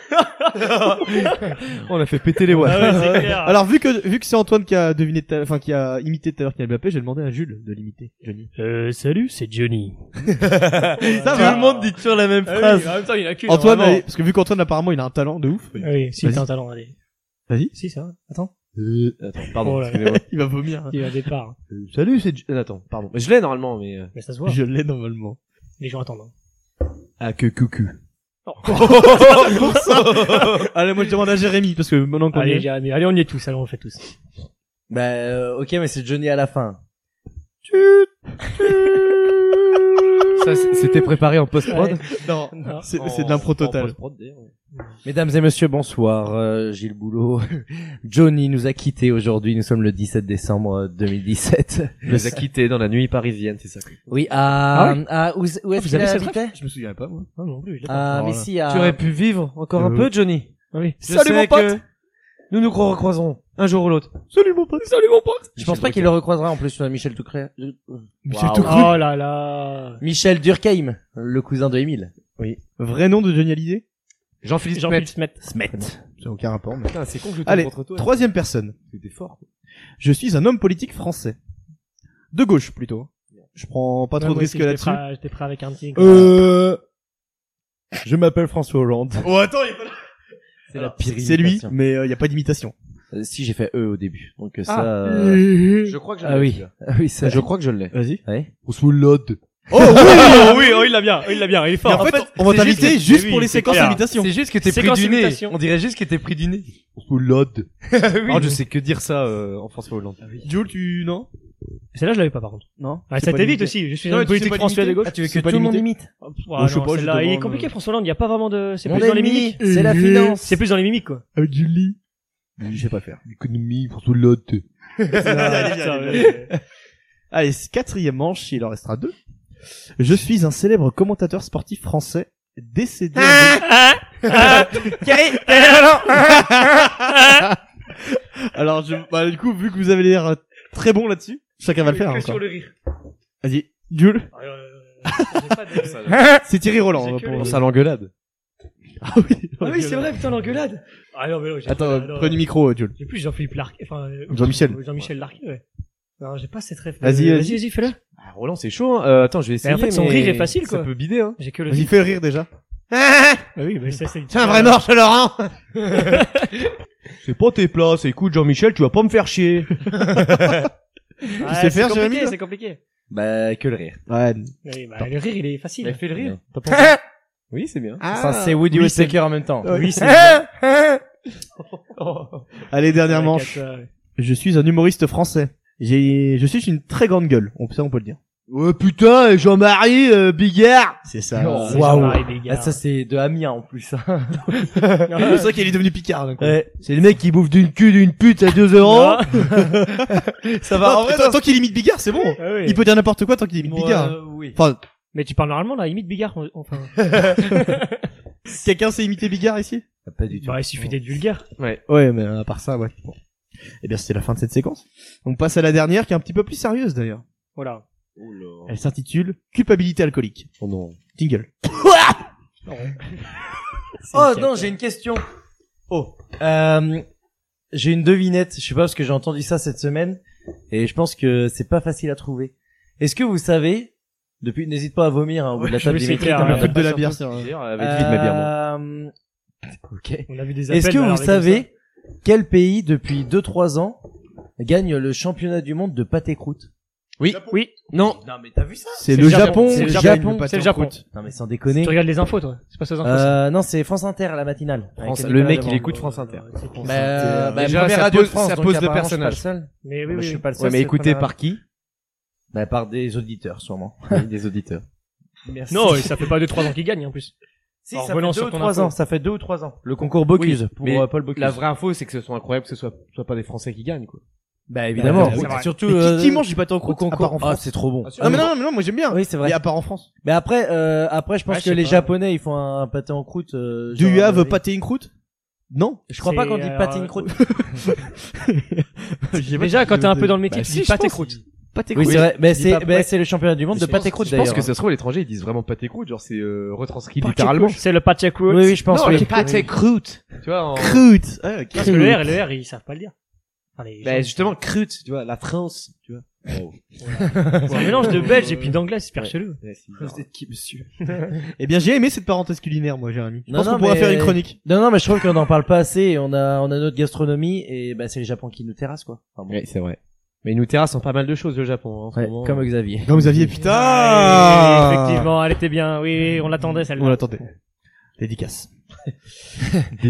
Speaker 5: On a fait péter les watts.
Speaker 6: Ah ouais, c'est clair.
Speaker 3: Alors vu que vu que c'est Antoine qui a deviné, tout à- enfin qui a imité tout à l'heure Kylian Mbappé, j'ai demandé à Jules de l'imiter. Johnny.
Speaker 6: Euh, salut, c'est Johnny.
Speaker 3: Ça
Speaker 6: va.
Speaker 4: toujours la même
Speaker 6: Ah oui, en même temps, il y en a qu'une.
Speaker 3: Antoine,
Speaker 6: normalement.
Speaker 3: allez, parce que vu qu'Antoine apparemment il a un talent de ouf.
Speaker 6: Ah Oui, si
Speaker 3: Vas-y.
Speaker 6: t'as un talent, allez.
Speaker 3: Vas-y.
Speaker 6: Si, ça va. Attends.
Speaker 5: Euh, Attends, pardon,
Speaker 6: Oh là là.
Speaker 5: excusez-moi.
Speaker 3: Il va vomir.
Speaker 6: Il y a un départ.
Speaker 5: Euh, Salut, c'est... J- euh, Attends, pardon. Je l'ai normalement, mais... euh,
Speaker 6: Mais ça se voit.
Speaker 3: Je l'ai normalement.
Speaker 6: Les gens attendent. hein.
Speaker 5: Ah, que cucu.
Speaker 6: Oh.
Speaker 3: Oh, Pour ça. Allez, moi je demande à Jérémy parce que maintenant qu'on
Speaker 6: Allez,
Speaker 3: est.
Speaker 6: Jérémy, allez, on y est tous. Allez, on le fait tous.
Speaker 4: Bah, euh, ok, mais c'est Johnny à la fin.
Speaker 5: Ça, c'était préparé en post-prod
Speaker 3: Non,
Speaker 6: Non.
Speaker 3: c'est c'est de l'impro totale.
Speaker 4: Mesdames et messieurs, bonsoir. Euh, Gilles Boulot. Johnny nous a quittés aujourd'hui. Nous sommes le 17 décembre euh, 2017.
Speaker 5: Il les a quittés dans la nuit parisienne, c'est ça.
Speaker 4: Oui, à,
Speaker 6: Ah
Speaker 4: à- où, où est-ce
Speaker 6: vous
Speaker 4: qu'il
Speaker 6: avez cette
Speaker 4: habitait
Speaker 3: Je me souviens pas moi.
Speaker 6: Non, non plus. il est pas-
Speaker 4: Ah,
Speaker 3: Oh
Speaker 4: mais
Speaker 3: là.
Speaker 4: si, à...
Speaker 5: Tu aurais pu vivre encore un
Speaker 3: Euh.
Speaker 5: peu, Johnny.
Speaker 6: Ah oui.
Speaker 5: Je sais que Nous nous recroiserons un jour ou l'autre.
Speaker 3: Salut mon pote. Salut mon pote.
Speaker 4: Je pense pas qu'il le recroisera en plus, euh, Michel Toucré.
Speaker 3: Michel
Speaker 4: Waouh.
Speaker 3: Toucré.
Speaker 6: Oh là là.
Speaker 4: Michel Durkheim, le cousin de Émile.
Speaker 3: Vrai nom de Johnny Hallyday
Speaker 5: Jean-Philippe
Speaker 6: J'ai envie de
Speaker 5: Smet.
Speaker 6: se mettre.
Speaker 4: Smet.
Speaker 3: Ça n'a aucun rapport. Mais...
Speaker 5: Putain, c'est con que je
Speaker 3: Allez,
Speaker 5: tombe contre toi.
Speaker 3: Troisième personne.
Speaker 5: C'était fort.
Speaker 3: Je suis un homme politique français. De gauche plutôt. Je prends pas trop de risques là-dessus.
Speaker 6: J'étais prêt avec un petit.
Speaker 3: Euh... Je m'appelle François Hollande. Oh attends, il est pas là.
Speaker 4: C'est la pire
Speaker 3: C'est lui,
Speaker 4: imitation.
Speaker 3: mais il y a pas d'imitation.
Speaker 4: Euh, si, j'ai fait E au début. Donc euh, ça... euh,
Speaker 6: Euh...
Speaker 5: Ah. Je crois que je l'ai.
Speaker 4: Ah oui. Ah oui, ça...
Speaker 5: Je crois que je l'ai.
Speaker 3: Vas-y.
Speaker 4: Ouais.
Speaker 3: François Hollande.
Speaker 6: Oh oui, oh, il l'a bien, oh, il l'a bien, il est
Speaker 3: Et
Speaker 6: fort.
Speaker 3: en, fait, on va
Speaker 6: c'est
Speaker 3: t'inviter
Speaker 6: juste-
Speaker 3: juste, Eh
Speaker 6: mais oui,
Speaker 3: pour les
Speaker 6: c'est
Speaker 3: séquences
Speaker 6: clair.
Speaker 3: d'imitation.
Speaker 5: C'est juste que t'es pris
Speaker 6: Séquence
Speaker 5: du nez.
Speaker 6: imitation.
Speaker 5: On dirait juste que t'es pris du nez.
Speaker 3: Hollande.
Speaker 5: Ah, je sais que dire ça euh, en François Hollande.
Speaker 3: Jules, tu non
Speaker 6: Celle-là, je l'avais pas par contre.
Speaker 3: Non.
Speaker 6: Ah, ça t'évite aussi. Je suis
Speaker 3: Non,
Speaker 6: un
Speaker 3: mais tu sais
Speaker 6: politique
Speaker 3: pas
Speaker 6: français de
Speaker 3: l'imiter.
Speaker 6: gauche.
Speaker 4: Ah, tu veux que
Speaker 3: C'est pas
Speaker 4: tout le monde
Speaker 3: limite.
Speaker 4: imite
Speaker 6: Ah,
Speaker 3: je sais
Speaker 6: non,
Speaker 3: pas, je
Speaker 6: celle-là, il est
Speaker 3: demande,
Speaker 6: compliqué François Hollande. Il y a pas vraiment de. C'est
Speaker 4: Mon
Speaker 6: plus dans les
Speaker 4: ennemi,
Speaker 6: mimiques. Euh,
Speaker 4: c'est la finance.
Speaker 6: C'est plus dans les mimiques quoi.
Speaker 3: Ah, Julie.
Speaker 4: Je sais pas faire.
Speaker 3: Économie, François Hollande.
Speaker 6: Ah, putain,
Speaker 3: Allez, c'est quatrième manche, il en restera deux. Je suis un célèbre commentateur sportif français décédé.
Speaker 6: Ah,
Speaker 3: en- Alors, je, bah, du coup, vu que vous avez l'air euh, très bon là-dessus, chacun va le faire.
Speaker 6: Que
Speaker 3: hein,
Speaker 6: sur
Speaker 3: encore.
Speaker 6: le rire.
Speaker 3: Vas-y, Jules.
Speaker 6: Ah, euh, j'ai pas Ah de-
Speaker 3: C'est Thierry
Speaker 6: J'ai
Speaker 3: Roland.
Speaker 6: que
Speaker 3: hein,
Speaker 6: les-
Speaker 3: Pour...
Speaker 5: Pense à l'engueulade.
Speaker 3: Ah oui.
Speaker 6: Ah oui, c'est vrai, putain, l'engueulade. Ah non, mais non, j'ai
Speaker 3: Attends,
Speaker 6: pas- non,
Speaker 3: prenez le micro, euh, Jules.
Speaker 6: J'ai plus Jean-Philippe Larquet. Enfin, euh,
Speaker 3: Jean-Michel.
Speaker 6: Jean-Michel Larquet, ouais. Non, j'ai pas cette ref.
Speaker 3: Vas-y,
Speaker 6: Euh,
Speaker 3: vas-y.
Speaker 6: vas-y, vas-y, fais-le.
Speaker 5: Ah, Roland, c'est chaud. hein. Euh, attends, je vais essayer.
Speaker 6: en fait, son
Speaker 5: mais
Speaker 6: rire est facile, quoi.
Speaker 5: Ça peut bider, hein.
Speaker 6: J'ai que le.
Speaker 3: Vas-y, fais rire déjà.
Speaker 6: Ah oui, mais ça, c'est.
Speaker 3: Tiens, vrai mort, je Laurent.
Speaker 5: C'est pas tes plats, c'est écoute, Jean-Michel, tu vas pas me faire chier.
Speaker 6: Ouais,
Speaker 3: sais faire,
Speaker 6: C'est
Speaker 3: Jérémy,
Speaker 6: compliqué,
Speaker 3: toi
Speaker 6: c'est compliqué.
Speaker 4: Bah, que le rire.
Speaker 3: Ouais.
Speaker 6: Oui, bah, le rire, il est facile.
Speaker 5: fait le rire. Oui, c'est bien.
Speaker 4: Enfin, c'est Woody Woodpecker en même temps.
Speaker 6: Oui, c'est. Oh,
Speaker 3: Allez, dernière
Speaker 6: Ouais,
Speaker 3: manche.
Speaker 6: quatre, ouais.
Speaker 3: Je suis un humoriste français. J'ai, je suis une très grande gueule. On, ça, on peut le dire.
Speaker 5: Ouais, putain, Jean-Marie
Speaker 3: euh,
Speaker 5: Bigard.
Speaker 3: C'est ça.
Speaker 4: Oh,
Speaker 6: C'est
Speaker 4: Waouh.
Speaker 6: Jean-Marie Bigard.
Speaker 4: Ah, ça c'est de Amiens en plus.
Speaker 5: Ah,
Speaker 3: C'est vrai qu'il est devenu Picard. d'un coup.
Speaker 5: C'est le mec qui bouffe d'une cul d'une pute à 2 euros.
Speaker 6: Ah,
Speaker 3: Ça va. Bah, en vrai, tant, tant qu'il imite Bigard, c'est bon.
Speaker 6: ah oui.
Speaker 3: Il peut dire n'importe quoi tant qu'il imite Bigard.
Speaker 5: euh,
Speaker 4: oui.
Speaker 3: Enfin,
Speaker 6: Mais tu parles normalement, là, imite Bigard, on- enfin.
Speaker 3: quelqu'un sait imiter Bigard ici
Speaker 4: Pas du tout.
Speaker 6: Bah, il suffit d'être vulgaire.
Speaker 3: Ouais, mais euh, à part ça, ouais. Bon. Eh bien, c'était la fin de cette séquence. On passe à la dernière, qui est un petit peu plus sérieuse d'ailleurs.
Speaker 6: Voilà.
Speaker 3: Elle s'intitule Culpabilité alcoolique.
Speaker 5: Oh non.
Speaker 3: Jingle.
Speaker 4: Oh non, j'ai une question. Oh. Euh, j'ai une devinette. Je sais pas parce que j'ai entendu ça cette semaine et je pense que c'est pas facile à trouver. Est-ce que vous savez depuis n'hésite pas à vomir hein, au bout de la
Speaker 6: je
Speaker 4: table
Speaker 6: vais essayer
Speaker 4: Dimitri,
Speaker 6: de faire,
Speaker 4: t'en as
Speaker 6: ouais.
Speaker 4: fait
Speaker 3: Truc de la bière.
Speaker 5: D'ailleurs, avec
Speaker 4: Euh,
Speaker 5: vide ma bière, moi.
Speaker 4: OK.
Speaker 6: On a vu des appels.
Speaker 4: Est-ce que
Speaker 6: mais
Speaker 4: vous
Speaker 6: alors, avec
Speaker 4: savez quel pays depuis 2 3 ans gagne le championnat du monde de pâté croûte
Speaker 6: Oui.
Speaker 5: Non.
Speaker 4: Non mais t'as vu ça
Speaker 3: C'est
Speaker 6: le
Speaker 3: le
Speaker 6: Japon.
Speaker 3: Japon.
Speaker 6: C'est le
Speaker 3: qui
Speaker 6: Japon.
Speaker 3: gagne
Speaker 6: C'est le
Speaker 3: pâté
Speaker 6: Japon.
Speaker 3: croûte.
Speaker 4: Non mais sans
Speaker 6: ça,
Speaker 4: déconner.
Speaker 6: Tu regardes les infos, toi. C'est pas ça, les infos. Ah, ça.
Speaker 4: Euh, non, c'est France Inter à la matinale.
Speaker 5: France-
Speaker 4: Avec
Speaker 5: le
Speaker 4: Nicolas
Speaker 5: mec, il
Speaker 4: Demande.
Speaker 5: écoute France Inter.
Speaker 4: Bah, euh, bah,
Speaker 5: Déjà,
Speaker 4: première
Speaker 5: ça
Speaker 4: radio de
Speaker 5: pose-
Speaker 4: France,
Speaker 5: ça
Speaker 4: donc
Speaker 5: pose le
Speaker 4: apparemment, je suis
Speaker 5: personnage.
Speaker 4: pas le seul.
Speaker 6: Mais oui,
Speaker 4: Bah,
Speaker 6: oui.
Speaker 4: je suis pas le seul.
Speaker 5: Ouais, mais
Speaker 4: c'est
Speaker 5: écoutez
Speaker 4: pas-
Speaker 5: par qui
Speaker 4: Bah, par des auditeurs, sûrement.
Speaker 5: Des auditeurs.
Speaker 4: Merci.
Speaker 6: Non, et ça fait pas 2-3 ans qu'il gagne, en plus.
Speaker 4: si,
Speaker 6: en
Speaker 4: ça fait
Speaker 6: revenant
Speaker 4: deux
Speaker 6: sur
Speaker 4: ou
Speaker 6: ton
Speaker 4: trois
Speaker 6: info.
Speaker 4: ans. Ça fait deux ou trois ans.
Speaker 5: Le concours Bocuse
Speaker 4: Oui,
Speaker 5: pour
Speaker 4: mais
Speaker 5: euh, Paul Bocuse.
Speaker 12: La vraie info, c'est que ce soit incroyable que ce soit, soit pas des Français qui gagnent, quoi.
Speaker 4: Bah, évidemment.
Speaker 6: c'est
Speaker 4: Oui,
Speaker 6: vrai.
Speaker 4: Surtout,
Speaker 3: Mais qui-
Speaker 4: euh,
Speaker 3: Qui mange du pâté en
Speaker 4: au
Speaker 3: croûte à part
Speaker 4: concours.
Speaker 3: en
Speaker 4: Ah,
Speaker 3: France
Speaker 4: c'est trop bon.
Speaker 6: euh,
Speaker 3: Ah mais non, mais non, moi j'aime bien.
Speaker 4: Oui, c'est
Speaker 3: Et
Speaker 4: vrai.
Speaker 3: à part en France.
Speaker 4: Mais après, euh, après, je pense
Speaker 5: Ah,
Speaker 6: Ouais, je
Speaker 4: que
Speaker 6: sais
Speaker 4: les
Speaker 6: pas.
Speaker 4: Japonais, ils font un pâté en croûte. euh,
Speaker 3: Do
Speaker 4: genre,
Speaker 3: you have
Speaker 4: euh,
Speaker 3: a pâté in croûte Non.
Speaker 4: Je crois pas qu'on
Speaker 6: C'est,
Speaker 4: dit
Speaker 6: euh,
Speaker 4: pâté en croûte.
Speaker 6: Déjà, quand t'es un peu dans le métier,
Speaker 5: Bah,
Speaker 6: tu
Speaker 5: si,
Speaker 6: dis
Speaker 5: je
Speaker 6: pâté
Speaker 5: pense.
Speaker 6: croûte.
Speaker 3: Pâté
Speaker 4: Oui, c'est vrai. Mais
Speaker 3: dis
Speaker 4: c'est,
Speaker 3: pas-
Speaker 4: mais
Speaker 3: ouais.
Speaker 4: c'est le championnat du monde de
Speaker 5: Je pense-
Speaker 4: pâté croûte,
Speaker 5: Je pense
Speaker 4: d'ailleurs.
Speaker 5: que ça se trouve, à l'étranger, ils disent vraiment pâté croûte, genre c'est euh, retranscrit littéralement.
Speaker 6: C'est le pâté croûte.
Speaker 4: Oui, oui, je pense,
Speaker 6: Non,
Speaker 4: oui.
Speaker 6: le pâté
Speaker 4: croûte.
Speaker 5: Tu vois, en...
Speaker 3: Croûte. Ah, ok.
Speaker 6: Parce que le R et le R, ils savent pas le dire. Enfin, les gens-
Speaker 5: Bah, justement, crute, tu vois, la France, tu vois.
Speaker 6: C'est un mélange de belge et puis d'anglais, c'est super chelou.
Speaker 5: Vous êtes qui, monsieur
Speaker 3: Eh bien, j'ai aimé cette parenthèse culinaire, moi, Jérémy. Je
Speaker 4: Non,
Speaker 3: pense
Speaker 4: non,
Speaker 3: qu'on pourra
Speaker 4: mais-
Speaker 3: faire une chronique.
Speaker 4: Non, non, mais je trouve qu'on n'en parle pas assez. et On a, on a notre gastronomie et bah, c'est le Japon qui nous terrasse, quoi. Enfin, bon.
Speaker 5: Ouais, c'est vrai. Mais ils nous terrassent pas mal de choses, le Japon, en ce
Speaker 4: Ouais,
Speaker 5: moment.
Speaker 4: comme Xavier.
Speaker 3: Comme Xavier,
Speaker 6: Ouais,
Speaker 3: putain
Speaker 6: Effectivement, elle était bien. Oui, oui, on l'attendait celle-là.
Speaker 3: On l'attendait. Dédicace.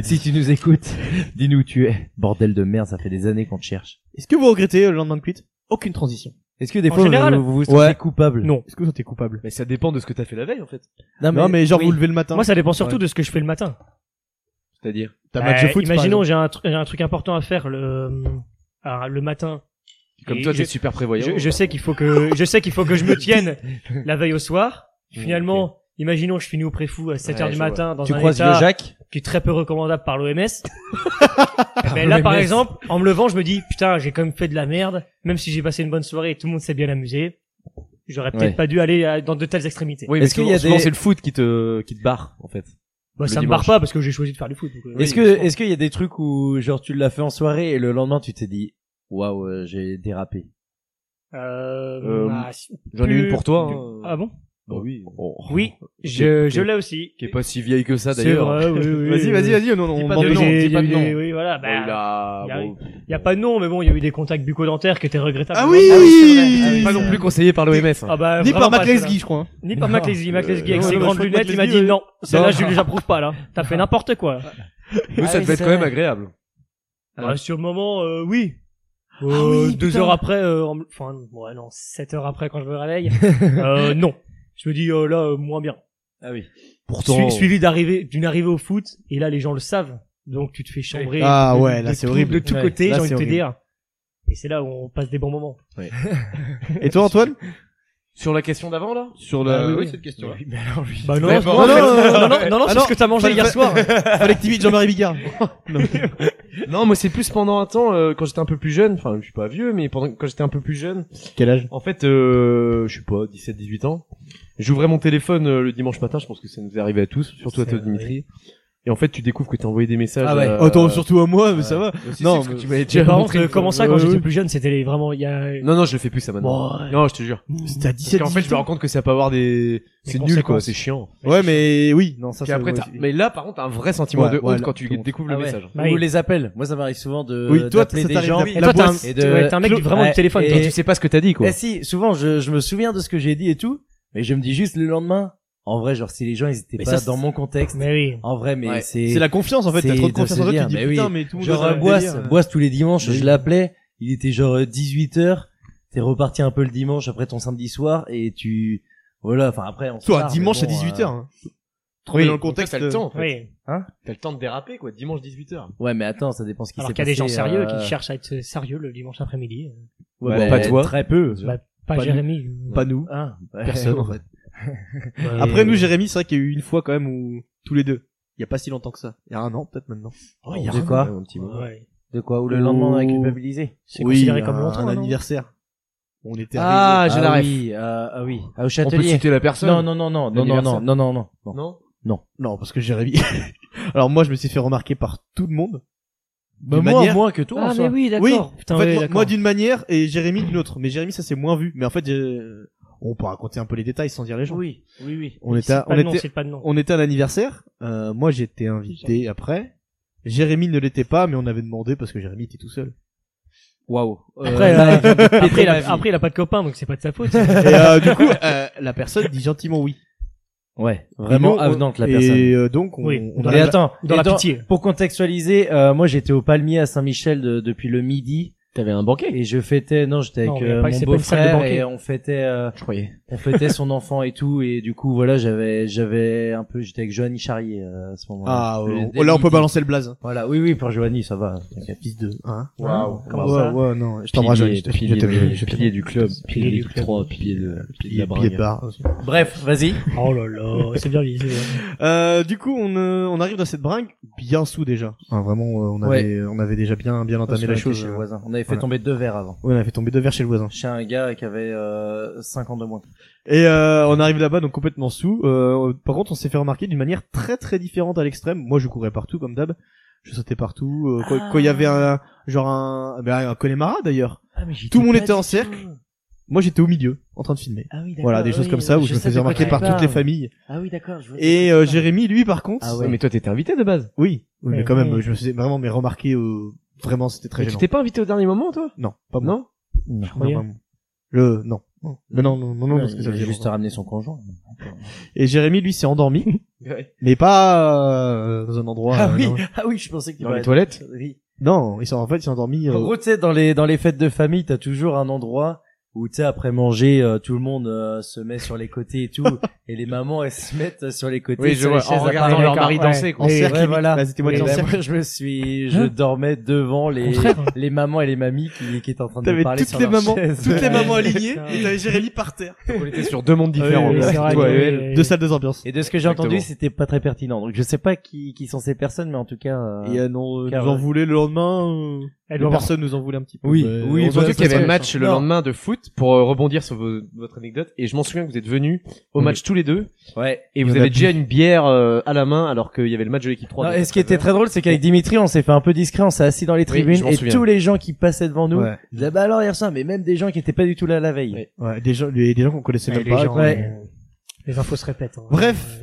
Speaker 4: si tu nous écoutes, dis-nous où tu es. Bordel de merde, ça fait des années qu'on te cherche.
Speaker 3: Est-ce que vous regrettez euh, le lendemain de cuite Aucune transition.
Speaker 4: Est-ce que des
Speaker 6: En
Speaker 4: fois
Speaker 6: général
Speaker 4: vous, vous vous sentez
Speaker 3: Ouais.
Speaker 4: coupable
Speaker 6: Non.
Speaker 3: Est-ce que vous sentez coupable
Speaker 5: Mais ça dépend de ce que t'as fait la veille, en fait.
Speaker 4: Non, mais,
Speaker 3: Non, mais genre,
Speaker 6: oui.
Speaker 3: vous levez le matin.
Speaker 6: Moi, ça dépend surtout de ce que je fais le matin.
Speaker 5: C'est-à-dire.
Speaker 3: T'as
Speaker 6: Bah,
Speaker 3: match de foot, par
Speaker 6: imaginons,
Speaker 3: exemple.
Speaker 6: j'ai un, tru- j'ai un truc important à faire le, ah, le matin.
Speaker 5: Comme
Speaker 6: Et
Speaker 5: toi,
Speaker 6: je,
Speaker 5: t'es super prévoyant.
Speaker 6: je, je sais qu'il faut que je sais qu'il faut que je me tienne la veille au soir. Finalement, imaginons, je finis au préfou à 7
Speaker 5: Mmh, Ouais,
Speaker 6: h du
Speaker 5: je
Speaker 6: matin dans
Speaker 4: tu
Speaker 6: un
Speaker 4: croises le
Speaker 6: état
Speaker 4: Jacques
Speaker 6: qui est très peu recommandable par l'OMS. Mais là, par
Speaker 5: l'OMS.
Speaker 6: exemple, en me levant, je me dis putain, j'ai quand même fait de la merde. Même si j'ai passé une bonne soirée et tout le monde s'est bien amusé, j'aurais peut-être
Speaker 5: Ouais.
Speaker 6: pas dû aller à- dans de telles extrémités.
Speaker 5: Oui, mais
Speaker 4: Est-ce qu'il y a
Speaker 5: souvent- souvent,
Speaker 4: des-
Speaker 5: c'est le foot qui te, qui te barre, en fait.
Speaker 6: Bah,
Speaker 5: le
Speaker 6: ça me
Speaker 5: dimanche.
Speaker 6: barre pas parce que j'ai choisi de faire du foot. donc, euh,
Speaker 4: Est-ce
Speaker 6: oui,
Speaker 4: que, est-ce qu'il y a des trucs où genre tu l'as fait en soirée et le lendemain tu t'es dit waouh euh, j'ai dérapé.
Speaker 6: euh,
Speaker 5: Euh,
Speaker 6: ah, si-
Speaker 5: J'en ai
Speaker 6: plus-
Speaker 5: une pour toi.
Speaker 6: plus-
Speaker 5: hein.
Speaker 6: Ah bon
Speaker 5: Bah oui.
Speaker 6: Oui, je, je
Speaker 5: ok.
Speaker 6: l'ai aussi.
Speaker 5: Qui est pas si vieille que ça,
Speaker 6: C'est
Speaker 5: d'ailleurs.
Speaker 6: vrai, oui, oui,
Speaker 3: Vas-y,
Speaker 6: oui.
Speaker 3: vas-y, vas-y, non, non,
Speaker 5: Dis
Speaker 3: on
Speaker 5: pas
Speaker 3: demande
Speaker 5: de
Speaker 6: Il y
Speaker 5: nom,
Speaker 6: a eu-
Speaker 5: dis
Speaker 6: il y
Speaker 5: pas de
Speaker 6: a eu-
Speaker 5: nom.
Speaker 6: Oui, voilà. Bah,
Speaker 5: Bon, il a...
Speaker 6: y a-
Speaker 5: bon.
Speaker 6: Il y a pas de nom, mais bon, il y a eu des contacts bucco-dentaires qui étaient regrettables.
Speaker 3: Ah oui
Speaker 6: Ah oui,
Speaker 5: Pas
Speaker 6: c'est
Speaker 5: non
Speaker 6: vrai.
Speaker 5: plus conseillé par l'OMS. hein.
Speaker 6: Ah bah,
Speaker 3: Ni
Speaker 6: vraiment
Speaker 3: par
Speaker 6: pas
Speaker 3: McLesguy,
Speaker 6: celle-là.
Speaker 3: je crois. hein.
Speaker 6: Ni par McLesguy. McLesguy avec
Speaker 3: Euh,
Speaker 6: ses
Speaker 3: non,
Speaker 6: grandes
Speaker 3: je crois que
Speaker 6: lunettes, il m'a dit
Speaker 3: McLesguy,
Speaker 6: non.
Speaker 5: euh,
Speaker 6: Celle-là, je ne l'approuve pas, là. T'as fait n'importe quoi.
Speaker 5: Nous, ça
Speaker 4: Ah
Speaker 5: devait
Speaker 4: oui,
Speaker 5: être
Speaker 4: c'est
Speaker 5: quand même
Speaker 4: vrai.
Speaker 5: agréable.
Speaker 6: Bah, sur le moment, euh, oui.
Speaker 5: Ah
Speaker 6: Euh, deux heures après, euh, en- enfin, ouais, non, sept heures après quand je me réveille, euh, non. Je me dis, euh, là, euh, moins bien.
Speaker 4: Ah oui.
Speaker 6: Sui- suivi d'arrivée, d'une arrivée au foot, et là, les gens le savent. Donc, tu te fais chambrer.
Speaker 3: Ah
Speaker 6: de-
Speaker 3: ouais, là,
Speaker 6: de
Speaker 3: c'est
Speaker 6: tout-
Speaker 3: horrible.
Speaker 6: De tous
Speaker 3: Ouais,
Speaker 6: côtés,
Speaker 3: là,
Speaker 6: j'ai envie
Speaker 3: c'est
Speaker 6: de te
Speaker 3: horrible.
Speaker 6: dire. Et c'est là où on passe des bons moments.
Speaker 3: Et toi, Antoine
Speaker 5: Sur la question d'avant, là
Speaker 3: Sur
Speaker 6: Ah oui, oui,
Speaker 3: cette question-là.
Speaker 6: Bah non,
Speaker 5: Mais
Speaker 6: non,
Speaker 5: bon.
Speaker 3: Non,
Speaker 6: non,
Speaker 3: non,
Speaker 6: non, non, non, non,
Speaker 3: Ah
Speaker 6: c'est
Speaker 3: non,
Speaker 6: ce que t'as mangé
Speaker 3: fallait-
Speaker 6: hier soir.
Speaker 3: Fallait que t'imites Jean-Marie Bigard.
Speaker 5: Non, moi c'est plus pendant un temps euh, quand j'étais un peu plus jeune, enfin je suis pas vieux mais pendant quand j'étais un peu plus jeune,
Speaker 3: Quel âge
Speaker 5: en fait euh, je sais pas 17 18 ans, j'ouvrais mon téléphone euh, le dimanche matin, je pense que ça nous est arrivé à tous, surtout à
Speaker 6: C'est
Speaker 5: toi Dimitri. Et en fait tu découvres que t'as envoyé des messages
Speaker 4: Ah ouais.
Speaker 5: à-
Speaker 3: Oh, t'en- surtout à moi, mais ça va.
Speaker 5: Aussi,
Speaker 3: Non,
Speaker 5: c'est ce que
Speaker 3: mais-
Speaker 5: tu m'avais déjà
Speaker 6: J'ai par contre,
Speaker 5: montré.
Speaker 6: euh, comment ça, quand
Speaker 3: Ouais,
Speaker 6: j'étais
Speaker 3: ouais.
Speaker 6: plus jeune, c'était les- vraiment, il y a... Mmh.
Speaker 5: Non non, je le fais plus ça maintenant.
Speaker 6: Ouais.
Speaker 5: Non, je te jure.
Speaker 3: C'était à 17
Speaker 5: Parce qu'en fait, je me rends compte que ça peut avoir des
Speaker 6: Des
Speaker 5: c'est nul quoi,
Speaker 6: conséquences.
Speaker 5: c'est chiant.
Speaker 3: Ouais, mais oui, non, ça
Speaker 5: Puis
Speaker 3: c'est
Speaker 5: après,
Speaker 3: ouais,
Speaker 5: t'as-
Speaker 3: c'est-
Speaker 5: mais là par contre, t'as un vrai sentiment
Speaker 3: Ouais,
Speaker 5: de
Speaker 3: ouais,
Speaker 5: honte
Speaker 3: là,
Speaker 5: quand tu
Speaker 3: tu te
Speaker 5: découvres
Speaker 4: Ah
Speaker 5: le
Speaker 4: ouais.
Speaker 5: message.
Speaker 6: Bah,
Speaker 4: Ou
Speaker 6: il-
Speaker 4: les appels. Moi ça m'arrive souvent de
Speaker 3: Oui, toi,
Speaker 4: d'appeler
Speaker 3: ça
Speaker 4: des
Speaker 3: t'arrive
Speaker 4: gens.
Speaker 3: d'appeler
Speaker 6: Et toi, t'es un,
Speaker 4: Et de-
Speaker 6: ouais, t'es un mec
Speaker 4: Claude-
Speaker 6: vraiment
Speaker 4: Ouais.
Speaker 6: du téléphone.
Speaker 4: Et-
Speaker 6: toi,
Speaker 5: Et tu sais pas ce que t'as dit quoi.
Speaker 4: Eh si, souvent je, je me souviens de ce que j'ai dit et tout, mais je me dis juste le lendemain. En vrai, genre si les gens ils étaient
Speaker 6: Mais
Speaker 4: pas
Speaker 6: ça,
Speaker 4: dans mon contexte.
Speaker 6: Mais oui.
Speaker 4: En vrai, mais
Speaker 3: Ouais.
Speaker 4: c'est
Speaker 3: C'est la confiance en fait, t'as
Speaker 4: c'est
Speaker 3: trop de
Speaker 4: de
Speaker 3: confiance
Speaker 4: se
Speaker 3: en toi, tu
Speaker 4: dire,
Speaker 3: te dis
Speaker 4: mais oui.
Speaker 3: putain, mais tout le monde
Speaker 4: Genre
Speaker 3: doit
Speaker 4: euh,
Speaker 3: avoir un
Speaker 4: Boisse,
Speaker 3: délire, euh.
Speaker 4: Boisse tous les dimanches,
Speaker 3: Oui.
Speaker 4: je l'appelais, il était genre 18h, t'es reparti un peu le dimanche après ton samedi soir et tu voilà, enfin après on se
Speaker 3: Toi,
Speaker 4: marre,
Speaker 3: dimanche
Speaker 4: mais
Speaker 3: à
Speaker 4: bon,
Speaker 3: 18h.
Speaker 4: euh,
Speaker 3: hein. Trouver dans le contexte. euh,
Speaker 5: t'as le temps. en fait.
Speaker 6: Oui.
Speaker 5: T'as le temps de déraper quoi, dimanche 18h.
Speaker 4: euh, Ouais, mais attends, ça dépend ce qui s'est
Speaker 6: Alors
Speaker 4: passé.
Speaker 6: qu'il y a des gens sérieux
Speaker 4: euh,
Speaker 6: qui cherchent à être sérieux le dimanche après-midi.
Speaker 4: ouais,
Speaker 5: Bah,
Speaker 4: bah,
Speaker 5: pas toi.
Speaker 4: Très peu.
Speaker 6: Bah, pas,
Speaker 3: Pas
Speaker 6: Jérémy.
Speaker 3: euh, Pas nous.
Speaker 6: Hein,
Speaker 3: euh,
Speaker 4: Ah, ouais.
Speaker 3: Personne en fait.
Speaker 6: Ouais.
Speaker 3: Après nous, Jérémy, c'est vrai qu'il y a eu une fois quand même où tous les deux. Il y a pas si longtemps que ça. Il y a un an peut-être maintenant.
Speaker 6: Oh, il y a
Speaker 4: de
Speaker 6: un-
Speaker 4: quoi
Speaker 6: Ouais.
Speaker 4: De
Speaker 5: Bah,
Speaker 4: quoi Ou le lendemain on a
Speaker 3: Ouh.
Speaker 4: culpabilisé
Speaker 6: C'est considéré
Speaker 3: un-
Speaker 6: comme longtemps.
Speaker 3: un
Speaker 6: non
Speaker 3: anniversaire. On était
Speaker 5: Ah, j'ai la
Speaker 4: ah
Speaker 5: ref.
Speaker 4: oui, euh, ah oui, ah, au
Speaker 5: On peut
Speaker 4: Châtelier.
Speaker 5: citer la personne.
Speaker 4: Non non non non non non non
Speaker 5: L'anniversaire.
Speaker 4: non non non. non.
Speaker 5: Non
Speaker 3: Non, parce que Jérémy. Alors moi, je me suis fait remarquer par tout le monde.
Speaker 4: Bah,
Speaker 3: D'une
Speaker 4: moi
Speaker 3: manière-
Speaker 4: moins que toi.
Speaker 6: Ah,
Speaker 4: en
Speaker 6: mais
Speaker 4: soi.
Speaker 6: oui,
Speaker 3: Oui.
Speaker 6: d'accord. Putain,
Speaker 3: en fait,
Speaker 6: ouais,
Speaker 3: moi,
Speaker 6: d'accord.
Speaker 3: moi d'une manière et Jérémy d'une autre. Mais Jérémy, ça c'est moins vu. Mais en fait, j'ai- on peut raconter un peu les détails sans dire les gens.
Speaker 6: Oui, oui, oui.
Speaker 3: On
Speaker 6: Mais
Speaker 3: était à-
Speaker 6: cite pas
Speaker 3: on
Speaker 6: de nom,
Speaker 3: était-
Speaker 6: cite pas de nom.
Speaker 3: On était à l'anniversaire. Euh, moi, j'étais invité après. Jérémy ne l'était pas, mais on avait demandé parce que Jérémy était tout seul.
Speaker 4: Waouh. Euh,
Speaker 6: Après,
Speaker 4: là,
Speaker 6: euh,
Speaker 4: il vient de péter
Speaker 6: Après, il
Speaker 4: ma vie.
Speaker 6: a, après, il a pas de copain, donc c'est pas de sa faute.
Speaker 3: Et euh, du coup, euh, la personne dit gentiment oui.
Speaker 4: Ouais, vraiment
Speaker 3: Et nous, on-
Speaker 4: avenante la
Speaker 3: et
Speaker 4: personne.
Speaker 3: euh, donc, on,
Speaker 6: Oui.
Speaker 3: on
Speaker 6: Dans
Speaker 3: a-
Speaker 4: Mais attends,
Speaker 6: Dans
Speaker 4: et
Speaker 6: la
Speaker 4: dans-
Speaker 6: pitié.
Speaker 4: pour contextualiser, euh, moi j'étais au Palmier à Saint-Michel de- depuis le midi. T'avais un banquet Et je fêtais, non, j'étais avec
Speaker 6: Non,
Speaker 4: euh,
Speaker 6: pas-
Speaker 4: mon
Speaker 6: c'est pas une salle de
Speaker 4: beau-frère
Speaker 6: banquet.
Speaker 4: et on fêtait, euh, on fêtait son enfant et tout. Et du coup, voilà, j'avais, j'avais un peu, j'étais avec Joanny Charrier euh, à ce moment-là.
Speaker 3: Ah,
Speaker 4: Le-
Speaker 3: euh,
Speaker 4: dès
Speaker 3: là, on
Speaker 4: midi.
Speaker 3: peut balancer le blaze.
Speaker 4: Voilà, oui, oui, pour Joanny, ça va. t'inquiète.
Speaker 3: Fils de, hein.
Speaker 5: Waouh.
Speaker 6: Comment
Speaker 3: ouais,
Speaker 6: ça
Speaker 3: ouais, non, je t'embrasse, Jérémy. Je t'aime, je t'aime, je t'aime.
Speaker 5: du club,
Speaker 6: Pilier du club.
Speaker 5: 3, pilier de,
Speaker 3: Pilier- pilier de barre.
Speaker 4: Bref, vas-y.
Speaker 6: Oh là là, c'est bien visé. hein.
Speaker 3: Euh, du coup, on, euh, on arrive dans cette bringue bien sous déjà. Ah, vraiment, euh, on avait, on avait déjà bien, bien entamé la chose.
Speaker 4: Chez le
Speaker 3: euh.
Speaker 4: voisin. On avait fait
Speaker 3: Voilà.
Speaker 4: tomber deux verres avant.
Speaker 3: Ouais, on a fait tomber deux verres chez le voisin.
Speaker 4: Chez un gars qui avait euh, 5 ans de moins.
Speaker 3: Et euh, on arrive là-bas donc complètement sous. Euh, par contre, on s'est fait remarquer d'une manière très très différente à l'extrême. Moi, je courais partout comme d'hab. Je sautais partout. Euh, quand-
Speaker 11: Ah.
Speaker 5: Ah,
Speaker 3: Quand il y avait un genre un, ben, un Connemara d'ailleurs. Tout le monde était en cercle. Moi, j'étais au milieu, en train de filmer.
Speaker 14: Ah oui, d'accord,
Speaker 3: voilà, des
Speaker 14: oui,
Speaker 3: choses comme ça où
Speaker 14: je
Speaker 3: je me
Speaker 14: sais de
Speaker 3: faisais
Speaker 14: quoi
Speaker 3: remarquer
Speaker 14: tu
Speaker 3: par toutes
Speaker 14: parles.
Speaker 3: les familles.
Speaker 14: Ah oui, d'accord, je vois de
Speaker 3: Et euh, Jérémy, lui, par contre.
Speaker 14: Ah ouais.
Speaker 5: Mais toi, t'étais invité de base.
Speaker 3: Oui. Oui, mais
Speaker 5: Ouais,
Speaker 3: quand même,
Speaker 5: ouais.
Speaker 3: je me faisais vraiment mais remarquer. euh, Vraiment, c'était très
Speaker 5: Mais tu
Speaker 3: gênant.
Speaker 5: t'es pas invité au dernier moment, toi
Speaker 3: Non, pas moi.
Speaker 5: Non
Speaker 3: Je
Speaker 5: croyais.
Speaker 3: pas moi. Je non. Mais non, non, non, non,
Speaker 5: Ouais,
Speaker 3: parce que ça
Speaker 5: il a
Speaker 3: faisait
Speaker 5: juste
Speaker 3: longtemps.
Speaker 5: ramené son conjoint.
Speaker 3: Et Jérémy, lui, s'est endormi.
Speaker 5: Ouais.
Speaker 3: Mais pas euh, dans un endroit.
Speaker 4: Ah
Speaker 3: euh,
Speaker 4: oui,
Speaker 3: non.
Speaker 4: ah oui, je pensais qu'il
Speaker 3: Dans
Speaker 4: parlait
Speaker 3: les
Speaker 4: de-
Speaker 3: toilettes.
Speaker 4: Oui.
Speaker 3: Non, ils sont en fait, ils sont endormis.
Speaker 4: En
Speaker 3: euh,
Speaker 4: gros, tu sais, dans les, dans les fêtes de famille, t'as toujours un endroit où, tu sais, après manger, euh, tout le monde euh, se met sur les côtés et tout, et les mamans, elles se mettent sur les côtés,
Speaker 5: Oui, je
Speaker 4: sur
Speaker 5: vois,
Speaker 4: les chaises,
Speaker 5: en
Speaker 4: à
Speaker 5: regardant
Speaker 4: parler.
Speaker 5: leur mari
Speaker 4: D'accord,
Speaker 5: danser,
Speaker 4: ouais.
Speaker 5: quoi. En
Speaker 4: Et
Speaker 5: cercle,
Speaker 4: ouais,
Speaker 5: limite.
Speaker 4: voilà.
Speaker 5: Vas-y, t'es moi,
Speaker 4: Et
Speaker 5: t'es en
Speaker 4: ben,
Speaker 5: cercle.
Speaker 4: moi, je me suis, je
Speaker 5: Hein
Speaker 4: dormais devant les,
Speaker 5: contraire.
Speaker 4: les mamans et les mamies qui, qui étaient en train de
Speaker 8: T'avais
Speaker 4: me parler
Speaker 8: toutes
Speaker 4: sur
Speaker 8: les
Speaker 4: leur
Speaker 8: mamans,
Speaker 4: chaise.
Speaker 8: toutes les mamans alignées,
Speaker 4: Ouais.
Speaker 8: et t'avais Jérémy par terre.
Speaker 5: On était sur deux mondes différents.
Speaker 4: Oui, oui,
Speaker 5: là.
Speaker 4: c'est vrai,
Speaker 5: Toi
Speaker 4: oui,
Speaker 5: et
Speaker 4: oui,
Speaker 5: elle.
Speaker 4: oui, oui.
Speaker 5: Deux salles, deux ambiences.
Speaker 4: Et de ce que j'ai entendu,
Speaker 5: Exactement.
Speaker 4: c'était pas très pertinent. Donc je sais pas qui, qui sont ces personnes, mais en tout cas. euh,
Speaker 3: Et elles nous
Speaker 4: car-
Speaker 3: en voulaient le lendemain.
Speaker 4: Elle
Speaker 3: Euh,
Speaker 4: doit
Speaker 3: les
Speaker 4: avoir-
Speaker 3: personnes nous en voulaient un petit peu.
Speaker 4: Oui,
Speaker 3: mais
Speaker 4: oui,
Speaker 3: on
Speaker 5: J'ai
Speaker 3: s'en
Speaker 5: entendu
Speaker 3: fout,
Speaker 5: qu'il y
Speaker 3: ça
Speaker 5: avait
Speaker 3: marche.
Speaker 5: match le
Speaker 3: Non.
Speaker 5: lendemain de foot pour euh, rebondir sur vo- votre anecdote et je m'en souviens que vous êtes venus au
Speaker 4: Oui.
Speaker 5: match tous les deux.
Speaker 4: Mm. Ouais.
Speaker 5: Et vous
Speaker 4: On a
Speaker 5: avez
Speaker 4: bu.
Speaker 5: déjà une bière euh, à la main alors qu'il y avait le match de l'équipe 3.
Speaker 4: Non,
Speaker 5: donc
Speaker 4: et
Speaker 5: à
Speaker 4: ce qui était
Speaker 5: 13.
Speaker 4: très drôle, c'est qu'avec Dimitri, on s'est fait un peu discret, on s'est assis dans les
Speaker 5: Oui,
Speaker 4: tribunes
Speaker 5: je m'en
Speaker 4: et
Speaker 5: souviens.
Speaker 4: tous les gens qui passaient devant nous
Speaker 3: Ouais.
Speaker 4: disaient bah alors hier soir, mais même des gens qui étaient pas du tout là la veille.
Speaker 3: Ouais, des gens, des des gens qu'on connaissait même
Speaker 4: les
Speaker 3: pas.
Speaker 4: gens,
Speaker 3: quoi.
Speaker 4: ouais.
Speaker 6: Les infos se répètent. hein.
Speaker 3: Bref.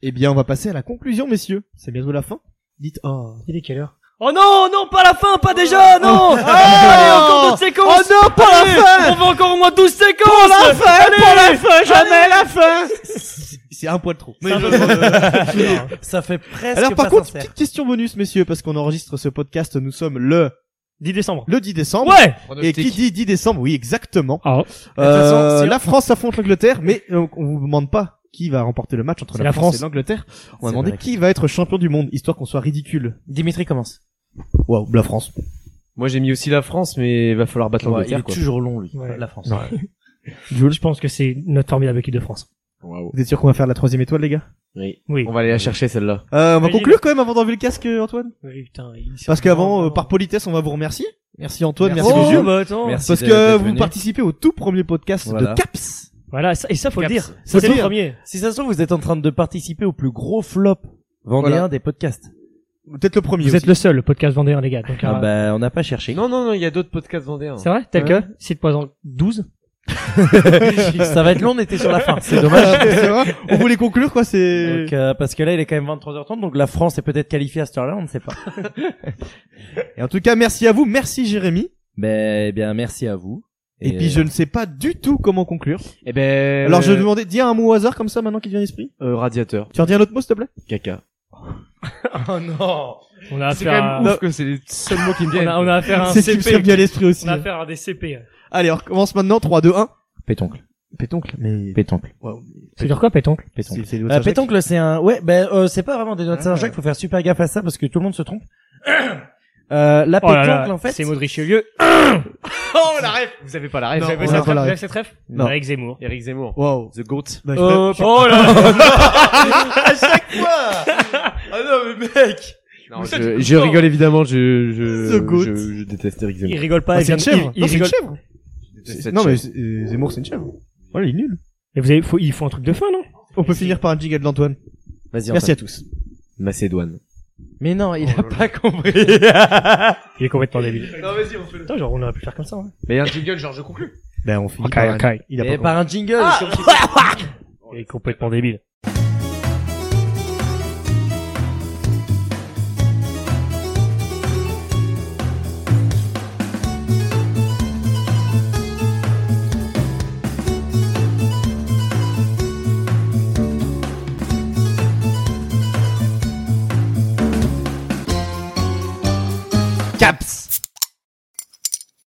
Speaker 3: Eh bien, on va passer à la conclusion, messieurs. C'est bientôt la fin. Dites, oh.
Speaker 6: Il est quelle heure Oh non, non, pas la fin, pas déjà, non Allez, encore d'autres séquences
Speaker 3: Oh non, pas la
Speaker 6: Allez,
Speaker 3: fin
Speaker 6: On va encore au moins 12 séquences
Speaker 3: Pour la fin,
Speaker 6: Allez
Speaker 3: pour la fin, jamais
Speaker 6: Allez
Speaker 3: la fin C'est un poil trop.
Speaker 4: Ça fait presque
Speaker 3: Alors par
Speaker 4: pas
Speaker 3: contre,
Speaker 4: sincère.
Speaker 3: petite question bonus, messieurs, parce qu'on enregistre ce podcast, nous sommes le
Speaker 6: 10 décembre.
Speaker 3: Le 10 décembre.
Speaker 6: Ouais
Speaker 3: Et qui dit 10 décembre, oui, exactement.
Speaker 6: Ah.
Speaker 3: Euh,
Speaker 6: De toute façon, si on-
Speaker 3: la France affronte l'Angleterre, mais euh, on vous demande pas qui va remporter le match entre
Speaker 6: C'est
Speaker 3: la,
Speaker 6: la
Speaker 3: France,
Speaker 6: France.
Speaker 3: et l'Angleterre. On va
Speaker 6: C'est
Speaker 3: demander
Speaker 6: vrai.
Speaker 3: qui va être champion du monde, histoire qu'on soit ridicule.
Speaker 4: Dimitri commence.
Speaker 3: Waouh, la France.
Speaker 5: Moi j'ai mis aussi la France mais il va falloir battre
Speaker 4: Ouais, il
Speaker 5: l'Angleterre
Speaker 4: est
Speaker 5: quoi.
Speaker 4: toujours long lui,
Speaker 6: Ouais.
Speaker 4: la France.
Speaker 3: Ouais.
Speaker 6: Je pense que c'est notre formidable équipe de France.
Speaker 5: Waouh.
Speaker 3: Vous êtes sûr qu'on va faire la troisième étoile, les gars
Speaker 5: Oui.
Speaker 6: Oui.
Speaker 5: On va aller la chercher celle-là.
Speaker 3: euh, On va
Speaker 6: Vas-y.
Speaker 3: conclure quand même avant d'enlever le casque, euh, Antoine.
Speaker 6: Oui, putain, il-
Speaker 3: Parce qu'avant, euh,
Speaker 6: vraiment-
Speaker 3: par politesse, on va vous remercier. Merci Antoine, merci,
Speaker 6: Oh,
Speaker 3: Jules.
Speaker 6: bah attends.
Speaker 4: Merci
Speaker 3: Parce
Speaker 4: d'être-
Speaker 3: que
Speaker 4: d'être
Speaker 3: vous
Speaker 4: venu.
Speaker 3: participez au tout premier podcast de
Speaker 4: Voilà.
Speaker 3: Caps.
Speaker 6: Voilà, ça- et ça, faut le dire.
Speaker 3: Faut
Speaker 6: C'est
Speaker 3: le
Speaker 6: le
Speaker 3: dire.
Speaker 6: premier.
Speaker 4: Si ça se trouve, vous êtes en train de participer au plus gros flop vendéen
Speaker 3: Voilà.
Speaker 4: des podcasts.
Speaker 3: Peut-être le premier.
Speaker 6: Vous êtes
Speaker 3: aussi.
Speaker 6: le seul, le podcast vendéen, les gars. Donc,
Speaker 4: Ah
Speaker 6: euh,
Speaker 4: bah, on n'a pas cherché.
Speaker 5: Non non non, il y a d'autres podcasts hein. vendéens.
Speaker 6: C'est vrai Tel
Speaker 5: Ouais.
Speaker 6: que Site Poison 12
Speaker 4: ça va être long, on était sur la fin. C'est dommage.
Speaker 3: C'est vrai on voulait conclure quoi, c'est.
Speaker 4: Donc, euh, parce que là, il est quand même 23h30, donc la France est peut-être qualifiée à cette heure-là, on ne sait pas.
Speaker 3: Et en tout cas, merci à vous, merci Jérémy.
Speaker 4: Mais, eh bien, merci à vous.
Speaker 3: Et, puis je ne sais pas du tout comment conclure.
Speaker 5: Eh ben
Speaker 3: Alors je vais demander, dis un mot au hasard comme ça maintenant qui te vient à l'esprit.
Speaker 5: euh, radiateur,
Speaker 3: Tu redis un autre mot s'il te plaît
Speaker 5: caca.
Speaker 4: Oh non
Speaker 6: On a
Speaker 5: C'est
Speaker 6: affaire
Speaker 5: quand
Speaker 6: à...
Speaker 5: même ouf que c'est les seuls mots qui me
Speaker 6: on,
Speaker 5: viennent.
Speaker 6: a, on a affaire à un
Speaker 3: C'est ce qui me serait
Speaker 6: CP.
Speaker 3: venu à l'esprit aussi.
Speaker 6: On a affaire à des CP.
Speaker 3: Allez, on recommence maintenant, 3, 2, 1.
Speaker 4: Pétoncle.
Speaker 3: Pétoncle, mais...
Speaker 4: Pétoncle.
Speaker 6: C'est dire quoi, pétoncle
Speaker 4: Pétoncle.
Speaker 3: C'est- c'est les
Speaker 4: Euh,
Speaker 3: notes Saint-Jacques.
Speaker 4: pétanque, là, c'est un. Ouais, ben euh, c'est pas vraiment des notes
Speaker 5: Ah.
Speaker 4: Saint-Jacques. Faut faire super gaffe à ça parce que tout le monde se trompe. euh,
Speaker 5: Ah,
Speaker 4: la
Speaker 6: Oh
Speaker 4: pétanque,
Speaker 6: là là,
Speaker 4: en fait.
Speaker 6: C'est Maud Richelieu.
Speaker 5: Oh la ref, vous avez pas la ref.
Speaker 3: Non,
Speaker 5: Vous avez
Speaker 3: on
Speaker 5: pas
Speaker 3: a pas
Speaker 5: la ref.
Speaker 3: la
Speaker 6: Vous
Speaker 3: ref.
Speaker 6: avez cette ref
Speaker 3: Non.
Speaker 6: Avec Zemmour.
Speaker 5: Eric Zemmour.
Speaker 3: Wow.
Speaker 5: The GOAT.
Speaker 3: Bah, je
Speaker 6: Oh,
Speaker 3: vais-
Speaker 6: oh là là
Speaker 5: Ah non mais mec
Speaker 6: ça,
Speaker 5: je,
Speaker 6: tu
Speaker 5: je
Speaker 6: comprends.
Speaker 5: rigole évidemment, je je,
Speaker 3: The goat.
Speaker 5: je, je déteste Eric
Speaker 6: Il
Speaker 5: Zemmour.
Speaker 6: rigole pas.
Speaker 3: Ah,
Speaker 6: il
Speaker 3: c'est une
Speaker 6: vient-
Speaker 3: chèvre.
Speaker 6: il-
Speaker 3: Non,
Speaker 6: il
Speaker 3: c'est une
Speaker 6: rigole-
Speaker 3: chèvre.
Speaker 5: Cette
Speaker 3: Non, mais
Speaker 5: chaîne.
Speaker 3: c'est- euh, Zemmour, c'est une chèvre. Voilà, il est nul.
Speaker 6: Et vous avez, faut, il faut un truc de fin, non
Speaker 3: On peut finir par un jingle d'Antoine.
Speaker 5: Vas-y,
Speaker 3: Merci à tous.
Speaker 5: Macédoine.
Speaker 4: Mais non, il a pas compris.
Speaker 6: Il est complètement débile.
Speaker 5: Non, vas-y, on fait le.
Speaker 6: Putain, genre, on aurait pu faire comme ça. hein.
Speaker 5: Mais un jingle, genre, je conclue.
Speaker 3: Ben, on finit
Speaker 6: Ok,
Speaker 3: par un-
Speaker 6: ok.
Speaker 5: Eh
Speaker 3: Il Eh a
Speaker 4: Et
Speaker 3: pas
Speaker 5: ben,
Speaker 4: par un jingle. surtout.
Speaker 3: ben,
Speaker 6: Il est complètement débile.
Speaker 1: Caps